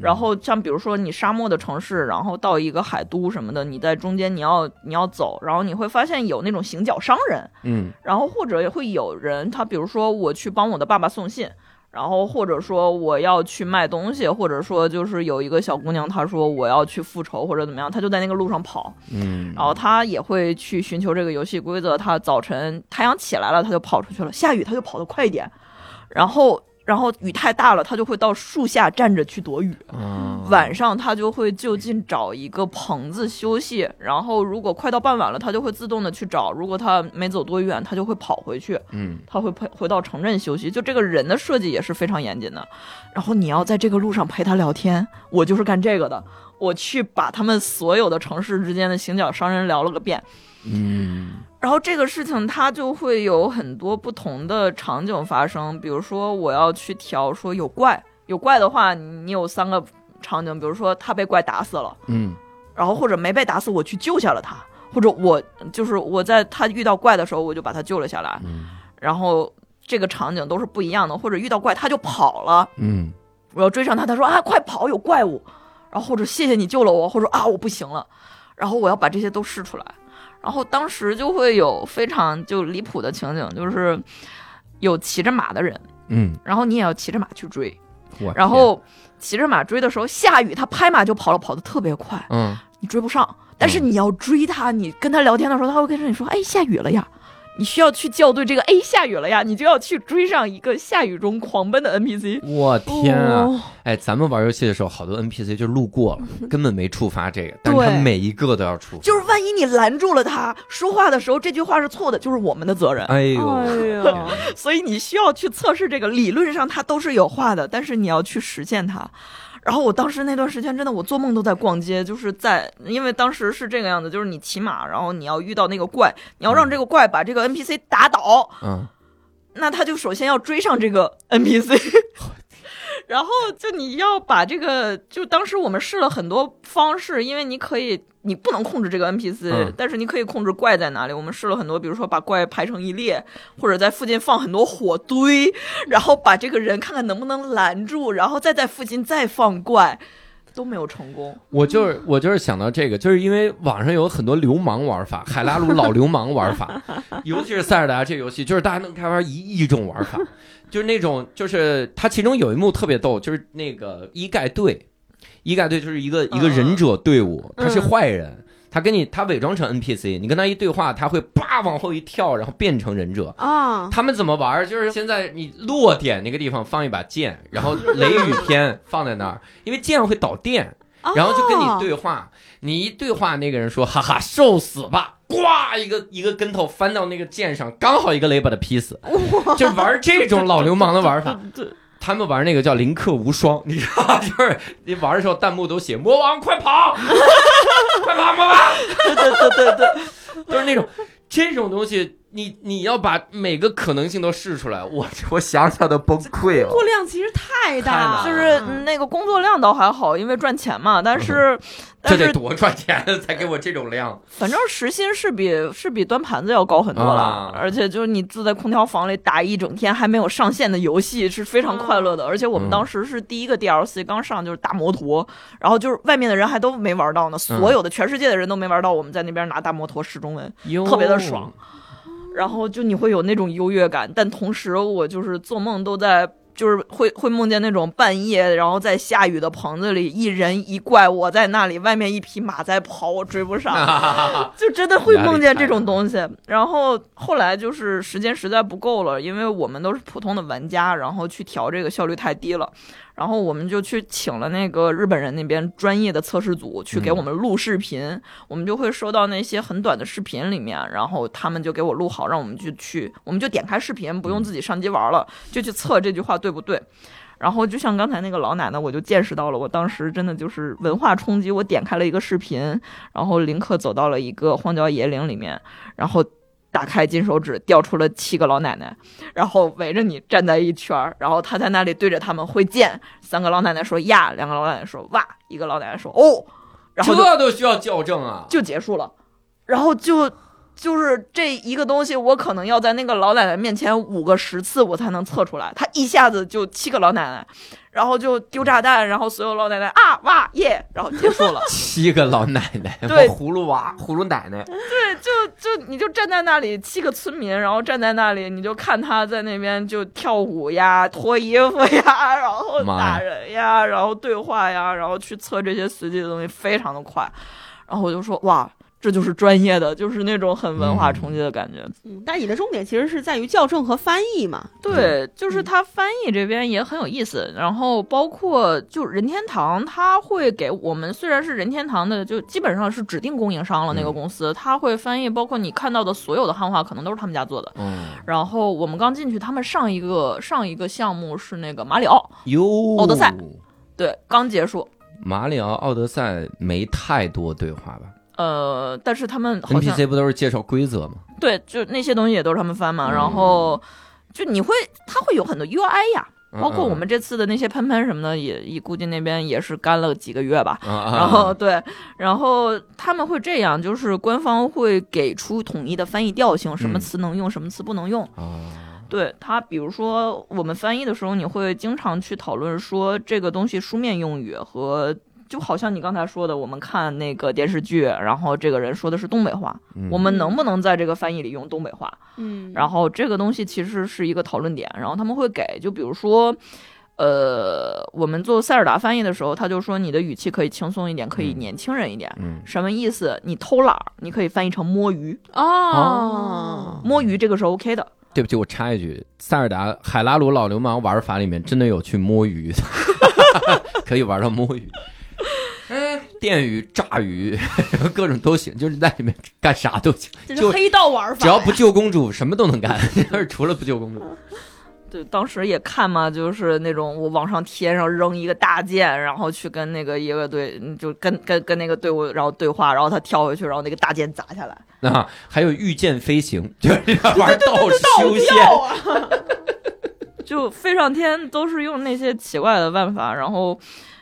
[SPEAKER 6] 然后像比如说你沙漠的城市，然后到一个海都什么的，你在中间你要你要走，然后你会发现有那种行脚商人，
[SPEAKER 1] 嗯
[SPEAKER 6] 然后或者也会有人，他比如说我去帮我的爸爸送信，然后或者说我要去卖东西，或者说就是有一个小姑娘，她说我要去复仇或者怎么样，她就在那个路上跑，
[SPEAKER 1] 嗯
[SPEAKER 6] 然后她也会去寻求这个游戏规则。她早晨太阳起来了，她就跑出去了；下雨她就跑得快一点，然后然后雨太大了，她就会到树下站着去躲雨。
[SPEAKER 1] 哦
[SPEAKER 6] 晚上它就会就近找一个棚子休息，然后如果快到傍晚了，它就会自动的去找，如果它没走多远，它就会跑回去，
[SPEAKER 1] 嗯
[SPEAKER 6] 它会回回到城镇休息。就这个人的设计也是非常严谨的，然后你要在这个路上陪他聊天，我就是干这个的，我去把他们所有的城市之间的行脚商人聊了个遍，
[SPEAKER 1] 嗯
[SPEAKER 6] 然后这个事情它就会有很多不同的场景发生，比如说我要去调说有怪，有怪的话，你你有三个场景，比如说他被怪打死了，
[SPEAKER 1] 嗯
[SPEAKER 6] 然后或者没被打死，我去救下了他，或者我就是我在他遇到怪的时候，我就把他救了下来，然后这个场景都是不一样的，或者遇到怪他就跑了，
[SPEAKER 1] 嗯
[SPEAKER 6] 我要追上他，他说啊，快跑，有怪物，然后或者谢谢你救了我，或者啊我不行了，然后我要把这些都试出来，然后当时就会有非常就离谱的情景，就是有骑着马的人，
[SPEAKER 1] 嗯，
[SPEAKER 6] 然后你也要骑着马去追，
[SPEAKER 1] 我
[SPEAKER 6] 然后骑着马追的时候下雨，他拍马就跑了，跑得特别快，
[SPEAKER 1] 嗯
[SPEAKER 6] 你追不上，但是你要追他，你跟他聊天的时候，他会跟着你说，哎下雨了呀。你需要去校对这个，哎，下雨了呀！你就要去追上一个下雨中狂奔的 NPC。
[SPEAKER 1] 我天啊！
[SPEAKER 5] 哦
[SPEAKER 1] 哎，咱们玩游戏的时候，好多 NPC 就路过了，根本没触发这个，但是
[SPEAKER 5] 对
[SPEAKER 1] 他每一个都要触发。
[SPEAKER 6] 就是万一你拦住了他说话的时候，这句话是错的，就是我们的责任。
[SPEAKER 1] 哎呦，
[SPEAKER 5] 哎呀
[SPEAKER 1] 天啊
[SPEAKER 6] 所以你需要去测试这个。理论上它都是有话的，但是你要去实现它。然后我当时那段时间真的，我做梦都在逛街，就是在因为当时是这个样子，就是你骑马，然后你要遇到那个怪，你要让这个怪把这个 NPC 打倒，
[SPEAKER 1] 嗯，
[SPEAKER 6] 那他就首先要追上这个 NPC，然后就你要把这个，就当时我们试了很多方式，因为你可以，你不能控制这个 NPC，、
[SPEAKER 1] 嗯
[SPEAKER 6] 但是你可以控制怪在哪里。我们试了很多，比如说把怪排成一列，或者在附近放很多火堆，然后把这个人看看能不能拦住，然后再在附近再放怪，都没有成功。
[SPEAKER 1] 我就是我就是想到这个，就是因为网上有很多流氓玩法，海拉鲁老流氓玩法，尤其是塞尔达这游戏，就是大家能开发一亿种玩法，就是那种就是它其中有一幕特别逗，就是那个一盖队，一盖队就是一个一个忍者队伍，他是坏人。他跟你，他伪装成 NPC，你跟他一对话，他会叭往后一跳，然后变成忍者。
[SPEAKER 5] 啊，
[SPEAKER 1] 他们怎么玩儿？就是现在你落点那个地方放一把剑，然后雷雨天放在那儿，因为剑会导电， 然后就跟你
[SPEAKER 5] 啊
[SPEAKER 6] 哦
[SPEAKER 1] 对话。你一对话，那个人说：“哈哈，受死吧！”呱，一个一个跟头翻到那个剑上，刚好一个雷把他劈死。就玩这种老流氓的玩法。 他们玩那个叫“林克无双”，你知道， 就是你玩的时候弹幕都写“魔王快跑， 快跑，魔王”，对对对对对，就是那种这种东西，你你要把每个可能性都试出来，我我想想都崩溃了。
[SPEAKER 5] 工作量其实太大了，
[SPEAKER 1] 太大
[SPEAKER 5] 嗯
[SPEAKER 1] 了
[SPEAKER 6] 就是那个工作量倒还好，因为赚钱嘛，但是、
[SPEAKER 1] 嗯这
[SPEAKER 6] 但
[SPEAKER 1] 得
[SPEAKER 6] 是
[SPEAKER 1] 多赚钱才给我这种量？
[SPEAKER 6] 反正时薪是比是比端盘子要高很多了，
[SPEAKER 1] 啊
[SPEAKER 6] 而且就是你坐在空调房里打一整天还没有上线的游戏是非常快乐的，而且我们
[SPEAKER 1] 嗯
[SPEAKER 6] 当时是第一个 DLC 刚上就是打摩托，然后就是外面的人还都没玩到
[SPEAKER 1] 嗯
[SPEAKER 6] 呢，所有的全世界的人都没玩到，我们在那边拿大摩托试中文，特别的爽。然后就你会有那种优越感，但同时我就是做梦都在。就是会会梦见那种半夜，然后在下雨的棚子里，一人一怪，我在那里，外面一匹马在跑，我追不上，就真的会梦见这种东西。然后后来就是时间实在不够了，因为我们都是普通的玩家，然后去调这个效率太低了，然后我们就去请了那个日本人那边专业的测试组去给我们录视频，我们就会收到那些很短的视频里面，然后他们就给我录好，让我们就去，我们就点开视频，不用自己上机玩了，就去测这句话对不对。然后就像刚才那个老奶奶，我就见识到了，我当时真的就是文化冲击。我点开了一个视频，然后林克走到了一个荒郊野岭里面，然后打开金手指，调出了七个老奶奶，然后围着你站在一圈儿，然后他在那里对着他们挥剑，三个老奶奶说呀，两个老奶奶说哇，一个老奶奶说哦，然后就
[SPEAKER 1] 这都需要校正啊！
[SPEAKER 6] 就结束了，然后就。就是这一个东西，我可能要在那个老奶奶面前五个十次，我才能测出来。他一下子就七个老奶奶，然后就丢炸弹，然后所有老奶奶啊哇耶，然后结束了。
[SPEAKER 1] 七个老奶奶，
[SPEAKER 6] 对
[SPEAKER 1] 葫芦娃、葫芦奶奶，
[SPEAKER 6] 对，就就你就站在那里，七个村民，然后站在那里，你就看他在那边就跳舞呀、脱衣服呀， 然后
[SPEAKER 1] 妈呀
[SPEAKER 6] 打人呀，然后对话呀，然后去测这些随机的东西，非常的快。然后我就说，哇，这就是专业的，就是那种很文化冲击的感觉。
[SPEAKER 5] 嗯，但你的重点其实是在于校正和翻译嘛。
[SPEAKER 6] 对，就是
[SPEAKER 1] 嗯
[SPEAKER 6] 他翻译这边也很有意思，然后包括就任天堂，他会给我们虽然是任天堂的，就基本上是指定供应商了那个
[SPEAKER 1] 嗯
[SPEAKER 6] 公司，他会翻译，包括你看到的所有的汉化，可能都是他们家做的。
[SPEAKER 1] 嗯，
[SPEAKER 6] 然后我们刚进去，他们上一个上一个项目是那个马里奥，
[SPEAKER 1] 哟，
[SPEAKER 6] 奥德赛对，刚结束。
[SPEAKER 1] 马里奥奥德赛没太多对话吧
[SPEAKER 6] 呃，但是他们好像
[SPEAKER 1] ？NPC 不都是介绍规则吗？
[SPEAKER 6] 对，就那些东西也都是他们翻嘛。
[SPEAKER 1] 嗯
[SPEAKER 6] 然后就你会，他会有很多 UI 呀，
[SPEAKER 1] 嗯
[SPEAKER 6] 包括我们这次的那些喷喷什么的，也也估计那边也是干了几个月吧。
[SPEAKER 1] 嗯啊，啊
[SPEAKER 6] 然后对，然后他们会这样，就是官方会给出统一的翻译调性，什么
[SPEAKER 1] 嗯
[SPEAKER 6] 词能用，什么词不能用。
[SPEAKER 1] 啊，
[SPEAKER 6] 对它，比如说我们翻译的时候，你会经常去讨论说这个东西书面用语和。就好像你刚才说的，我们看那个电视剧，然后这个人说的是东北话，
[SPEAKER 1] 嗯
[SPEAKER 6] 我们能不能在这个翻译里用东北话？
[SPEAKER 5] 嗯
[SPEAKER 6] 然后这个东西其实是一个讨论点，然后他们会给，就比如说，呃，我们做塞尔达翻译的时候，他就说你的语气可以轻松一点，可以
[SPEAKER 1] 嗯
[SPEAKER 6] 年轻人一点，
[SPEAKER 1] 嗯
[SPEAKER 6] 什么意思？你偷懒儿，你可以翻译成摸鱼，
[SPEAKER 5] 哦，
[SPEAKER 6] 摸鱼这个是 OK 的。
[SPEAKER 1] 对不起，我插一句，塞尔达海拉鲁老流氓玩法里面真的有去摸鱼 的，可以玩到摸 鱼。哎电鱼、炸鱼， 各种都行，就是在里面干啥都行，
[SPEAKER 5] 这
[SPEAKER 1] 就是
[SPEAKER 5] 黑道玩法呀，
[SPEAKER 1] 只要不救公主，什么都能干， 就是除了不救公主。
[SPEAKER 6] 对，当时也看嘛，就是那种我往上贴，然后扔一个大剑，然后去跟那个一个队，嗯就跟跟跟那个队伍，然后对话，然后他跳回去，然后那个大剑砸下来。
[SPEAKER 1] 啊，还有御剑飞行， 就是玩道士修仙。
[SPEAKER 5] 啊
[SPEAKER 6] 就飞上天都是用那些奇怪的办法，然后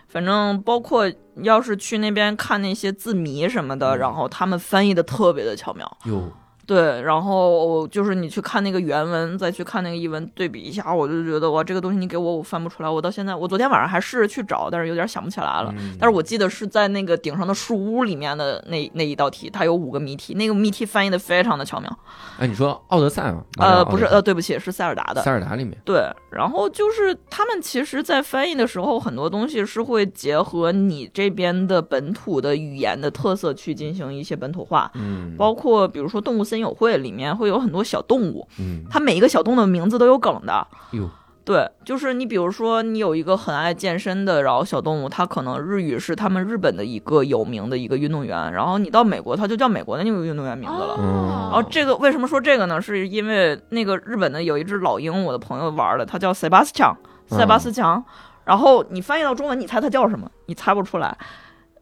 [SPEAKER 6] 反正包括要是去那边看那些字谜什么的，然后他们翻译的特别的巧妙。
[SPEAKER 1] 哟，
[SPEAKER 6] 对，然后就是你去看那个原文，再去看那个译文对比一下，我就觉得哇，这个东西你给我我翻不出来。我到现在，我昨天晚上还试着去找，但是有点想不起来了。
[SPEAKER 1] 嗯
[SPEAKER 6] 但是我记得是在那个顶上的树屋里面的那那一道题，它有五个谜题，那个谜题翻译的非常的巧妙。
[SPEAKER 1] 哎，你说奥德赛吗？
[SPEAKER 6] 呃，不是，
[SPEAKER 1] 马里奥
[SPEAKER 6] 呃，对不起，是塞尔达
[SPEAKER 1] 奥德赛
[SPEAKER 6] 的
[SPEAKER 1] 塞。尔达里面，
[SPEAKER 6] 对，然后就是他们其实，在翻译的时候，很多东西是会结合你这边的本土的语言的特色去进行一些本土化，
[SPEAKER 1] 嗯，
[SPEAKER 6] 包括比如说《动物森友会》里面会有很多小动物，
[SPEAKER 1] 嗯，
[SPEAKER 6] 它每一个小动物的名字都有梗的。
[SPEAKER 1] 哟，
[SPEAKER 6] 对，就是你比如说，你有一个很爱健身的，然后小动物，它可能日语是他们日本的一个有名的一个运动员，然后你到美国，它就叫美国的那个运动员名字了。然后
[SPEAKER 5] 哦，
[SPEAKER 6] 这个为什么说这个呢？是因为那个日本的有一只老鹰，我的朋友玩的，它叫塞巴斯强，
[SPEAKER 1] 嗯
[SPEAKER 6] 塞巴斯强。然后你翻译到中文，你猜它叫什么？你猜不出来。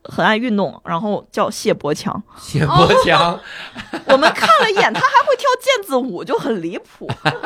[SPEAKER 6] 很爱运动，然后叫谢伯强。
[SPEAKER 1] 谢伯
[SPEAKER 6] 哦
[SPEAKER 1] 强，
[SPEAKER 6] 我们看了一眼，他还会跳毽子舞，就很离谱。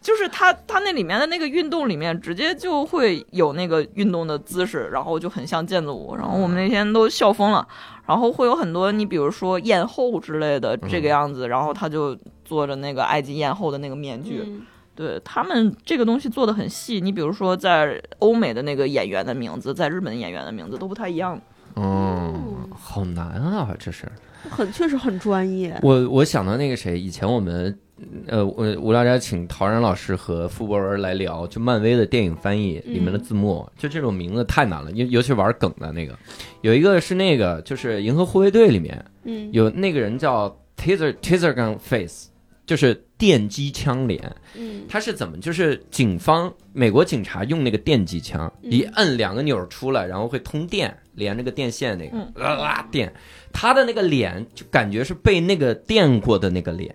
[SPEAKER 6] 就是他他那里面的那个运动里面，直接就会有那个运动的姿势，然后就很像毽子舞。然后我们那天都笑疯了。然后会有很多你比如说艳后之类的这个样子，然后他就做着那个埃及艳后的那个面具。
[SPEAKER 5] 嗯
[SPEAKER 6] 对他们这个东西做的很细，你比如说在欧美的那个演员的名字，在日本演员的名字都不太一样。
[SPEAKER 1] 嗯，好难啊，这是。
[SPEAKER 5] 嗯很确实很专业。
[SPEAKER 1] 我我想到那个谁，以前我们呃，我无聊斋请陶然老师和傅博文来聊，就漫威的电影翻译里面的字幕，就这种名字太难了，尤尤其玩梗的那个，有一个是那个就是《银河护卫队》里面
[SPEAKER 5] 嗯，
[SPEAKER 1] 有那个人叫 Taser Taser Gun Face，就是电击枪脸，
[SPEAKER 5] 嗯
[SPEAKER 1] 他是怎么？就是警方美国警察用那个电击枪，
[SPEAKER 5] 嗯
[SPEAKER 1] 一摁两个钮儿出来，然后会通电，连着个电线那个
[SPEAKER 6] 嗯，
[SPEAKER 1] 啦啦啦电。他的那个脸就感觉是被那个电过的那个脸，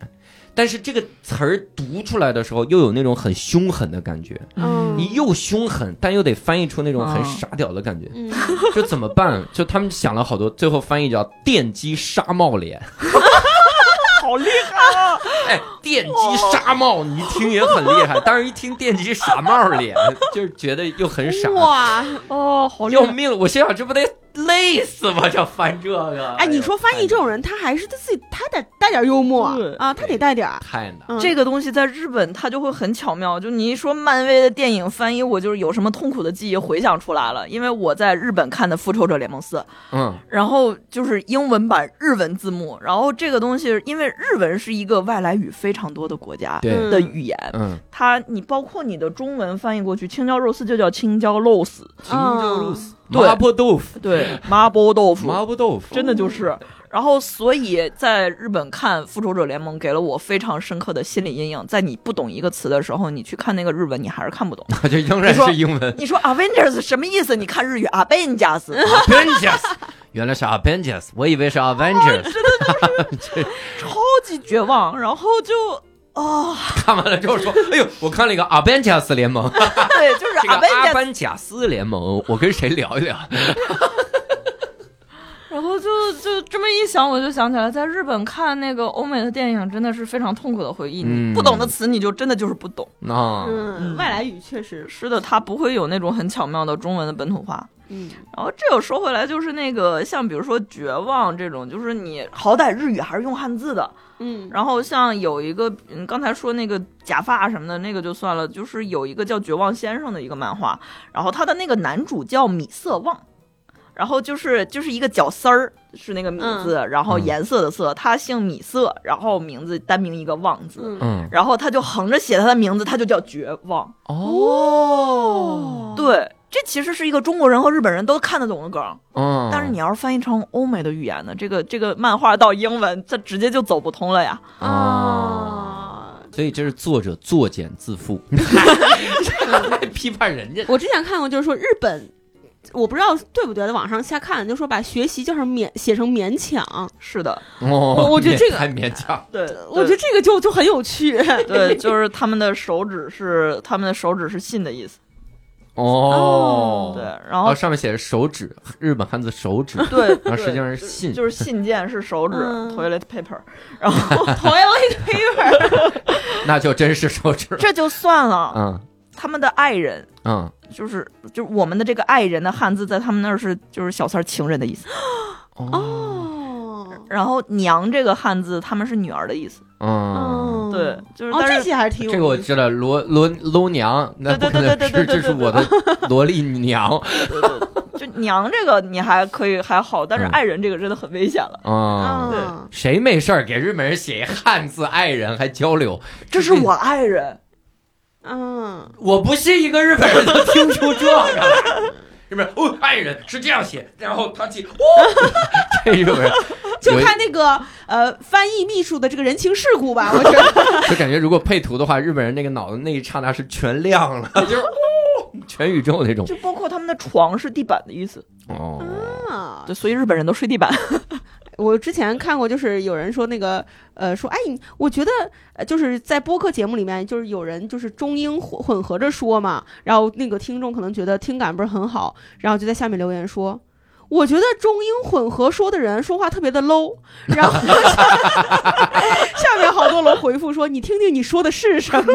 [SPEAKER 1] 但是这个词儿读出来的时候，又有那种很凶狠的感觉。
[SPEAKER 5] 嗯
[SPEAKER 1] 你又凶狠，但又得翻译出那种很
[SPEAKER 6] 哦
[SPEAKER 1] 傻屌的感觉，
[SPEAKER 5] 嗯，
[SPEAKER 1] 就怎么办？就他们想了好多，最后翻译叫“电击沙帽脸”。
[SPEAKER 6] 好厉害啊！
[SPEAKER 1] 哎，电击沙帽，你一听也很厉害，但是一听电击傻帽脸，就是觉得又很傻，
[SPEAKER 5] 哇，哎
[SPEAKER 6] 哦，好厉
[SPEAKER 1] 要
[SPEAKER 6] 害！
[SPEAKER 1] 命了！我心想，这不得累死吗？这翻这个，
[SPEAKER 5] 哎，你说翻译这种人，他还是他自己，他得带点幽默
[SPEAKER 6] 对
[SPEAKER 5] 啊，他得带点儿。
[SPEAKER 1] 太难。
[SPEAKER 5] 嗯
[SPEAKER 6] 这个东西在日本它就会很巧妙，就你一说漫威的电影翻译，我就是有什么痛苦的记忆回想出来了，因为我在日本看的《复仇者联盟四》，
[SPEAKER 1] 嗯，
[SPEAKER 6] 然后就是英文版日文字幕，然后这个东西因为日文是一个外来语非常多的国家
[SPEAKER 1] 对，
[SPEAKER 6] 的语言，
[SPEAKER 1] 嗯，
[SPEAKER 6] 它你包括你的中文翻译过去，青椒肉丝就叫青椒肉丝，
[SPEAKER 1] 青
[SPEAKER 5] 嗯
[SPEAKER 1] 椒肉丝，
[SPEAKER 6] 对
[SPEAKER 1] 麻婆豆腐，
[SPEAKER 6] 对，麻婆豆腐，
[SPEAKER 1] 麻婆豆腐，
[SPEAKER 6] 真的就是。然后，所以在日本看《复仇者联盟》给了我非常深刻的心理阴影。在你不懂一个词的时候，你去看那个日文，你还是看不懂。
[SPEAKER 1] 就仍然是英文。
[SPEAKER 6] 你说 Avengers 什么意思？你看日语 Avengers，
[SPEAKER 1] Avengers，原来是 Avengers，我以为是 Avengers。
[SPEAKER 6] 超级绝望。然后就哦，
[SPEAKER 1] 看完了之后说，哎呦，我看了一个 Avengers 联盟，
[SPEAKER 6] 对， 就是
[SPEAKER 1] 这个阿
[SPEAKER 6] Avengers，
[SPEAKER 1] 班贾斯联盟，我跟谁聊一聊？
[SPEAKER 6] 然后就就这么一想，我就想起来，在日本看那个欧美的电影真的是非常痛苦的回忆。
[SPEAKER 1] 嗯
[SPEAKER 6] 你不懂的词，你就真的就是不懂。
[SPEAKER 1] 啊，
[SPEAKER 5] 嗯，外来语确实，
[SPEAKER 6] 是的，它不会有那种很巧妙的中文的本土化。
[SPEAKER 5] 嗯
[SPEAKER 6] 然后这又说回来，就是那个像比如说绝望这种，就是你好歹日语还是用汉字的。
[SPEAKER 5] 嗯
[SPEAKER 6] 然后像有一个，嗯，刚才说那个假发什么的，那个就算了，就是有一个叫《绝望先生》的一个漫画，然后他的那个男主叫米色旺，然后就是就是一个绞丝儿。是那个米字，然后
[SPEAKER 1] 嗯
[SPEAKER 6] 颜色的色，他姓米色，然后名字单名一个旺字，
[SPEAKER 5] 嗯
[SPEAKER 1] 嗯，
[SPEAKER 6] 然后他就横着写他的名字，他就叫绝望。
[SPEAKER 1] 哦，
[SPEAKER 6] 对，这其实是一个中国人和日本人都看得懂的梗儿，
[SPEAKER 1] 嗯，
[SPEAKER 6] 但是你要是翻译成欧美的语言呢，这个这个漫画到英文，它直接就走不通了呀。
[SPEAKER 1] 哦，
[SPEAKER 5] 啊。
[SPEAKER 1] 所以这是作者作茧自 缚，还批判人家
[SPEAKER 5] 我之前看过，就是说日本，我不知道对不对，在网上瞎看，就说把学习叫成勉，写成勉强。
[SPEAKER 6] 是的，
[SPEAKER 1] 哦
[SPEAKER 5] 我我觉得这个
[SPEAKER 1] 还勉强，
[SPEAKER 6] 对，
[SPEAKER 5] 我觉得这个就就很有趣。
[SPEAKER 6] 对，就是他们的手指是他们的手指是信的意思。
[SPEAKER 1] 哦
[SPEAKER 6] 对，，然后、
[SPEAKER 1] 哦，上面写着手指，日本汉字手指，
[SPEAKER 6] 对，
[SPEAKER 1] 然后
[SPEAKER 6] 对
[SPEAKER 1] 实际上是信，
[SPEAKER 6] 就是信件是手指、
[SPEAKER 5] 嗯
[SPEAKER 6] toilet paper，然 后
[SPEAKER 5] toilet paper，
[SPEAKER 1] 那就真是手 指，
[SPEAKER 6] 这就算了。
[SPEAKER 1] 嗯
[SPEAKER 6] 他们的爱人
[SPEAKER 1] 嗯，
[SPEAKER 6] 就是就是我们的这个爱人的汉字在他们那儿是就是小三儿情人的意思，嗯
[SPEAKER 1] 哦，
[SPEAKER 5] 哦，
[SPEAKER 6] 然后娘这个汉字他们是女儿的意思。
[SPEAKER 1] 嗯。
[SPEAKER 6] 对，就是
[SPEAKER 5] 哦，
[SPEAKER 6] 但是
[SPEAKER 5] 这些还是挺有
[SPEAKER 1] 这个我
[SPEAKER 5] 意思
[SPEAKER 1] 知道，罗罗罗娘，那不
[SPEAKER 6] 对
[SPEAKER 1] 可
[SPEAKER 6] 对
[SPEAKER 1] 能
[SPEAKER 6] 对对
[SPEAKER 1] 是，
[SPEAKER 6] 对对对
[SPEAKER 1] 这是我的萝莉娘
[SPEAKER 6] 对对，就娘这个你还可以还好，但是
[SPEAKER 1] 嗯
[SPEAKER 6] 爱人这个真的很危险了。
[SPEAKER 1] 啊！
[SPEAKER 5] 啊，
[SPEAKER 1] 谁没事儿给日本人写一汉字爱人还交流？
[SPEAKER 6] 这是我爱人，
[SPEAKER 5] 嗯，
[SPEAKER 1] 我不信一个日本人能听出这个来。 日本人哦，爱人是这样写，然后他记哦， 这日本人
[SPEAKER 5] 就
[SPEAKER 1] 有一
[SPEAKER 5] 看那个呃翻译秘书的这个人情世故吧，我觉得
[SPEAKER 1] 就感觉如果配图的话，日本人那个脑子那一刹那是全亮了， 就是哦，全宇宙那种
[SPEAKER 6] 就包括他们的床是地板的意思，
[SPEAKER 1] 哦，
[SPEAKER 5] 啊
[SPEAKER 6] 对，所以日本人都睡地板。
[SPEAKER 5] 我之前看过，就是有人说那个，呃，说哎，你我觉得呃就是在播客节目里面，就是有人就是中英混混合着说嘛，然后那个听众可能觉得听感不是很好，然后就在下面留言说，我觉得中英混合说的人说话特别的 low，然后 下面好多人回复说：“你听听你说的是什么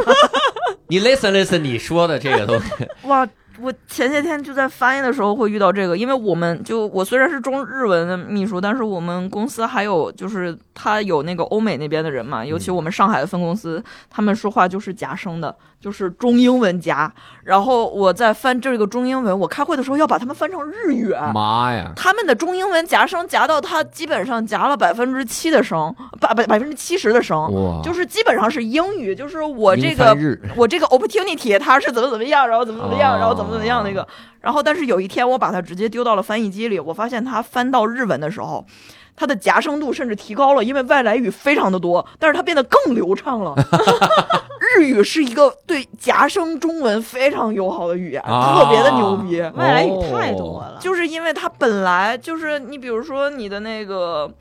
[SPEAKER 1] 你 listen listen，你说的这个东西，
[SPEAKER 6] 哇，我前些天就在翻译的时候会遇到这个，因为我们就我虽然是中日文的秘书，但是我们公司还有就是他有那个欧美那边的人嘛，尤其我们上海的分公司，他们说话就是夹生的，就是中英文夹。然后我在翻这个中英文，我开会的时候要把他们翻成日语。
[SPEAKER 1] 妈呀！
[SPEAKER 6] 他们的中英文夹声夹到他基本上夹了百分之七的声，百百百分之七十的声，
[SPEAKER 1] 哇，
[SPEAKER 6] 就是基本上是英语，就是我这
[SPEAKER 1] 英翻
[SPEAKER 6] 个
[SPEAKER 1] 日
[SPEAKER 6] 我这个 opportunity 它是怎么怎么样，然后怎么怎么样，然后怎么怎么样那
[SPEAKER 1] 啊
[SPEAKER 6] 个。然后，但是有一天我把它直接丢到了翻译机里，我发现它翻到日文的时候，它的夹生度甚至提高了，因为外来语非常的多，但是它变得更流 畅了。日语是一个对夹生中文非常友好的语言，
[SPEAKER 1] 啊
[SPEAKER 6] 特别的牛逼。
[SPEAKER 1] 哦
[SPEAKER 5] 外来语太多了，
[SPEAKER 6] 就是因为它本来就是你，比如说你的那个，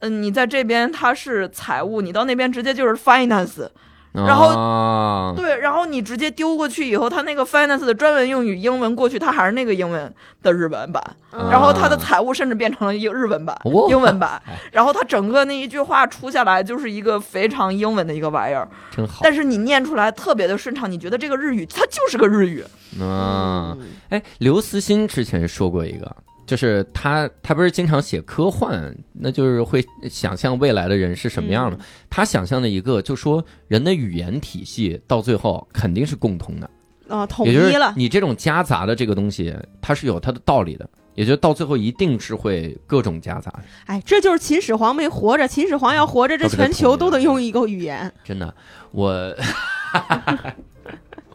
[SPEAKER 6] 嗯，你在这边它是财务，你到那边直接就是 finance，然
[SPEAKER 5] 嗯
[SPEAKER 6] 后
[SPEAKER 1] 啊
[SPEAKER 6] 对，然后你直接丢过去以后，他那个 finance 的专门用语英文过去，他还是那个英文的日文版，
[SPEAKER 5] 嗯
[SPEAKER 6] 然后他的财务甚至变成了英日文版、
[SPEAKER 1] 哦
[SPEAKER 6] 英文 版，然后他整个那一句话出下来就是一个非常英文的一个玩意儿，
[SPEAKER 1] 真好。
[SPEAKER 6] 但是你念出来特别的顺畅，你觉得这个日语它就是个日语，
[SPEAKER 1] 嗯，哎，刘慈欣之前说过一个，就是他他不是经常写科幻，那就是会想象未来的人是什么样的。
[SPEAKER 5] 嗯
[SPEAKER 1] 他想象的一个，就说人的语言体系到最后肯定是共同的，
[SPEAKER 5] 啊，统
[SPEAKER 1] 也
[SPEAKER 5] 一
[SPEAKER 1] 就是
[SPEAKER 5] 了，
[SPEAKER 1] 你这种夹杂的这个东西，它是有它的道理的。也就到最后一定是会各种夹杂的，
[SPEAKER 5] 哎，这就是秦始皇没活着，秦始皇要活着，这
[SPEAKER 1] 都给他
[SPEAKER 5] 全
[SPEAKER 1] 统
[SPEAKER 5] 球
[SPEAKER 1] 一
[SPEAKER 5] 都
[SPEAKER 1] 了
[SPEAKER 5] 得用一个语言。
[SPEAKER 1] 真的。我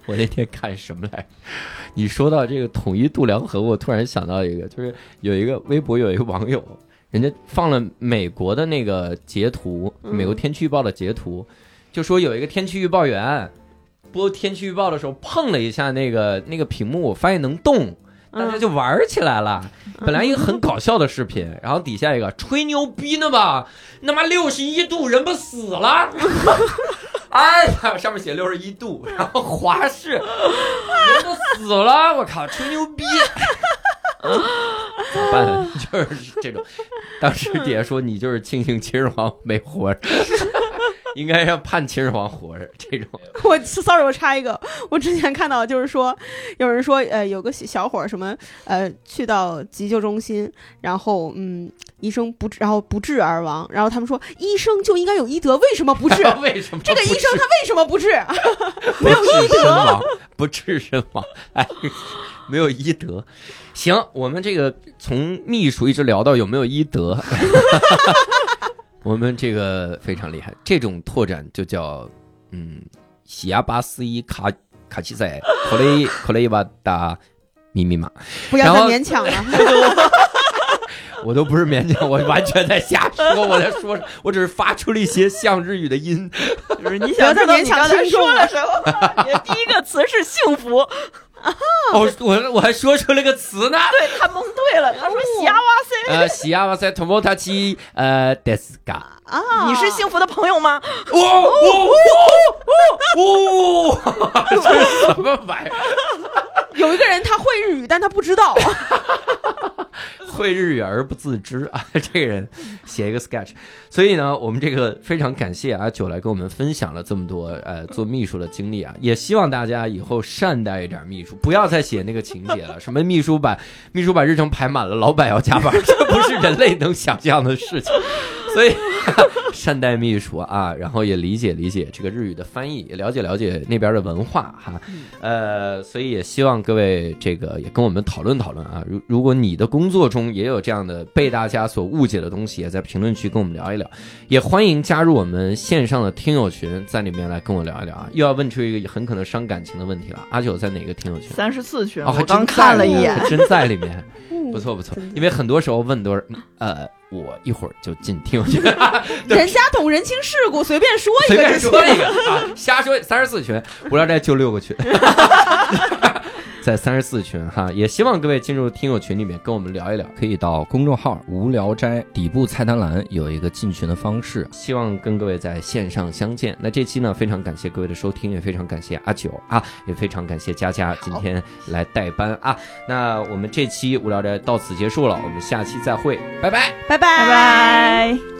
[SPEAKER 1] 我那天看什么来着？你说到这个统一度量衡，我突然想到一个，就是有一个微博有一个网友，人家放了美国的那个截图，
[SPEAKER 5] 嗯
[SPEAKER 1] 美国天气预报的截图，就说有一个天气预报员播天气预报的时候碰了一下那个那个屏幕，发现能动。大家
[SPEAKER 5] 嗯
[SPEAKER 1] 就玩儿起来了。本来一个很搞笑的视频， 然后底下一个吹牛逼呢吧，他妈六十一度人不死 了，哎呀，上面写六十一度，然后华 氏人都死了，我靠，吹牛逼。怎么办呢？就是这种，当时底下说你就是庆幸秦始皇没活着， 应该让判秦始皇活着这种。
[SPEAKER 5] 我 sorry，我插一个，我之前看到就是说，有人说，呃，有个小小伙儿什么，呃，去到急救中心，然后嗯，医生不治，然后不治而亡，然后他们说，医生就应该有医德，为什么不治？
[SPEAKER 1] 为什么
[SPEAKER 5] 这个医生他为什么不治？
[SPEAKER 1] 没有医德， 不治身亡，哎， 没有医德。行，我们这个从秘书一直聊到有没有医德， 我们这个非常厉害，这种拓展就叫嗯，喜亚巴斯伊卡卡奇塞克雷克雷瓦达密密码，
[SPEAKER 5] 不要再
[SPEAKER 1] 然后
[SPEAKER 5] 勉强了。
[SPEAKER 1] 我都不是勉强，我完全在瞎说，我在说，我只是发出了一些像日语的音。
[SPEAKER 6] 就是你
[SPEAKER 5] 不
[SPEAKER 6] 想
[SPEAKER 5] 要再
[SPEAKER 6] 知道
[SPEAKER 5] 勉
[SPEAKER 6] 你
[SPEAKER 5] 强
[SPEAKER 6] 刚才
[SPEAKER 5] 听众
[SPEAKER 6] 说
[SPEAKER 5] 了
[SPEAKER 6] 了什么？你的第一个词是幸福，
[SPEAKER 1] 哦，我我还说出了个词呢。
[SPEAKER 6] 对他蒙对了，他说喜啊哇塞，
[SPEAKER 1] 呃，喜亚瓦塞托莫塔奇呃 d e s k a
[SPEAKER 5] 啊，
[SPEAKER 6] 你是幸福的朋友吗？
[SPEAKER 1] 哦哦哦哦哦！这是什么玩意儿？
[SPEAKER 5] 有一个人他会日语，但他不知道。
[SPEAKER 1] 会日语而不自知啊！这个人写一个 sketch，所以呢，我们这个非常感谢阿九来跟我们分享了这么多呃做秘书的经历啊，也希望大家以后善待一点秘书，不要再写那个情节了，什么秘书把秘书把日程排满了，老板要加班， 这不是人类能想象的事情，所以。 善待秘书啊，然后也理解理解这个日语的翻译，也了解了解那边的文化哈。呃，所以也希望各位这个也跟我们讨论讨论啊。如如果你的工作中也有这样的被大家所误解的东西，也在评论区跟我们聊一聊。也欢迎加入我们线上的听友群，在里面来跟我聊一聊啊。又要问出一个很可能伤感情的问题了，阿九在哪个听友群？
[SPEAKER 6] 三十四群，
[SPEAKER 1] 哦，还
[SPEAKER 6] 我
[SPEAKER 1] 真
[SPEAKER 6] 刚
[SPEAKER 1] 在
[SPEAKER 6] 看了一
[SPEAKER 1] 呢
[SPEAKER 6] 眼。
[SPEAKER 1] 还真在里面。不
[SPEAKER 5] 不，
[SPEAKER 1] 错不错
[SPEAKER 5] 嗯真，的
[SPEAKER 1] 因为很多时候问都是，嗯呃，我一会儿就进听 友群。
[SPEAKER 5] 人家懂人情世故，随便说一
[SPEAKER 1] 随
[SPEAKER 5] 个
[SPEAKER 1] 便
[SPEAKER 5] 就行
[SPEAKER 1] 说一个啊，瞎说三十四群，无聊斋就六个群，在三十四群哈，也希望各位进入听友群里面跟我们聊一聊，
[SPEAKER 4] 可以到公众号“无聊斋”底部菜单栏有一个进群的方式。
[SPEAKER 1] 希望跟各位在线上相见。那这期呢，非常感谢各位的收听，也非常感谢阿九啊，也非常感谢佳佳今天来代班啊。那我们这期无聊斋到此结束了，我们下期再会，拜拜。
[SPEAKER 5] 拜拜
[SPEAKER 6] 拜拜。